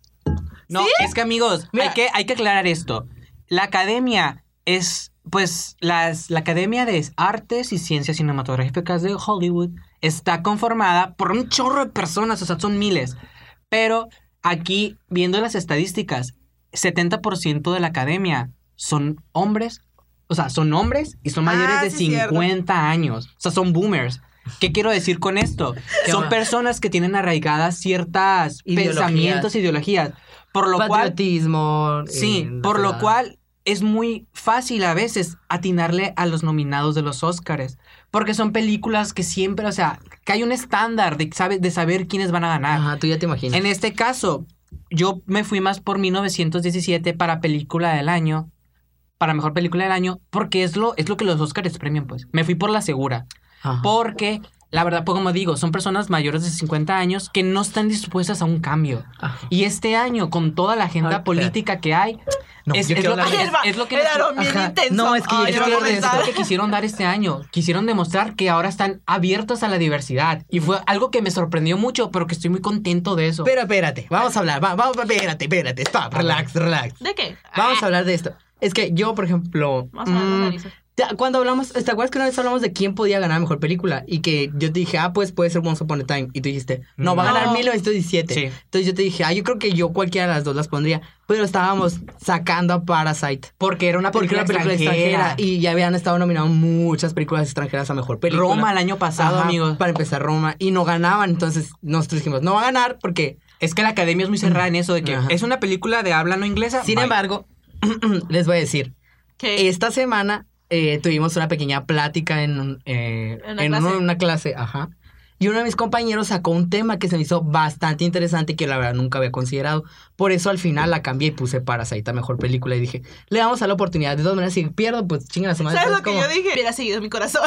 Speaker 3: No, es que amigos,
Speaker 7: Mira.
Speaker 3: hay que, hay que aclarar esto. La academia es, pues, las, la Academia de Artes y Ciencias Cinematográficas de Hollywood está conformada por un chorro de personas, o sea, son miles. Pero aquí, viendo las estadísticas, 70% de la academia son hombres, o sea, son hombres y son
Speaker 2: Ah,
Speaker 3: mayores de
Speaker 2: sí, cierto.
Speaker 3: 50 años, o sea, son boomers. ¿Qué quiero decir con esto?
Speaker 7: ¿Qué
Speaker 3: Son
Speaker 7: más?
Speaker 3: personas que tienen arraigadas ciertas
Speaker 7: Ideologías.
Speaker 3: pensamientos, ideologías. Por lo cual,
Speaker 7: patriotismo.
Speaker 3: sí,
Speaker 7: eh,
Speaker 3: por lo
Speaker 7: la-
Speaker 3: cual es muy fácil a veces atinarle a los nominados de los Óscares. Porque son películas que siempre, o sea, que hay un estándar de, sabe- de saber quiénes van a ganar.
Speaker 7: Ajá, tú ya te imaginas.
Speaker 3: En este caso, yo me fui más por 1917 para película del año, para mejor película del año, porque es lo, es lo que los Óscares premian, pues. Me fui por la segura.
Speaker 7: Ajá.
Speaker 3: Porque, la verdad, pues como digo, son personas mayores de 50 años que no están dispuestas a un cambio.
Speaker 7: Ajá.
Speaker 3: Y este año, con toda la agenda
Speaker 7: Ahorita.
Speaker 3: política que hay,
Speaker 7: No,
Speaker 3: es,
Speaker 7: yo
Speaker 3: es
Speaker 7: quiero
Speaker 3: lo
Speaker 7: hablar
Speaker 3: que,
Speaker 7: de
Speaker 2: Ay,
Speaker 3: es,
Speaker 2: él va-
Speaker 3: lo que
Speaker 2: él
Speaker 3: les-
Speaker 2: era bien
Speaker 3: ajá.
Speaker 2: intenso.
Speaker 7: No, es que yo
Speaker 2: Ay,
Speaker 3: Es
Speaker 7: quiero
Speaker 2: no
Speaker 3: lo
Speaker 7: hablar
Speaker 2: me
Speaker 3: que-
Speaker 7: de
Speaker 3: es lo
Speaker 2: gustaba.
Speaker 3: que quisieron dar este año. Quisieron demostrar que ahora están abiertos a la diversidad. Y fue algo que me sorprendió mucho, pero que estoy muy contento de eso.
Speaker 7: Pero espérate, vamos a hablar. va- Vamos, espérate, espérate. Stop, relax, relax.
Speaker 2: ¿De qué?
Speaker 7: Vamos a hablar de esto. Es que yo, por ejemplo.
Speaker 2: Ah. Vamos a hablar de
Speaker 7: mm,
Speaker 2: narices.
Speaker 7: te- cuando hablamos, ¿te acuerdas que una vez hablamos de quién podía ganar mejor película? Y que yo te dije, ah, pues puede ser Once Upon a Time. Y tú dijiste, no, va a
Speaker 2: No.
Speaker 7: ganar 1917.
Speaker 3: Sí.
Speaker 7: Entonces yo te dije, ah, yo creo que yo cualquiera de las dos las pondría. Pero estábamos sacando a Parasite.
Speaker 3: porque era una
Speaker 7: Porque
Speaker 3: película,
Speaker 7: era una película extranjera.
Speaker 3: extranjera.
Speaker 7: Y ya habían estado nominadas muchas películas extranjeras a mejor película.
Speaker 3: Roma el año pasado,
Speaker 7: Ajá,
Speaker 3: amigos.
Speaker 7: Para empezar Roma. Y no ganaban. Entonces nosotros dijimos, no va a ganar porque.
Speaker 3: Es que la academia es muy cerrada en eso de que
Speaker 7: Ajá.
Speaker 3: es una película de habla no inglesa.
Speaker 7: Sin
Speaker 3: bye.
Speaker 7: embargo, les voy a decir,
Speaker 2: ¿Qué?
Speaker 7: esta semana eh, tuvimos una pequeña plática en, un, eh,
Speaker 2: En una
Speaker 7: en
Speaker 2: clase.
Speaker 7: un- una clase, ajá. Y uno de mis compañeros sacó un tema que se me hizo bastante interesante y que la verdad nunca había considerado. Por eso al final la cambié y puse Parasite, a mejor película. Y dije, le damos a la oportunidad. De todas maneras, si pierdo, pues chinga la semana.
Speaker 2: ¿Sabes lo que yo dije? Hubiera seguido mi corazón.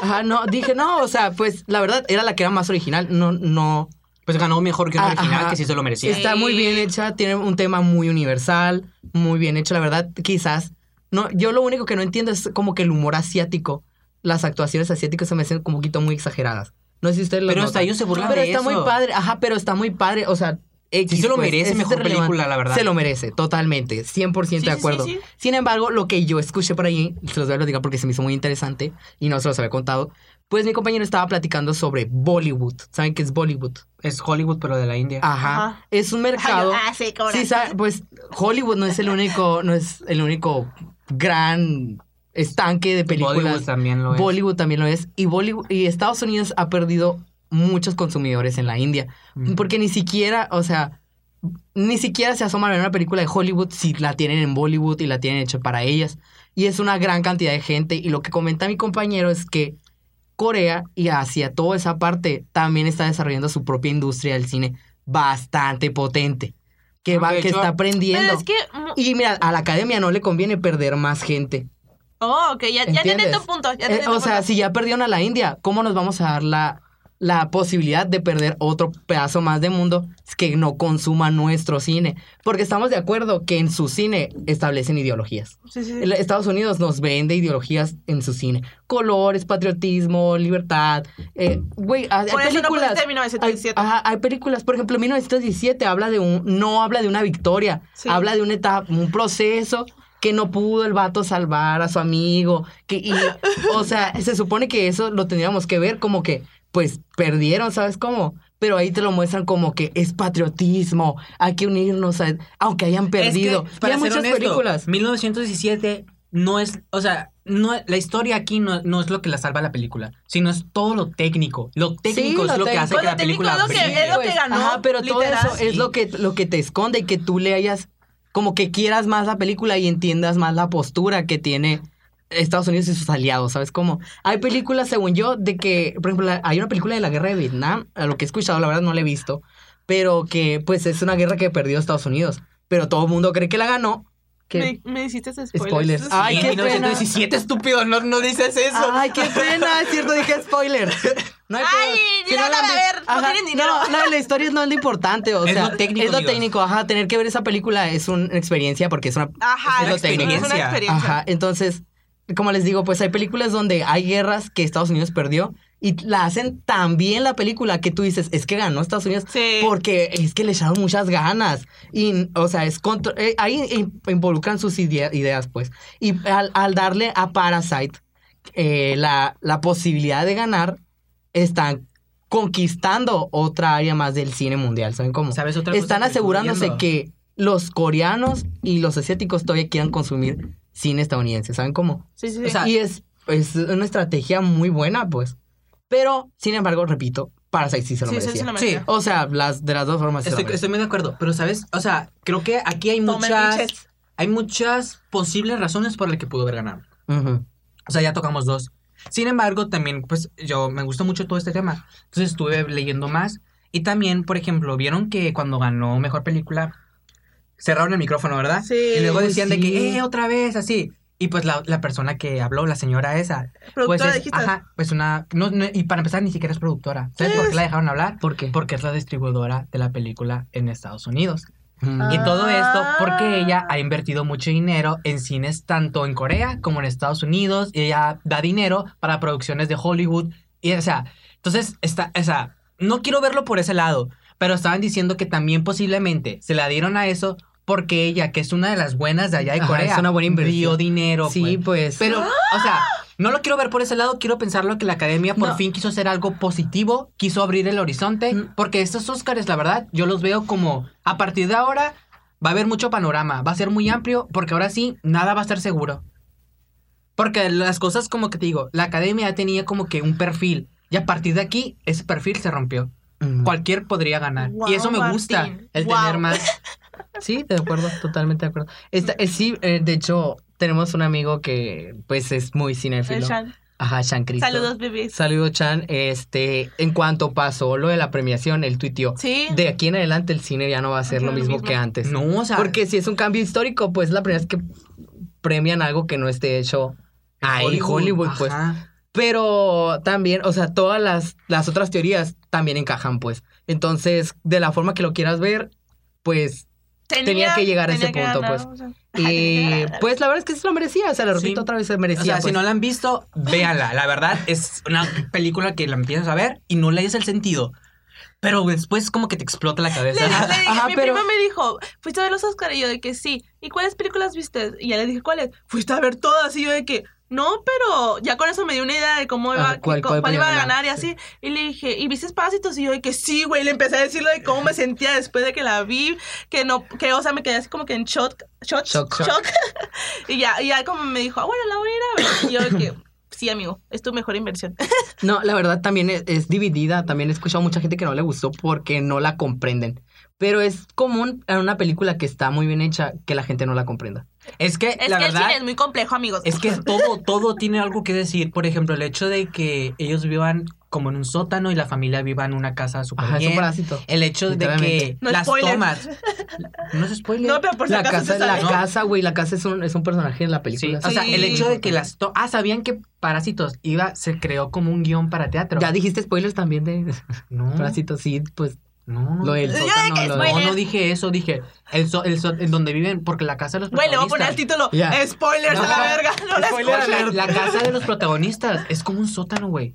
Speaker 7: Ajá, no, dije, no, o sea, pues la verdad era la que era más original. No, no,
Speaker 3: Pues ganó mejor que
Speaker 7: Ah,
Speaker 3: una original,
Speaker 7: ajá.
Speaker 3: que sí se lo merecía.
Speaker 7: Está muy bien hecha, tiene un tema muy universal, muy bien hecho, la verdad, quizás. No, yo lo único que no entiendo es como que el humor asiático, las actuaciones asiáticas se me hacen como un poquito muy exageradas. No sé si ustedes lo
Speaker 3: Pero hasta
Speaker 7: notan.
Speaker 3: ellos se burlan
Speaker 7: Pero
Speaker 3: de
Speaker 7: está
Speaker 3: eso.
Speaker 7: muy padre, ajá, pero está muy padre, o sea, X,
Speaker 3: Sí se lo
Speaker 7: pues,
Speaker 3: merece
Speaker 7: es
Speaker 3: mejor
Speaker 7: irrelevante.
Speaker 3: película, la verdad.
Speaker 7: Se lo merece, totalmente, 100%
Speaker 2: Sí,
Speaker 7: de
Speaker 2: sí,
Speaker 7: acuerdo.
Speaker 2: sí, sí.
Speaker 7: Sin embargo, lo que yo escuché por ahí, se los voy a platicar porque se me hizo muy interesante y no se los había contado, pues mi compañero estaba platicando sobre Bollywood. ¿Saben qué es Bollywood?
Speaker 3: Es Hollywood, pero de la India.
Speaker 7: Ajá.
Speaker 2: Ajá.
Speaker 7: Es un mercado.
Speaker 2: Ay, yo- ah, sí, cómo no.
Speaker 7: Sí, sa- pues Hollywood no es el único, no es el único gran estanque de películas.
Speaker 3: Pues Bollywood también lo es.
Speaker 7: Bollywood también lo es. Y, Bollywood, y Estados Unidos ha perdido muchos consumidores en la India.
Speaker 3: Mm.
Speaker 7: Porque ni siquiera, o sea, ni siquiera se asoman a ver una película de Hollywood si la tienen en Bollywood y la tienen hecha para ellas. Y es una gran cantidad de gente. Y lo que comenta mi compañero es que Corea y hacia toda esa parte también está desarrollando su propia industria del cine bastante potente. Que, va,
Speaker 3: Ah, De
Speaker 7: que
Speaker 3: hecho-
Speaker 7: está aprendiendo.
Speaker 2: Pero es que. mm,
Speaker 7: Y mira, a la academia no le conviene perder más gente.
Speaker 2: Oh, ok, ya, ya tiene
Speaker 7: ¿Entiendes?
Speaker 2: tu punto. Ya
Speaker 7: Eh,
Speaker 2: tiene tu
Speaker 7: o
Speaker 2: punto.
Speaker 7: sea, si ya perdieron a la India, ¿cómo nos vamos a dar la, la posibilidad de perder otro pedazo más de mundo que no consuma nuestro cine? Porque estamos de acuerdo que en su cine establecen ideologías.
Speaker 2: Sí, sí, sí.
Speaker 7: El- Estados Unidos nos vende ideologías en su cine. Colores, patriotismo, libertad. eh, Güey, hay, hay
Speaker 2: Por eso no
Speaker 7: películas... ah,
Speaker 2: pusiste
Speaker 7: hay,
Speaker 2: 1917.
Speaker 7: ajá, hay películas, por ejemplo, 1917 habla de un, no habla de una victoria,
Speaker 2: Sí.
Speaker 7: habla de una etapa, un proceso que no pudo el vato salvar a su amigo, que, y, o sea, se supone que eso lo tendríamos que ver como que, pues, perdieron, ¿sabes cómo? Pero ahí te lo muestran como que es patriotismo, hay que unirnos, a- aunque hayan perdido.
Speaker 3: Es que,
Speaker 7: Y
Speaker 3: para
Speaker 7: hay
Speaker 3: ser
Speaker 7: muchas
Speaker 3: honesto,
Speaker 7: películas.
Speaker 3: 1917 no es, o sea, no, la historia aquí no, no es lo que la salva la película, sino es todo lo técnico. Lo técnico
Speaker 7: Sí,
Speaker 3: es lo
Speaker 7: lo
Speaker 3: que hace
Speaker 7: técnico.
Speaker 3: que la
Speaker 2: Lo técnico es
Speaker 3: película
Speaker 2: lo que-
Speaker 3: brille.
Speaker 2: es lo que ganó,
Speaker 7: pues. Ajá, pero
Speaker 2: literal.
Speaker 7: todo eso es lo que, lo que te esconde y que tú le hayas, como que quieras más la película y entiendas más la postura que tiene Estados Unidos y sus aliados, ¿sabes cómo? Hay películas, según yo, de que, por ejemplo, la- hay una película de la guerra de Vietnam, a lo que he escuchado, la verdad no la he visto, pero que pues es una guerra que perdió Estados Unidos, pero todo el mundo cree que la ganó. Que...
Speaker 2: me, me hiciste ese spoiler.
Speaker 7: Spoilers. Ay, qué pena.
Speaker 3: 1917, estúpido, no, no dices eso.
Speaker 7: Ay, qué pena, es cierto, dije spoiler. No hay
Speaker 2: Ay,
Speaker 7: pedo.
Speaker 2: ya la
Speaker 7: la
Speaker 2: van a
Speaker 7: han vi-
Speaker 2: ver, no tienen dinero.
Speaker 7: No, no, la historia no es lo importante, o
Speaker 3: Es
Speaker 7: sea,
Speaker 3: lo técnico,
Speaker 7: Es lo
Speaker 3: amigos.
Speaker 7: técnico, ajá, tener que ver esa película es una experiencia porque es una
Speaker 2: Ajá,
Speaker 7: Es lo
Speaker 2: es una
Speaker 7: técnico.
Speaker 2: experiencia.
Speaker 7: Ajá, entonces, como les digo, pues hay películas donde hay guerras que Estados Unidos perdió y la hacen tan bien la película que tú dices, es que ganó Estados Unidos
Speaker 2: Sí.
Speaker 7: porque es que le echaron muchas ganas. Y, o sea, es contro- eh, ahí in- involucran sus idea- ideas, pues. Y al, al darle a Parasite eh, la, la posibilidad de ganar, están conquistando otra área más del cine mundial, ¿saben cómo?
Speaker 3: ¿Sabes otra cosa
Speaker 7: están
Speaker 3: que estoy
Speaker 7: asegurándose
Speaker 3: viendo?
Speaker 7: que los coreanos y los asiáticos todavía quieran consumir cine estadounidense, ¿saben cómo?
Speaker 2: Sí, sí, sí.
Speaker 3: O sea,
Speaker 7: y es, es una estrategia muy buena, pues. Pero, sin embargo, repito, Parasite sí se lo
Speaker 2: sí, sí,
Speaker 7: merecía.
Speaker 2: sí, lo
Speaker 3: Sí.
Speaker 2: merecía.
Speaker 7: O sea, las, de las dos formas. se lo
Speaker 3: Estoy,
Speaker 7: merecía.
Speaker 3: estoy muy de acuerdo, pero sabes, o sea, creo que aquí hay
Speaker 2: Tomen
Speaker 3: muchas,
Speaker 2: pinches.
Speaker 3: hay muchas posibles razones por las que pudo haber ganado.
Speaker 7: Ujú.
Speaker 3: O sea, ya tocamos dos. Sin embargo, también, pues, yo me gusta mucho todo este tema. Entonces estuve leyendo más. Y también, por ejemplo, vieron que cuando ganó Mejor Película, cerraron el micrófono, ¿verdad?
Speaker 2: Sí.
Speaker 3: Y luego
Speaker 7: Uy,
Speaker 3: decían de que,
Speaker 7: sí.
Speaker 3: eh, otra vez, así. Y pues la, la persona que habló, la señora esa, pues
Speaker 2: Productora,
Speaker 3: es-
Speaker 2: dijiste.
Speaker 3: ajá, pues una, no, no- y para empezar ni siquiera es productora. ¿Sabes por qué la dejaron hablar?
Speaker 7: ¿Por qué?
Speaker 3: Porque es la distribuidora de la película en Estados Unidos.
Speaker 7: Mm.
Speaker 2: Ah.
Speaker 3: Y todo esto
Speaker 7: Ah.
Speaker 3: porque ella ha invertido mucho dinero en cines tanto en Corea como en Estados Unidos. Y ella da dinero para producciones de Hollywood. Y, o sea, entonces, está, o sea, no quiero verlo por ese lado. Pero estaban diciendo que también posiblemente se la dieron a eso porque ella, que es una de las buenas de allá de
Speaker 7: Ajá,
Speaker 3: Corea,
Speaker 7: es una buena inversión.
Speaker 3: dio dinero.
Speaker 7: sí,
Speaker 3: pues.
Speaker 7: pues.
Speaker 3: Pero, o sea, no lo quiero ver por ese lado, quiero pensarlo que la academia por
Speaker 7: No.
Speaker 3: fin quiso hacer algo positivo, quiso abrir el horizonte,
Speaker 7: Mm.
Speaker 3: porque estos Óscares, la verdad, yo los veo como a partir de ahora va a haber mucho panorama, va a ser muy amplio, porque ahora sí, nada va a estar seguro. Porque las cosas, como que te digo, la academia ya tenía como que un perfil, y a partir de aquí, ese perfil se rompió.
Speaker 7: Mm.
Speaker 3: Cualquier podría ganar.
Speaker 2: Guau,
Speaker 3: y eso me gusta,
Speaker 2: Martín,
Speaker 3: el
Speaker 2: guau.
Speaker 3: tener más.
Speaker 7: Sí, de acuerdo, totalmente de acuerdo. Esta- eh, sí, eh, de hecho, tenemos un amigo que, pues, es muy
Speaker 2: El
Speaker 7: cinéfilo.
Speaker 2: Shan.
Speaker 7: Ajá, Chan Cristo.
Speaker 2: Saludos, bebés.
Speaker 7: Saludos, Chan. Este, en cuanto pasó lo de la premiación, él tuiteó.
Speaker 2: Sí.
Speaker 7: De aquí en adelante el cine ya no va a ser
Speaker 2: Ajá,
Speaker 7: lo
Speaker 2: lo
Speaker 7: mismo
Speaker 2: mismo.
Speaker 7: que antes.
Speaker 3: No, o sea,
Speaker 7: Porque si es un cambio histórico, pues la primera vez que premian algo que no esté hecho ahí, Hollywood, pues.
Speaker 3: ajá.
Speaker 7: Pero también, o sea, todas las, las otras teorías también encajan, pues. Entonces, de la forma que lo quieras ver, pues. tenía que llegar a ese punto, pues.
Speaker 2: o sea.
Speaker 7: Y pues la verdad es que se lo merecía. O sea, lo
Speaker 3: Sí.
Speaker 7: repito otra vez, se
Speaker 3: O
Speaker 7: merecía.
Speaker 3: sea, si
Speaker 7: pues.
Speaker 3: no la han visto, véanla. La verdad es una película que la empiezas a ver y no le es el sentido. Pero después como que te explota la
Speaker 2: Le-
Speaker 3: cabeza.
Speaker 2: le dije-
Speaker 7: Ajá,
Speaker 2: mi
Speaker 7: pero-
Speaker 2: prima me dijo, ¿fuiste a ver los Oscar? Y yo de que sí. ¿Y cuáles películas viste? Y ya le dije, ¿cuáles? Fuiste a ver todas. Y yo de que, no, pero ya con eso me dio una idea de cómo iba,
Speaker 7: Ajá, Ah, cuál-
Speaker 2: que-
Speaker 7: cuál
Speaker 2: cuál iba a
Speaker 7: podía
Speaker 2: ganar
Speaker 7: ganar,
Speaker 2: y así. Y le dije, ¿y viste Parásitos? Y yo de que sí, güey. Le empecé a decirlo de cómo me sentía después de que la vi. Que no, que, o sea, me quedé así como que en shock. Shock.
Speaker 7: Shock, shock.
Speaker 2: shock. y, ya, y ya como me dijo, ah, bueno, la voy a ir a ver. Y yo de que, sí, amigo, es tu mejor inversión.
Speaker 7: No, la verdad también es, es dividida. También he escuchado mucha gente que no le gustó porque no la comprenden. Pero es común en una película que está muy bien hecha que la gente no la comprenda.
Speaker 3: es que,
Speaker 2: Es
Speaker 3: la
Speaker 2: que el
Speaker 3: verdad,
Speaker 2: cine es muy complejo, amigos.
Speaker 3: es que todo, todo tiene algo que decir. Por ejemplo, el hecho de que ellos vivan como en un sótano y la familia viva en una casa súper
Speaker 7: Ajá, es un
Speaker 3: bien.
Speaker 7: parásito.
Speaker 3: El hecho de que
Speaker 7: Literalmente.
Speaker 2: No
Speaker 3: las
Speaker 2: spoiler.
Speaker 3: tomas. No es spoiler.
Speaker 2: No, pero por si
Speaker 7: La
Speaker 2: acaso
Speaker 7: casa,
Speaker 2: se sabe.
Speaker 7: la casa, güey, la casa es un, es un personaje en la
Speaker 3: Sí,
Speaker 7: película.
Speaker 3: O sea,
Speaker 2: Sí.
Speaker 3: el hecho de que las to- Ah, sabían que Parásitos iba, se creó como un guión para teatro.
Speaker 7: Ya dijiste spoilers también de
Speaker 3: no,
Speaker 7: parásitos, sí, pues
Speaker 3: no, no.
Speaker 7: lo del
Speaker 2: Yo
Speaker 7: sótano,
Speaker 2: dije
Speaker 7: lo de-
Speaker 3: No,
Speaker 2: spoiler.
Speaker 3: no dije eso, dije el, so- el, so- el donde viven, porque la casa de los
Speaker 2: Güey, le voy a poner el
Speaker 3: protagonistas.
Speaker 2: título.
Speaker 7: Ya.
Speaker 2: Spoilers a la
Speaker 3: No.
Speaker 2: verga. No la
Speaker 3: O sea,
Speaker 2: spoiler.
Speaker 3: la casa de los protagonistas es como un sótano, güey.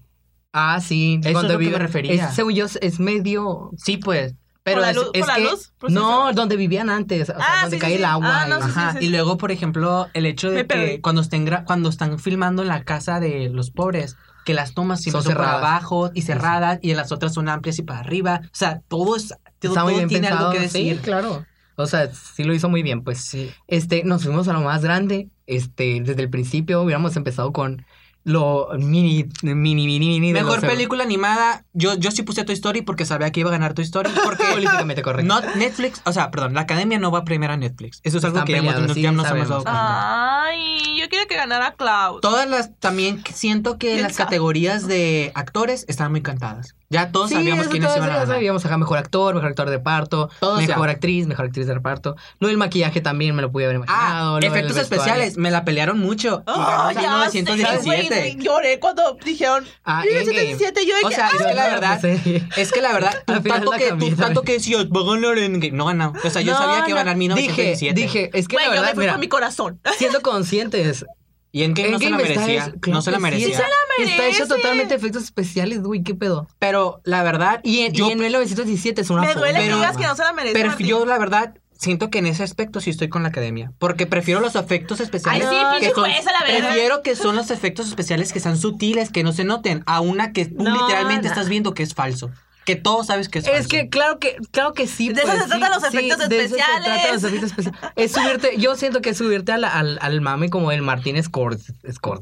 Speaker 7: Ah, sí.
Speaker 3: Eso es
Speaker 7: donde
Speaker 3: lo que me
Speaker 7: vive-
Speaker 3: refería.
Speaker 7: es- según yo, es- es medio
Speaker 3: Sí, pues.
Speaker 2: ¿Por
Speaker 3: Pero
Speaker 2: la
Speaker 3: es-
Speaker 2: luz?
Speaker 3: es
Speaker 2: ¿Por la
Speaker 3: que-
Speaker 2: luz? ¿Por si
Speaker 7: No,
Speaker 2: se-
Speaker 7: donde vivían antes, o sea,
Speaker 2: Ah,
Speaker 7: donde
Speaker 2: sí, sí,
Speaker 7: cae
Speaker 2: sí.
Speaker 7: el agua.
Speaker 2: Ah, no,
Speaker 7: y-
Speaker 2: sí, sí,
Speaker 3: Ajá,
Speaker 2: sí.
Speaker 3: y luego, por ejemplo, el hecho
Speaker 2: Me
Speaker 3: de
Speaker 2: perdí.
Speaker 3: que cuando estén, gra- cuando están filmando en la casa de los pobres, que las tomas siempre
Speaker 7: Son
Speaker 3: son cerradas.
Speaker 7: cerradas.
Speaker 3: abajo y cerradas, y las otras son amplias y para arriba. O sea, todo, es, todo, todo tiene algo que
Speaker 7: sí,
Speaker 3: decir.
Speaker 7: claro. O sea, sí lo hizo muy bien, pues.
Speaker 3: Sí.
Speaker 7: Este, nos fuimos a lo más grande. Este, desde el principio hubiéramos empezado con lo mini, mini, mini, mini. de
Speaker 3: Mejor
Speaker 7: los-
Speaker 3: película animada, yo, yo sí puse Toy Story porque sabía que iba a ganar Toy Story, porque
Speaker 7: Políticamente correcto.
Speaker 3: no, Netflix, o sea, perdón, la academia no va a premiar a Netflix. Eso es algo
Speaker 7: Están
Speaker 3: que ya, hemos-
Speaker 7: peleados,
Speaker 3: nos-
Speaker 7: sí,
Speaker 3: ya nos
Speaker 7: sabemos.
Speaker 3: hemos dado cuenta.
Speaker 2: Ay, yo quería que ganara Klaus.
Speaker 3: Todas las, también siento que
Speaker 2: ¿Quién
Speaker 3: las
Speaker 2: sabe?
Speaker 3: categorías de actores estaban muy cantadas. Ya todos
Speaker 7: Sí,
Speaker 3: sabíamos
Speaker 7: eso
Speaker 3: quiénes
Speaker 7: todos
Speaker 3: iban a
Speaker 7: ya
Speaker 3: ganar.
Speaker 7: sabíamos, ajá, mejor actor, mejor actor de parto,
Speaker 3: Todos
Speaker 7: mejor
Speaker 3: ya.
Speaker 7: actriz, mejor actriz de reparto. Lo del maquillaje también me lo pude haber imaginado.
Speaker 3: Ah,
Speaker 7: lo del
Speaker 3: efectos
Speaker 7: vestuario.
Speaker 3: especiales. Me la pelearon mucho.
Speaker 7: Oh,
Speaker 3: Y
Speaker 2: Ah,
Speaker 3: ganó
Speaker 2: ya sé, güey,
Speaker 3: 1917.
Speaker 2: Lloré cuando dijeron
Speaker 7: Ah, Endgame.
Speaker 2: 1917. Yo de
Speaker 3: O
Speaker 2: que,
Speaker 3: sea,
Speaker 2: ah,
Speaker 3: es que la verdad...
Speaker 7: Sí.
Speaker 3: Es que la verdad, tú
Speaker 7: Al final
Speaker 3: tanto
Speaker 7: la
Speaker 3: que, tú
Speaker 7: cambiaron.
Speaker 3: tanto que decías, va a ganar Endgame. No ganó. O sea, yo sabía que iba a ganar 1917.
Speaker 7: Dije, dije, es que
Speaker 2: güey,
Speaker 7: la
Speaker 2: yo me
Speaker 7: verdad,
Speaker 2: fui
Speaker 7: mira,
Speaker 2: con mi corazón.
Speaker 7: siendo conscientes,
Speaker 3: Y Endgame, no se la
Speaker 7: Endgame está
Speaker 3: merecía.
Speaker 7: hecho- claro
Speaker 3: no se la
Speaker 7: que sí,
Speaker 3: merecía.
Speaker 7: se está
Speaker 2: merece.
Speaker 7: hecho totalmente efectos especiales, güey, qué pedo.
Speaker 3: Pero la verdad,
Speaker 7: Y en,
Speaker 3: yo,
Speaker 7: y en 1917 es una
Speaker 2: Me duele que
Speaker 7: pero-
Speaker 2: digas que no se la merece.
Speaker 3: pero
Speaker 2: Martín.
Speaker 3: yo la verdad siento que en ese aspecto sí estoy con la academia. Porque prefiero los efectos especiales.
Speaker 2: Ay, sí,
Speaker 3: que
Speaker 2: pinche
Speaker 3: son-
Speaker 2: juez, a la verga.
Speaker 3: Prefiero que son los efectos especiales que sean sutiles, que no se noten, a una que tú
Speaker 2: No,
Speaker 3: literalmente
Speaker 2: no.
Speaker 3: estás viendo que es falso. Que todos sabes que es,
Speaker 7: Es
Speaker 3: falso.
Speaker 7: que claro que claro que sí. pues
Speaker 2: De eso se
Speaker 7: sí,
Speaker 2: tratan los
Speaker 7: sí,
Speaker 2: efectos
Speaker 7: de eso se
Speaker 2: especiales.
Speaker 7: tratan los efectos especiales. Es subirte, yo siento que es subirte a la- al, al mame como el Martín Scorsese.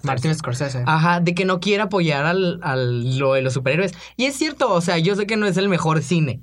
Speaker 3: Martin Scorsese.
Speaker 7: Ajá, de que no quiere apoyar al, al- lo de los superhéroes. Y es cierto, o sea, yo sé que no es el mejor cine,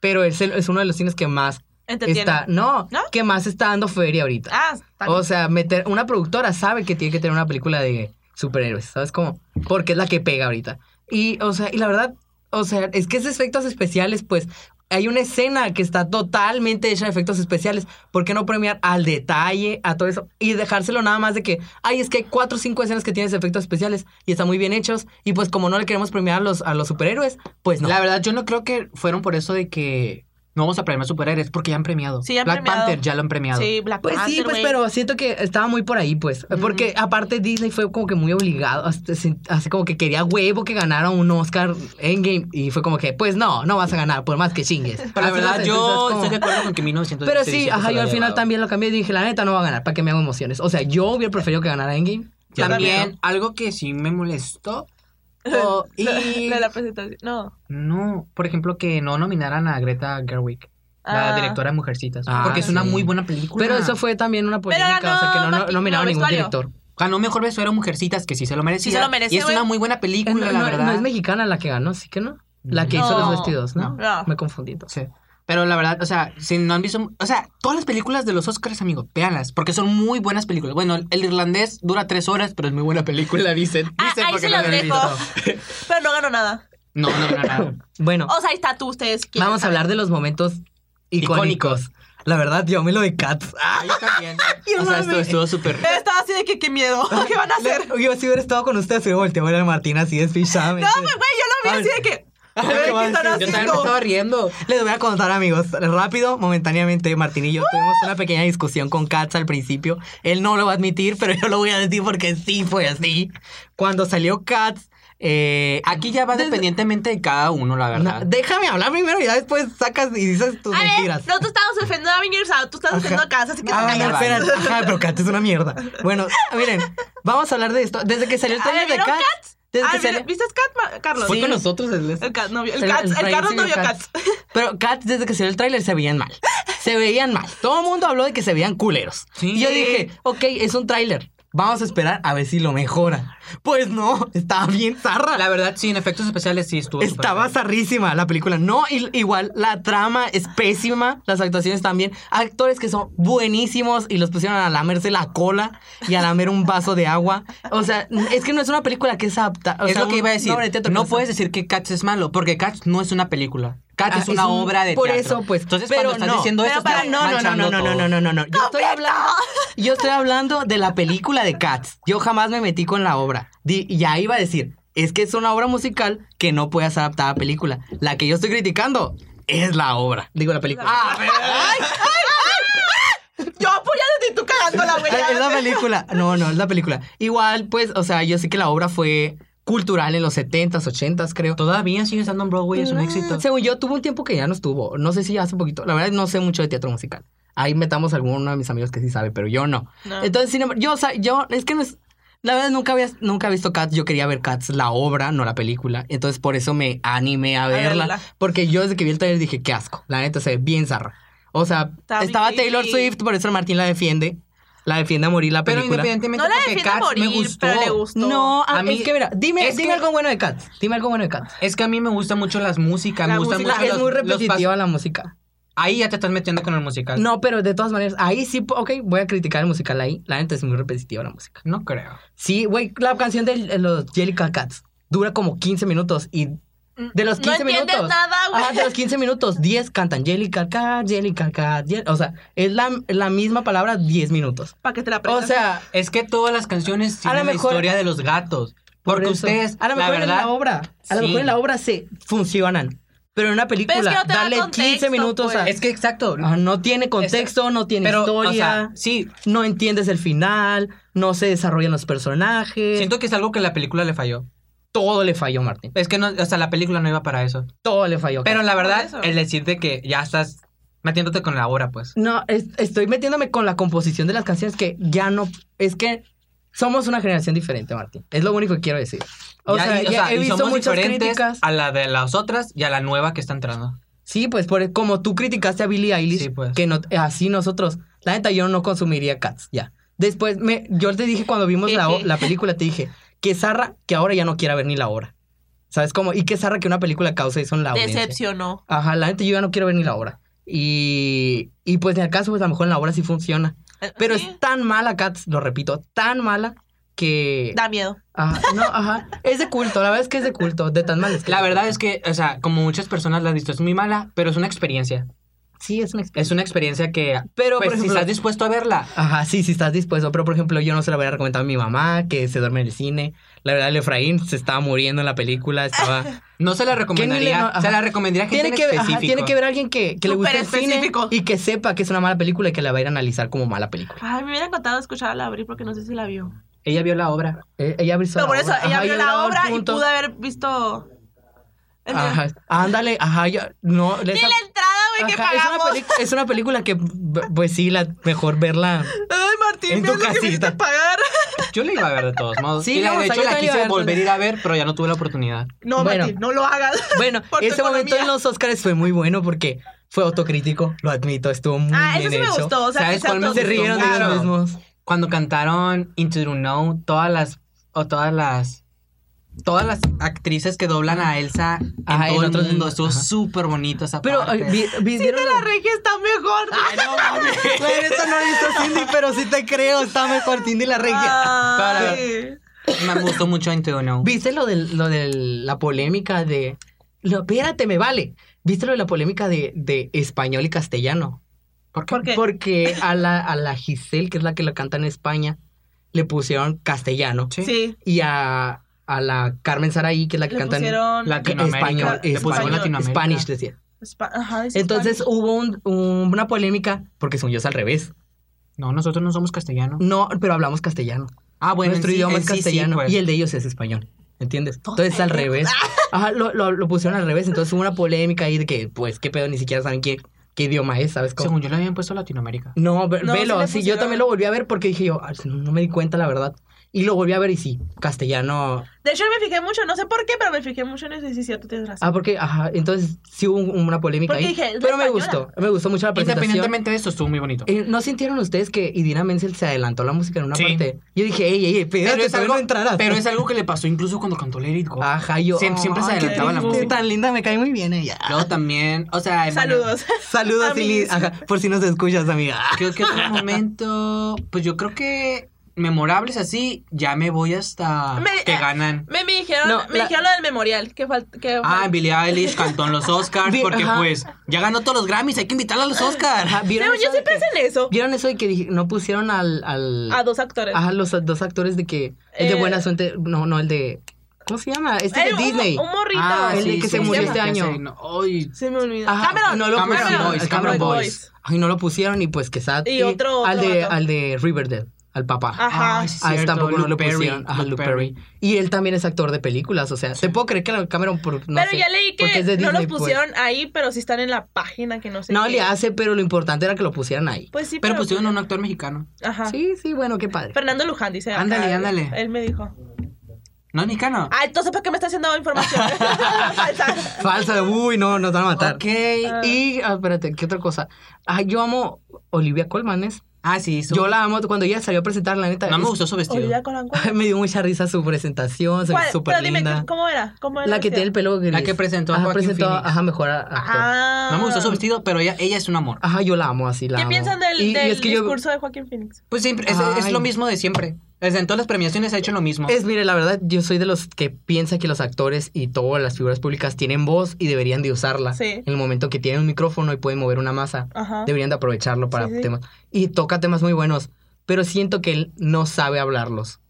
Speaker 7: pero es, el- es uno de los cines que más
Speaker 2: Entretiene.
Speaker 7: está, no,
Speaker 2: ¿No?
Speaker 7: que más está dando feria ahorita.
Speaker 2: Ah, está
Speaker 7: O sea, meter, una productora sabe que tiene que tener una película de superhéroes, ¿sabes cómo? Porque es la que pega ahorita. Y, o sea, y la verdad, o sea, es que esos efectos especiales, pues, hay una escena que está totalmente hecha de efectos especiales. ¿Por qué no premiar al detalle, a todo eso? Y dejárselo nada más de que, ay, es que hay cuatro o cinco escenas que tienes efectos especiales y están muy bien hechos. Y pues, como no le queremos premiar a los, a los superhéroes, pues no.
Speaker 3: La verdad, yo no creo que fueron por eso de que no vamos a premiar superhéroes, porque ya han premiado.
Speaker 2: Sí, ya han
Speaker 3: Black
Speaker 2: premiado.
Speaker 3: Panther ya lo han premiado.
Speaker 2: Sí, Black
Speaker 7: Pues
Speaker 3: Ah,
Speaker 7: sí,
Speaker 2: Panther,
Speaker 7: pues,
Speaker 2: güey.
Speaker 7: pero siento que estaba muy por ahí, pues. Porque aparte Disney fue como que muy obligado, hasta- así así como que quería huevo que ganara un Oscar Endgame y fue como que, pues no, no vas a ganar, por más que chingues.
Speaker 3: Pero la
Speaker 7: Así
Speaker 3: verdad,
Speaker 7: lo sentí,
Speaker 3: yo
Speaker 7: entonces, como-
Speaker 3: estoy de acuerdo con que 1900
Speaker 7: Pero sí, ajá, yo al final
Speaker 3: también
Speaker 7: también lo cambié y dije, la neta no va a ganar, ¿para que me hago emociones? O sea, yo hubiera preferido que ganara Endgame.
Speaker 2: Yo
Speaker 3: También,
Speaker 2: también.
Speaker 3: algo que sí me molestó. o- y
Speaker 2: La, la presentación. No.
Speaker 3: no, por ejemplo, que no nominaran a Greta Gerwig, la
Speaker 2: Ah.
Speaker 3: directora de Mujercitas,
Speaker 7: Ah,
Speaker 3: porque es una
Speaker 7: sí.
Speaker 3: muy buena película.
Speaker 7: Pero eso fue también una
Speaker 2: Pero
Speaker 7: polémica, o sea, que no,
Speaker 2: ganó
Speaker 7: no, no miraron
Speaker 2: maqui-
Speaker 7: ningún
Speaker 2: vestuario.
Speaker 7: director.
Speaker 3: ganó mejor vestuario a Mujercitas, que sí se lo merecía.
Speaker 2: Sí se lo merece,
Speaker 3: y es
Speaker 2: güey.
Speaker 3: una muy buena
Speaker 7: Es-
Speaker 3: película,
Speaker 7: no,
Speaker 3: la
Speaker 7: no
Speaker 3: verdad.
Speaker 7: es mexicana la que ganó, sí que no. La que hizo
Speaker 2: No.
Speaker 7: los vestidos, ¿no?
Speaker 2: No.
Speaker 7: Me confundí. entonces.
Speaker 3: Sí. Pero la verdad, o sea, si no han visto, o sea, todas las películas de los Oscars, amigo, véanlas, porque son muy buenas películas. Bueno, el irlandés dura tres horas, pero es muy buena película, dicen.
Speaker 2: Ah,
Speaker 3: Dicen
Speaker 2: ahí
Speaker 3: porque
Speaker 2: se
Speaker 3: no
Speaker 2: los
Speaker 3: la han
Speaker 2: dejo.
Speaker 3: visto.
Speaker 2: Pero no ganó nada.
Speaker 3: No, no, no, no.
Speaker 7: Bueno.
Speaker 2: O sea, ahí está tú, ustedes. quieren
Speaker 7: Vamos a
Speaker 2: saber.
Speaker 7: hablar de los momentos
Speaker 3: Icónicos.
Speaker 7: icónicos. La verdad, yo me lo de Cats. Ah,
Speaker 3: Ahí también. O sea, esto
Speaker 7: mami.
Speaker 3: estuvo súper.
Speaker 2: Yo estaba así de que qué miedo. ¿Qué van a hacer?
Speaker 7: le- Yo si hubiera estado con ustedes, hubiera volteado a ver a Martín así desfichadamente.
Speaker 2: No, pues, güey, yo
Speaker 7: Ah,
Speaker 2: lo vi así de que. A ver, ¿qué están
Speaker 3: Yo también me
Speaker 2: haciendo?
Speaker 3: estaba riendo.
Speaker 7: Les voy a contar, amigos, rápido, momentáneamente, Martín y
Speaker 2: Uh.
Speaker 7: yo tuvimos una pequeña discusión con Katz al principio. Él no lo va a admitir, pero yo lo voy a decir porque sí fue así. Cuando salió Katz, eh,
Speaker 3: Aquí ya va dependientemente de cada uno, la
Speaker 7: na-
Speaker 3: verdad.
Speaker 7: déjame hablar primero y ya después sacas y dices tus
Speaker 2: A ver,
Speaker 7: mentiras.
Speaker 2: no, tú estabas defendiendo a Avengers, ah, tú estás defendiendo a casa, así que te
Speaker 7: Ah,
Speaker 3: Ay,
Speaker 7: no,
Speaker 2: callas.
Speaker 3: vale.
Speaker 7: espérate. Ajá, pero Cats es una mierda. Bueno, miren, vamos a hablar de esto. Desde que salió el
Speaker 2: Ah,
Speaker 7: trailer de
Speaker 2: ¿vieron
Speaker 7: Cats. Desde
Speaker 2: Ah,
Speaker 7: que
Speaker 2: ¿viste-
Speaker 7: salió.
Speaker 2: ¿Viste Cat, Ma- Carlos?
Speaker 7: Fue
Speaker 2: Sí.
Speaker 7: con nosotros el,
Speaker 2: El Cat no vio, el
Speaker 7: el-
Speaker 2: Cats,
Speaker 7: el
Speaker 2: el
Speaker 7: Rey
Speaker 2: Carlos
Speaker 7: sí
Speaker 2: no
Speaker 7: vio
Speaker 2: vio
Speaker 7: Cats.
Speaker 2: Cats.
Speaker 7: Pero Cats, desde que salió el tráiler, se veían mal. Se veían mal. Todo el mundo habló de que se veían culeros.
Speaker 3: Sí.
Speaker 7: Y yo dije, ok, es un tráiler. Vamos a esperar a ver si lo mejora. Pues no, estaba bien zarra.
Speaker 3: La verdad, sí, en efectos especiales sí estuvo. súper
Speaker 7: Estaba
Speaker 3: bien.
Speaker 7: zarrísima la película. No, i- igual la trama es pésima, las actuaciones también. Actores que son buenísimos y los pusieron a lamerse la cola y a lamer un vaso de agua. O sea, n- es que no es una película que es apta. o
Speaker 3: es
Speaker 7: sea,
Speaker 3: lo que
Speaker 7: un-
Speaker 3: iba a decir.
Speaker 7: una obra de teatro
Speaker 3: No,
Speaker 7: que es
Speaker 3: puedes decir que Cats es malo, porque Cats no es una película. Cats
Speaker 7: Ah,
Speaker 3: es una
Speaker 7: un-
Speaker 3: obra de
Speaker 7: por
Speaker 3: teatro.
Speaker 7: eso, pues.
Speaker 3: Entonces,
Speaker 7: pero
Speaker 3: cuando estás
Speaker 7: no,
Speaker 3: diciendo
Speaker 7: pero
Speaker 3: eso,
Speaker 7: para-
Speaker 3: estás
Speaker 7: no, no, no,
Speaker 3: manchando
Speaker 7: no, no, no,
Speaker 3: todo.
Speaker 7: no, no, no, no. Yo estoy hablando, yo estoy hablando de la película de Cats. Yo jamás me metí con la obra. Di- ya iba a decir, es que es una obra musical que no puede ser adaptada a película. La que yo estoy criticando es la obra. Digo la película. Ah,
Speaker 2: Yo pues, apoyándote y tú cagándola, güey.
Speaker 7: es la película. No, no, es la película. Igual, pues, o sea, yo sé que la obra fue cultural en los 70s, 80s, creo.
Speaker 3: Todavía sigue estando en Broadway, es un
Speaker 7: Mm,
Speaker 3: éxito.
Speaker 7: Según yo, tuvo un tiempo que ya no estuvo. No sé si hace poquito. La verdad, no sé mucho de teatro musical. Ahí metamos a alguno de mis amigos que sí sabe, pero yo no.
Speaker 2: No.
Speaker 7: Entonces, sin embargo, yo, o sea, yo, es que no es. La verdad, nunca había nunca he visto Cats. Yo quería ver Cats, la obra, no la película. Entonces, por eso me animé a verla.
Speaker 2: verla.
Speaker 7: Porque yo desde que vi el trailer dije, qué asco. La neta, se ve bien zarra. O sea,
Speaker 2: Está
Speaker 7: estaba
Speaker 2: bien.
Speaker 7: Taylor Swift, por eso Martín la defiende. La defiende a morir la
Speaker 3: Pero
Speaker 7: película.
Speaker 3: independientemente
Speaker 2: No la
Speaker 3: porque
Speaker 2: defiende
Speaker 3: Cats
Speaker 2: morir,
Speaker 3: me gustó.
Speaker 2: pero le gustó.
Speaker 7: No, a,
Speaker 3: A mí-
Speaker 7: es que mira, dime,
Speaker 3: es
Speaker 7: dime
Speaker 3: que-
Speaker 7: algo bueno de Cats. Dime algo bueno de Cats.
Speaker 3: Es que a mí me gusta mucho las músicas,
Speaker 2: La
Speaker 3: me gusta
Speaker 2: música-
Speaker 3: mucho
Speaker 7: es
Speaker 3: los-
Speaker 7: muy
Speaker 3: los pas-
Speaker 7: repetitiva la música.
Speaker 3: Ahí ya te estás metiendo con el musical.
Speaker 7: No, pero de todas maneras, ahí sí, po- ok, voy a criticar el musical ahí. La neta es muy repetitiva la música.
Speaker 3: No creo.
Speaker 7: Sí, güey, la canción de los Jellicle Cats dura como 15 minutos y de los
Speaker 2: No
Speaker 7: 15
Speaker 2: entiendes
Speaker 7: minutos.
Speaker 2: nada, güey.
Speaker 7: Ajá, de los 15 minutos, 10 cantan Jellicle Cats, Jellicle Cats, Jell- o sea, es la, la misma palabra 10 minutos.
Speaker 2: Para que te la
Speaker 7: O
Speaker 2: aprendas.
Speaker 7: sea,
Speaker 3: Es que todas las canciones
Speaker 7: A lo
Speaker 3: tienen la
Speaker 7: mejor-
Speaker 3: historia de los gatos.
Speaker 7: por
Speaker 3: Porque
Speaker 7: eso.
Speaker 3: ustedes,
Speaker 7: a lo mejor
Speaker 3: la verdad,
Speaker 7: en la obra, a lo
Speaker 3: sí.
Speaker 7: mejor en la obra se funcionan, pero en una película
Speaker 2: Pero es que no te da
Speaker 7: darle 15
Speaker 2: contexto,
Speaker 7: minutos a
Speaker 2: pues.
Speaker 3: es que exacto.
Speaker 7: Ah, no tiene contexto, no tiene
Speaker 3: pero,
Speaker 7: historia.
Speaker 3: o sea, sí,
Speaker 7: no entiendes el final, no se desarrollan los personajes.
Speaker 3: siento que es algo que la película le falló.
Speaker 7: Todo le falló, Martín.
Speaker 3: Es que no, o sea, la película no iba para eso.
Speaker 7: Todo le falló.
Speaker 3: Pero la
Speaker 2: Por eso.
Speaker 3: verdad, el decirte que ya estás metiéndote con la obra, pues.
Speaker 7: no, es- estoy metiéndome con la composición de las canciones que ya no. Es que somos una generación diferente, Martín. Es lo único que quiero decir. O
Speaker 3: Ya-
Speaker 7: sea,
Speaker 3: y-
Speaker 7: ya
Speaker 3: o sea,
Speaker 7: he
Speaker 3: y
Speaker 7: visto
Speaker 3: somos
Speaker 7: muchas
Speaker 3: diferentes
Speaker 7: críticas.
Speaker 3: a la de las otras y a la nueva que está entrando.
Speaker 7: Sí, pues por, como tú criticaste a Billie Eilish,
Speaker 3: Sí, pues.
Speaker 7: que no, así nosotros, la neta, yo no consumiría Cats, ya. Después, me, yo te dije cuando vimos la, o- la película, te dije, que zarra que ahora ya no quiera ver ni la obra. ¿Sabes cómo? Y que zarra que una película cause eso en la audiencia.
Speaker 2: Decepcionó.
Speaker 7: Ajá, la neta, yo ya no quiero ver ni la obra. Y, y pues en el caso, pues a lo mejor en la obra sí funciona. Pero
Speaker 2: Sí,
Speaker 7: es tan mala, Cats, lo repito, tan mala que...
Speaker 2: Da miedo.
Speaker 7: Ajá, no, ajá. Es de culto, la verdad es que es de culto, de tan mal. es que
Speaker 3: La
Speaker 7: es de
Speaker 3: verdad
Speaker 7: culto.
Speaker 3: es que, o sea, como muchas personas la han visto, es muy mala, pero es una experiencia.
Speaker 7: Sí, es una experiencia.
Speaker 3: Es una experiencia que,
Speaker 7: Pero,
Speaker 3: pues,
Speaker 7: por
Speaker 3: si
Speaker 7: ejemplo...
Speaker 3: estás dispuesto a verla,
Speaker 7: Ajá, sí, sí estás dispuesto. Pero, por ejemplo, yo no se lo había recomendado a mi mamá, que se duerme en el cine. La verdad, el Efraín se estaba muriendo en la película, estaba...
Speaker 3: no se la recomendaría.
Speaker 7: no- ajá.
Speaker 3: se la recomendaría a gente
Speaker 7: tiene
Speaker 3: en
Speaker 7: que, ajá,
Speaker 3: específico.
Speaker 7: tiene que ver a alguien que, que le guste
Speaker 2: Súper
Speaker 7: el cine
Speaker 2: específico.
Speaker 7: y que sepa que es una mala película y que la va a ir a analizar como mala película.
Speaker 2: Ay, me hubiera encantado escuchar a la Abril porque no sé si la vio.
Speaker 3: Ella vio la obra.
Speaker 7: Eh, ella abrió
Speaker 2: Pero
Speaker 7: la
Speaker 2: por eso,
Speaker 7: obra.
Speaker 2: ella
Speaker 7: Ajá,
Speaker 2: vio la
Speaker 7: abrió
Speaker 2: obra y
Speaker 7: punto.
Speaker 2: pudo haber visto. el-
Speaker 7: Ajá, ándale, ajá, yo, no,
Speaker 2: Ni
Speaker 7: esa-
Speaker 2: la entrada, güey, que
Speaker 7: ajá, es, una
Speaker 2: pagamos.
Speaker 7: pelic- es una película que, pues sí, la mejor verla.
Speaker 2: Ay, Martín,
Speaker 7: en
Speaker 2: mira
Speaker 7: tu
Speaker 2: lo que me hiciste
Speaker 7: casita.
Speaker 2: pagar.
Speaker 3: Yo la iba a ver de todos modos.
Speaker 7: Sí,
Speaker 3: y la,
Speaker 7: no, o
Speaker 3: de
Speaker 7: sea,
Speaker 3: hecho
Speaker 7: yo
Speaker 3: la
Speaker 7: también iba a
Speaker 3: quise
Speaker 7: ver
Speaker 3: volver a ir a ver, pero ya no tuve la oportunidad.
Speaker 2: No,
Speaker 7: Bueno.
Speaker 2: Martín, no lo hagas.
Speaker 7: Bueno,
Speaker 2: Por tu
Speaker 7: ese momento
Speaker 2: economía.
Speaker 7: en los Oscars fue muy bueno porque fue autocrítico, lo admito, estuvo muy
Speaker 2: Ah, eso
Speaker 7: Mm, bien
Speaker 2: sí me
Speaker 7: hecho.
Speaker 2: gustó. O sea,
Speaker 3: ¿Sabes
Speaker 2: que sea
Speaker 3: cuál me
Speaker 2: todo-
Speaker 7: Se rieron de
Speaker 3: Claro.
Speaker 7: ellos mismos.
Speaker 3: Cuando cantaron Into the Know, todas las. O todas las. Todas las actrices que doblan a Elsa en
Speaker 7: Ajá,
Speaker 3: todo
Speaker 7: en
Speaker 3: el
Speaker 7: otro-
Speaker 3: mundo. Estuvo
Speaker 7: ajá.
Speaker 3: súper bonito esa
Speaker 7: Pero,
Speaker 3: parte.
Speaker 7: eh, vi- vi- ¿vieron
Speaker 2: La regia está mejor.
Speaker 7: Claro, eso no lo hizo Cindy, pero sí te creo, está mejor Cindy la regia.
Speaker 2: Ay.
Speaker 3: Me gustó mucho Into the Know.
Speaker 7: ¿Viste lo de lo del- la polémica de. Lo, espérate, me vale. ¿Viste lo de la polémica de, de español y castellano?
Speaker 3: ¿Por qué?
Speaker 2: ¿Por qué?
Speaker 7: Porque a la, a la Giselle, que es la que la canta en España, le pusieron castellano.
Speaker 2: Sí.
Speaker 7: Y a, a la Carmen Saraí, que es la que
Speaker 2: Le
Speaker 7: canta en
Speaker 2: pusieron.
Speaker 3: Latinoamérica.
Speaker 7: español,
Speaker 2: Le pusieron
Speaker 7: español,
Speaker 3: Latinoamérica.
Speaker 7: Spanish, decía.
Speaker 2: Espa- Ajá, dice
Speaker 7: Entonces hubo un- un- una polémica, porque son yo es al revés.
Speaker 3: No, nosotros no somos castellanos.
Speaker 7: No, pero hablamos castellano.
Speaker 3: Ah, bueno,
Speaker 7: Nuestro
Speaker 3: en sí-
Speaker 7: idioma
Speaker 3: en
Speaker 7: es
Speaker 3: sí, sí,
Speaker 7: castellano
Speaker 3: pues.
Speaker 7: y el de ellos es español. ¿Entiendes? Entonces es al revés. Ajá, lo, lo- lo pusieron al revés. Entonces hubo una polémica ahí de que, pues, qué pedo, ni siquiera saben qué, qué idioma es, ¿sabes cómo?
Speaker 3: Según yo le habían puesto Latinoamérica.
Speaker 7: No, ve-
Speaker 2: No,
Speaker 7: velo,
Speaker 2: sí le
Speaker 7: sí, yo
Speaker 2: pusieron.
Speaker 7: también lo volví a ver porque dije yo, "Ah, no me di cuenta, la verdad. Y lo volví a ver y sí, castellano.
Speaker 2: De hecho, me fijé mucho, no sé por qué, pero me fijé mucho en eso. Y sí, cierto, tienes razón.
Speaker 7: Ah, porque, ajá, entonces sí hubo un- una polémica
Speaker 2: Porque
Speaker 7: ahí.
Speaker 2: dije, es la
Speaker 7: pero me
Speaker 2: española.
Speaker 7: gustó, me gustó mucho la presentación.
Speaker 3: Independientemente de eso, estuvo muy bonito.
Speaker 7: Eh, ¿No sintieron ustedes que Idina Menzel se adelantó a la música en una
Speaker 3: Sí.
Speaker 7: parte? Yo dije, ey, ey, ey, espérate,
Speaker 3: Pero es
Speaker 7: todavía
Speaker 3: algo-
Speaker 7: no entrarás.
Speaker 3: Pero es algo que le pasó incluso cuando cantó Let It Go.
Speaker 7: Ajá, yo.
Speaker 3: Siem- siempre se
Speaker 7: ay, qué
Speaker 3: adelantaba la
Speaker 7: triste,
Speaker 3: música.
Speaker 7: tan linda, me cae muy bien ella.
Speaker 3: Luego también, o sea, en-
Speaker 2: Saludos.
Speaker 7: Saludos, Ili-
Speaker 2: Amiguis.
Speaker 7: ajá, por si nos escuchas, amiga.
Speaker 3: Creo que otro momento, pues yo creo que memorables así, ya me voy hasta
Speaker 2: Me-
Speaker 3: que
Speaker 2: eh,
Speaker 3: ganan.
Speaker 2: Me, me dijeron,
Speaker 7: No,
Speaker 2: me
Speaker 7: la-
Speaker 2: dijeron lo del memorial, que falta. Que
Speaker 3: Ah,
Speaker 2: fal-
Speaker 3: Billie Eilish cantó en los Oscars
Speaker 7: Bi-
Speaker 3: porque
Speaker 7: ajá.
Speaker 3: pues ya ganó todos los Grammys, hay que invitarla a los Oscars.
Speaker 7: Ajá, ¿vieron,
Speaker 2: Según yo
Speaker 7: eso de
Speaker 2: siempre
Speaker 7: que,
Speaker 2: hacen eso.
Speaker 7: ¿Vieron eso de que dije- no pusieron al. al
Speaker 2: A dos actores.
Speaker 7: ajá, los dos actores de que. El
Speaker 2: Eh,
Speaker 7: de Buena Suerte. No, no, el de. ¿Cómo se llama? Este
Speaker 2: El-
Speaker 7: de Disney.
Speaker 2: Un, un morrito.
Speaker 7: Ah, el de que se murió
Speaker 3: sí,
Speaker 7: este
Speaker 3: ya
Speaker 7: año.
Speaker 3: sé, no, ay,
Speaker 2: Se me olvidó.
Speaker 7: Ajá,
Speaker 2: Cameron.
Speaker 7: no lo
Speaker 3: Cameron
Speaker 7: pusieron.
Speaker 3: Boys,
Speaker 7: al
Speaker 3: Cameron
Speaker 2: Boys.
Speaker 7: Ay, no lo pusieron y pues que sad.
Speaker 2: Y otro-
Speaker 7: Al
Speaker 2: otro
Speaker 7: de,
Speaker 2: vato.
Speaker 7: al de Riverdale, al papá.
Speaker 2: Ajá.
Speaker 3: ay, sí,
Speaker 7: A él
Speaker 3: cierto,
Speaker 7: tampoco no
Speaker 3: Luke
Speaker 7: lo
Speaker 3: Perry,
Speaker 7: pusieron. Ajá,
Speaker 3: Luke
Speaker 7: Luke Perry. Y él también es actor de películas, o sea, se puede creer que la Cameron por no
Speaker 2: pero
Speaker 7: sé,
Speaker 2: ya leí que
Speaker 7: porque es de
Speaker 2: no los
Speaker 7: Disney, pues.
Speaker 2: pusieron ahí, pero sí están en la página que no sé.
Speaker 7: No
Speaker 2: qué.
Speaker 7: le hace, pero lo importante era que lo pusieran ahí.
Speaker 2: Pues sí,
Speaker 3: Pero pusieron a un actor mexicano.
Speaker 2: Ajá.
Speaker 7: Sí, sí, bueno, qué padre.
Speaker 2: Fernando Luján dice. acá,
Speaker 3: Ándale,
Speaker 2: él-
Speaker 3: ándale.
Speaker 2: Él me dijo.
Speaker 3: ¿No es mexicano?
Speaker 2: Ah, entonces, ¿para qué me está haciendo información? Falsa.
Speaker 7: Falsa, uy, no, nos van a matar.
Speaker 3: Ok.
Speaker 7: Y, ah, espérate, ¿qué otra cosa? Ah, yo amo Olivia Colmanes.
Speaker 3: Ah, sí, su-
Speaker 7: Yo la amo cuando ella salió a presentar, la neta.
Speaker 3: no me
Speaker 7: es-
Speaker 3: gustó su vestido.
Speaker 2: Olivia Colman, ¿cuál?
Speaker 7: Ay, me dio mucha risa su presentación, se me
Speaker 2: ¿Cuál?
Speaker 7: hizo
Speaker 2: Pero
Speaker 7: súper
Speaker 2: dime,
Speaker 7: linda.
Speaker 2: ¿cómo era? ¿Cómo era
Speaker 7: La que tiene el
Speaker 2: vestido?
Speaker 7: pelo gris.
Speaker 3: La que presentó a
Speaker 7: Ajá,
Speaker 3: Joaquin
Speaker 7: presentó,
Speaker 3: Phoenix.
Speaker 7: ajá, mejor a- actor.
Speaker 2: Ah.
Speaker 3: No me gustó su vestido, pero ella, ella es un amor.
Speaker 7: Ajá, yo la amo así, la
Speaker 2: ¿Qué
Speaker 7: amo.
Speaker 2: piensan del,
Speaker 7: Y- y
Speaker 2: del
Speaker 7: es que yo-
Speaker 2: discurso de Joaquín Phoenix?
Speaker 3: Pues siempre, es, es
Speaker 7: Ay.
Speaker 3: lo mismo de siempre. Desde en todas las premiaciones ha hecho lo mismo.
Speaker 7: Es, mire, la verdad, yo soy de los que piensa que los actores y todas las figuras públicas tienen voz y deberían de usarla.
Speaker 2: Sí.
Speaker 7: En el momento que tienen un micrófono y pueden mover una masa,
Speaker 2: Ajá.
Speaker 7: deberían de aprovecharlo para
Speaker 2: Sí, sí.
Speaker 7: temas. Y toca temas muy buenos, pero siento que él no sabe hablarlos.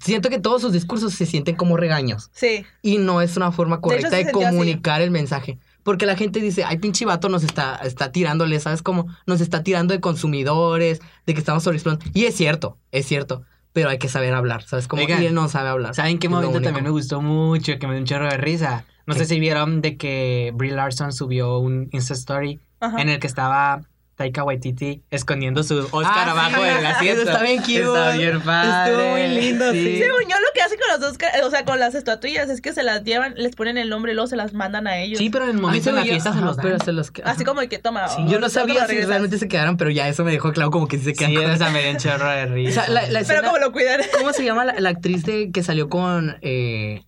Speaker 7: Siento que todos sus discursos se sienten como regaños
Speaker 2: Sí.
Speaker 7: y no es una forma
Speaker 2: De hecho,
Speaker 7: correcta
Speaker 2: se
Speaker 7: de,
Speaker 2: sintió así.
Speaker 7: comunicar el mensaje. Porque la gente dice, ay, pinche vato nos está, está tirándole, ¿sabes cómo? Nos está tirando de consumidores, de que estamos sobreexplotando. Y es cierto, es cierto. Pero hay que saber hablar, ¿sabes cómo?
Speaker 3: Oigan,
Speaker 7: y él no sabe hablar.
Speaker 3: ¿Saben qué
Speaker 7: Es lo
Speaker 3: momento
Speaker 7: único.
Speaker 3: también me gustó mucho? Que me dio un chorro de risa. No sé si vieron de que Brie Larson subió un Insta Story
Speaker 2: Ajá.
Speaker 7: Ah.
Speaker 3: en el que estaba Taika Waititi escondiendo su Oscar
Speaker 7: Ah,
Speaker 3: abajo
Speaker 7: sí,
Speaker 3: del
Speaker 7: eso
Speaker 3: asiento.
Speaker 7: está bien cute.
Speaker 3: Está bien padre.
Speaker 7: Estuvo muy lindo, sí.
Speaker 2: Según yo, lo que hacen con los dos, ca- o sea, con las estatuillas, es que se las llevan, les ponen el nombre y luego se las mandan a ellos.
Speaker 3: Sí, pero en el
Speaker 7: Ay,
Speaker 3: momento de la
Speaker 7: yo-
Speaker 3: fiesta se
Speaker 7: ajá,
Speaker 3: los dan.
Speaker 7: pero se los que-
Speaker 2: Así
Speaker 7: ajá.
Speaker 2: como de que toma.
Speaker 7: Sí, yo no
Speaker 2: ahorita
Speaker 7: sabía
Speaker 2: lo
Speaker 7: si
Speaker 2: regresas.
Speaker 7: realmente se quedaron, pero ya eso me dejó claro como que sí se
Speaker 3: Sí,
Speaker 7: quedaron.
Speaker 3: esa me dio un chorro de
Speaker 7: o
Speaker 3: risa.
Speaker 7: sea, la, la
Speaker 2: Pero
Speaker 7: escena-
Speaker 2: como lo cuidan.
Speaker 7: ¿Cómo se llama la, la actriz de, que salió con eh,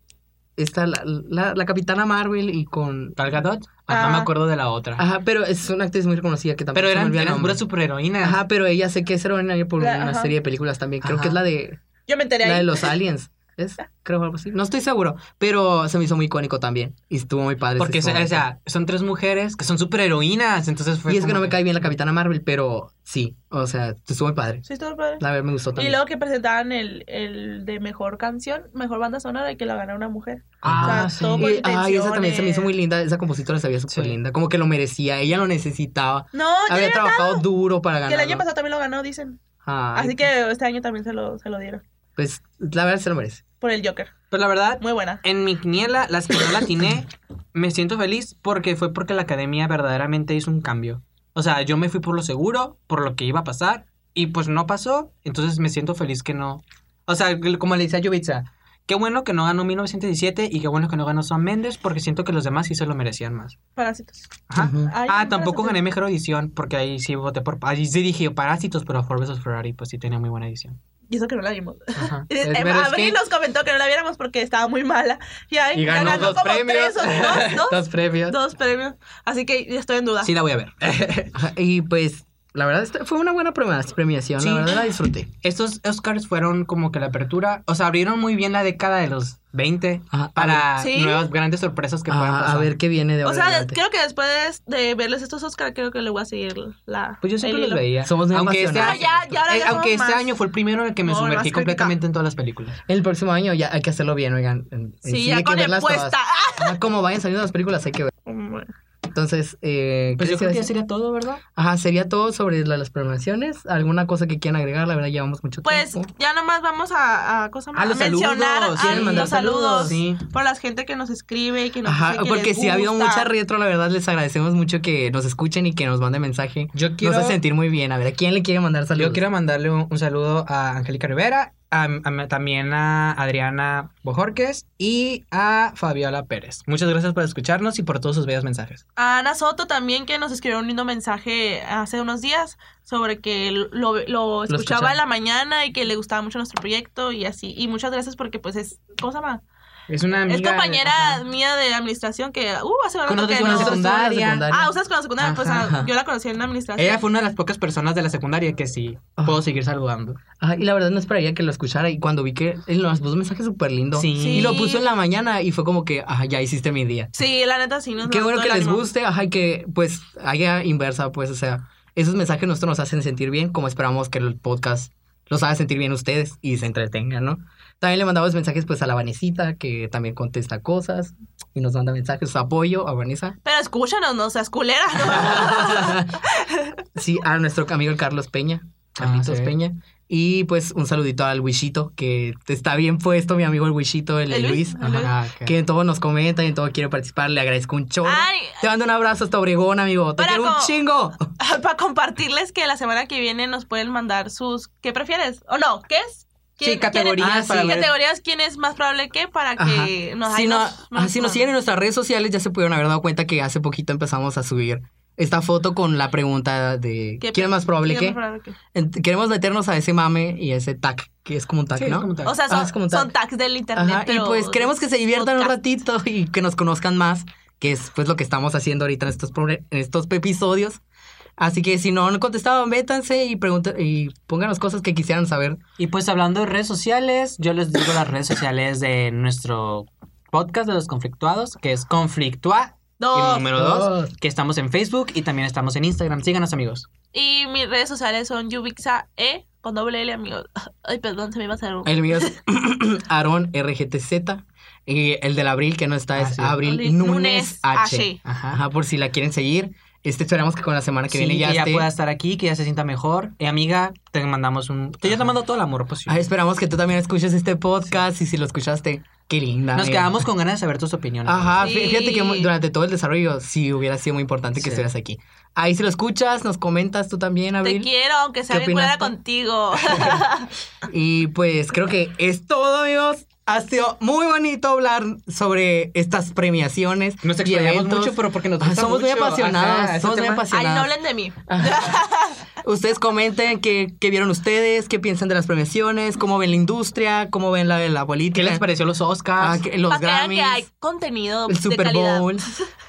Speaker 7: esta, la, la- la Capitana Marvel y con...
Speaker 3: Gal Gadot,
Speaker 2: Ah.
Speaker 3: no me acuerdo de la otra.
Speaker 7: Ajá, pero es una actriz muy reconocida que también
Speaker 3: pero
Speaker 7: Ah, se me
Speaker 3: eran,
Speaker 7: olvida el
Speaker 3: eran
Speaker 7: nombre.
Speaker 3: puras superheroínas.
Speaker 7: Ajá, pero ella sé que es heroína por
Speaker 2: La-
Speaker 7: una
Speaker 2: ajá.
Speaker 7: serie de películas también. Creo
Speaker 3: Ajá.
Speaker 7: que es la de
Speaker 2: Yo me enteré
Speaker 7: la de
Speaker 2: ahí.
Speaker 7: los aliens. ¿Es? Creo algo así. No estoy seguro, pero se me hizo muy icónico también. Y estuvo muy padre. ese
Speaker 3: Porque, o sea,
Speaker 7: momento.
Speaker 3: o sea, son tres mujeres que son superheroínas, entonces fue
Speaker 7: Y es que
Speaker 3: como
Speaker 7: no me cae bien la Capitana Marvel, pero sí. O sea, estuvo muy padre.
Speaker 2: Sí, estuvo padre.
Speaker 7: La verdad me gustó
Speaker 2: Y
Speaker 7: también.
Speaker 2: luego que presentaban el, el de mejor canción, mejor banda sonora y que la ganó una mujer.
Speaker 3: Ah,
Speaker 2: o sea,
Speaker 3: sí.
Speaker 2: todo con
Speaker 7: Y- ay, esa también se me hizo muy
Speaker 2: intenciones.
Speaker 7: linda. Esa compositora se veía súper
Speaker 3: Sí.
Speaker 7: linda. Como que lo merecía. Ella lo necesitaba.
Speaker 2: No,
Speaker 3: Ah,
Speaker 2: ya
Speaker 7: Había
Speaker 2: había
Speaker 7: trabajado
Speaker 2: ganado.
Speaker 7: duro para ganar.
Speaker 2: Que el año pasado también lo ganó, dicen.
Speaker 3: Ah,
Speaker 2: Así que este año también se lo, se lo dieron.
Speaker 7: Pues la verdad se lo merece.
Speaker 2: Por el Joker.
Speaker 3: Pero Pues la verdad,
Speaker 2: Muy buena.
Speaker 3: en mi quiniela, las que no la atiné, me siento feliz porque fue porque la academia verdaderamente hizo un cambio. O sea, yo me fui por lo seguro, por lo que iba a pasar, y pues no pasó, entonces me siento feliz que no. O sea, como le decía Yubitsa, qué bueno que no ganó 1917 y qué bueno que no ganó Sam Méndez porque siento que los demás sí se lo merecían más.
Speaker 2: Parásitos.
Speaker 3: Ajá.
Speaker 7: Ujú.
Speaker 2: Ay,
Speaker 3: Ah,
Speaker 2: no,
Speaker 3: tampoco
Speaker 2: parásitos.
Speaker 3: gané mejor edición porque ahí sí voté por. Ahí sí dije Parásitos, pero Forbes vs. Ferrari, pues sí tenía muy buena edición.
Speaker 2: Y eso que no la vimos.
Speaker 3: Ajá.
Speaker 2: Eh,
Speaker 3: Pero es
Speaker 2: Abril
Speaker 3: que-
Speaker 2: nos comentó que no la viéramos porque estaba muy mala. Y, ay,
Speaker 3: Y
Speaker 2: ya
Speaker 3: ganó dos
Speaker 2: como
Speaker 3: premios.
Speaker 2: tres o dos,
Speaker 7: Dos premios.
Speaker 2: dos, dos premios. Así que ya estoy en duda.
Speaker 3: Sí, la voy a ver.
Speaker 7: Ajá, Y pues, la verdad, esta- fue una buena prema- premiación.
Speaker 3: Sí.
Speaker 7: La verdad, la disfruté.
Speaker 3: Estos Oscars fueron como que la apertura, o sea, abrieron muy bien la década de los 20
Speaker 7: Ajá, a
Speaker 3: para
Speaker 2: ver. Sí.
Speaker 3: nuevas grandes sorpresas que
Speaker 7: Ah,
Speaker 3: puedan pasar.
Speaker 7: a ver qué viene de
Speaker 2: o
Speaker 7: ahora
Speaker 2: sea,
Speaker 7: adelante.
Speaker 2: creo que después de verles estos Oscar, creo que le voy a seguir la.
Speaker 3: Pues yo siempre
Speaker 2: el
Speaker 3: los
Speaker 2: hilo.
Speaker 3: veía.
Speaker 7: Somos muy
Speaker 3: aunque este, año,
Speaker 7: apasionados.
Speaker 2: No, Ah, ya- ya ahora
Speaker 3: eh,
Speaker 2: ya somos
Speaker 3: aunque este
Speaker 2: más-
Speaker 3: año fue el primero en el que me
Speaker 2: No, más
Speaker 3: sumergí
Speaker 2: crítica.
Speaker 3: completamente en todas las películas.
Speaker 7: El próximo año ya hay que hacerlo bien, oigan. En- en
Speaker 2: Sí,
Speaker 7: cine
Speaker 2: ya
Speaker 7: hay que
Speaker 2: con
Speaker 7: verlas todas.
Speaker 2: encuesta.
Speaker 7: Ajá, como vayan saliendo las películas, hay que ver.
Speaker 2: Ah.
Speaker 7: Entonces, eh,
Speaker 3: Pues
Speaker 7: ¿qué
Speaker 3: yo creo
Speaker 7: les
Speaker 3: que
Speaker 7: iba a
Speaker 3: ya
Speaker 7: decir?
Speaker 3: sería todo, ¿verdad?
Speaker 7: Ajá, sería todo sobre la- las premiaciones. ¿Alguna cosa que quieran agregar? La verdad, llevamos mucho
Speaker 2: Pues
Speaker 7: tiempo.
Speaker 2: ya nomás vamos a, a, cosa
Speaker 3: Ah, los
Speaker 2: a mencionar
Speaker 3: saludos.
Speaker 2: a
Speaker 3: ¿Quieren
Speaker 2: los
Speaker 7: mandar saludos?
Speaker 2: saludos
Speaker 3: Sí.
Speaker 2: por la gente que nos escribe y que nos
Speaker 7: Ajá,
Speaker 2: dice que
Speaker 7: porque
Speaker 2: les
Speaker 7: si ha habido
Speaker 2: gusta.
Speaker 7: mucha retro, la verdad, les agradecemos mucho que nos escuchen y que nos manden mensaje.
Speaker 3: Yo
Speaker 7: Nos hace sentir muy bien. A ver, ¿a quién le quiere mandar saludos?
Speaker 3: Yo quiero mandarle un, un saludo a Angélica Rivera, a- a- también a Adriana Bojorques y a Fabiola Pérez. Muchas gracias por escucharnos y por todos sus bellos mensajes.
Speaker 2: A Ana Soto también, que nos escribió un lindo mensaje hace unos días sobre que lo, lo escuchaba
Speaker 3: escuchaba.
Speaker 2: en la mañana y que le gustaba mucho nuestro proyecto y así. Y muchas gracias porque, pues, es. ¿Cómo se llama?
Speaker 3: Es una amiga.
Speaker 2: Es compañera
Speaker 3: ajá.
Speaker 2: mía de administración que. Uh, hace rato
Speaker 3: Conoces
Speaker 2: que
Speaker 3: con la
Speaker 2: no.
Speaker 3: secundaria.
Speaker 2: Ah, ustedes con la secundaria. Pues
Speaker 3: Ajá,
Speaker 2: ah,
Speaker 3: ajá.
Speaker 2: yo la conocí en la administración.
Speaker 3: Ella fue una de las pocas personas de la secundaria que sí puedo seguir saludando.
Speaker 7: Ajá, y la verdad no esperaría que lo escuchara. Y cuando vi que él nos puso un mensaje súper lindo.
Speaker 3: Sí.
Speaker 7: Y lo puso en la mañana y fue como que, ajá, ya hiciste mi día.
Speaker 2: Sí, la neta sí. Nos
Speaker 7: Qué
Speaker 2: nos
Speaker 7: bueno
Speaker 2: todo
Speaker 7: que
Speaker 2: el
Speaker 7: les
Speaker 2: ánimo.
Speaker 7: guste, ajá, y que pues haya inversa, pues, o sea, esos mensajes nosotros nos hacen sentir bien, como esperamos que el podcast los haga sentir bien ustedes y se entretengan, ¿no? También le mandamos mensajes pues a la Vanesita, que también contesta cosas y nos manda mensajes, su apoyo a Vanessa.
Speaker 2: Pero escúchanos, no seas culera. ¿no?
Speaker 7: Sí, a nuestro amigo el Carlos Peña, Carlitos
Speaker 3: sí.
Speaker 7: Peña. Y pues un saludito al Wishito, que está bien puesto, mi amigo el Wishito, el,
Speaker 2: ¿El Luis?
Speaker 7: Luis,
Speaker 2: Ajá.
Speaker 3: Ah, ok.
Speaker 7: que en todo nos comenta y en todo quiere participar, le agradezco un chorro.
Speaker 2: Ay,
Speaker 7: Te mando un abrazo hasta Obregón, amigo. Te
Speaker 2: Para
Speaker 7: quiero un
Speaker 2: co-
Speaker 7: chingo.
Speaker 2: para compartirles que la semana que viene nos pueden mandar sus. ¿Qué prefieres? ¿O no? ¿Qué es?
Speaker 3: Sí,
Speaker 2: ¿Quién-
Speaker 3: categorías
Speaker 7: Ah, sí,
Speaker 3: para
Speaker 2: quién-
Speaker 3: ver-
Speaker 2: categorías, quién es más probable que para
Speaker 7: Ajá.
Speaker 2: que nos
Speaker 7: si,
Speaker 2: ahí
Speaker 7: no-
Speaker 2: nos-
Speaker 7: ah, si nos siguen en nuestras redes sociales ya se pudieron haber dado cuenta que hace poquito empezamos a subir esta foto con la pregunta de
Speaker 2: ¿Qué
Speaker 7: ¿quién es más probable
Speaker 2: quién es
Speaker 7: que?
Speaker 2: más probable que?
Speaker 7: Ent- Queremos meternos a ese mame y ese tag, que es como un tag,
Speaker 3: Sí,
Speaker 7: ¿no?
Speaker 3: es como tal.
Speaker 2: O sea,
Speaker 7: Ah,
Speaker 2: son,
Speaker 7: es como un
Speaker 2: son
Speaker 7: tag.
Speaker 2: tags del internet.
Speaker 7: Ajá, y
Speaker 2: pero
Speaker 7: pues queremos que se diviertan un
Speaker 2: podcast.
Speaker 7: ratito y que nos conozcan más, que es pues lo que estamos haciendo ahorita en estos, pro- en estos episodios. Así que si no han contestado, métanse y, pregunten, y pónganos cosas que quisieran saber.
Speaker 3: Y pues hablando de redes sociales, yo les digo las redes sociales de nuestro podcast de los conflictuados, que es Conflictua y
Speaker 2: Dos.
Speaker 3: número dos, que estamos en Facebook y también estamos en Instagram. Síganos amigos.
Speaker 2: Y mis redes sociales son Yubixa E con doble L, amigos. Ay, perdón, se me iba a hacer un.
Speaker 7: El mío es Aaron RGTZ. Y el del abril que no está es
Speaker 3: Así es.
Speaker 7: Abril
Speaker 2: Abril Nunes
Speaker 7: Nunes H.
Speaker 2: H.
Speaker 7: Ajá, por si la quieren seguir. Este esperamos que con la semana que
Speaker 3: Sí,
Speaker 7: viene ya,
Speaker 3: que ya
Speaker 7: esté.
Speaker 3: pueda estar aquí, que ya se sienta mejor. Y amiga, te mandamos un... Que yo te mando todo el amor
Speaker 7: Ah,
Speaker 3: posible.
Speaker 7: esperamos que tú también escuches este podcast y si lo escuchaste, qué linda.
Speaker 3: Nos
Speaker 7: amiga.
Speaker 3: quedamos con ganas de saber tus opiniones.
Speaker 7: Ajá,
Speaker 2: Sí.
Speaker 7: fí- fíjate que mu- durante todo el desarrollo sí hubiera sido muy importante que
Speaker 3: Sí.
Speaker 7: estuvieras aquí. Ahí si lo escuchas, nos comentas tú también,
Speaker 2: Te
Speaker 7: Abril.
Speaker 2: quiero, aunque sea
Speaker 7: ¿Qué
Speaker 2: bien culera
Speaker 7: opinaste?
Speaker 2: contigo.
Speaker 7: Y pues creo que es todo, amigos. Ha sido muy bonito hablar sobre estas premiaciones.
Speaker 3: Nos
Speaker 7: y
Speaker 3: explayamos
Speaker 7: eventos.
Speaker 3: mucho, pero porque nos
Speaker 7: Ah,
Speaker 3: gusta
Speaker 7: somos muy
Speaker 3: mucho,
Speaker 7: apasionados,
Speaker 3: ajá, ese
Speaker 7: somos muy
Speaker 3: tema.
Speaker 2: Ay, no
Speaker 7: apasionados.
Speaker 2: hablen de mí.
Speaker 7: Ustedes comenten qué, qué vieron ustedes, qué piensan de las premiaciones, cómo ven la industria, cómo ven la de la política.
Speaker 3: ¿Qué les pareció los
Speaker 7: Ah,
Speaker 3: Oscars?
Speaker 7: que- los
Speaker 2: Para que vean
Speaker 7: Grammys,
Speaker 2: que hay contenido
Speaker 7: el
Speaker 2: de
Speaker 7: Super
Speaker 2: calidad.
Speaker 7: Bowl.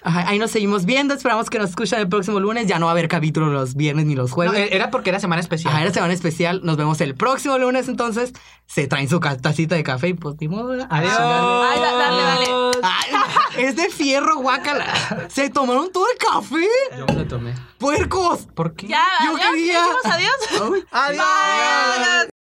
Speaker 7: Ajá, ahí nos seguimos viendo, esperamos que nos escuchen el próximo lunes. Ya no va a haber capítulo los viernes ni los
Speaker 3: No,
Speaker 7: jueves.
Speaker 3: era porque era semana especial.
Speaker 2: Ah,
Speaker 7: Ajá, era semana especial. Nos vemos el próximo lunes, entonces. Se traen su ca- tacita de café y pues ni modo. Adiós.
Speaker 2: Ay, da- dale, dale.
Speaker 7: Ay, es de fierro, guácala. ¿Se tomaron todo el café?
Speaker 3: Yo me lo tomé.
Speaker 7: ¡Puercos!
Speaker 3: ¿Por qué?
Speaker 2: Ya,
Speaker 7: Yo
Speaker 2: adiós, ya
Speaker 7: quería-
Speaker 2: dijimos adiós.
Speaker 7: Ay,
Speaker 2: Bye, adiós.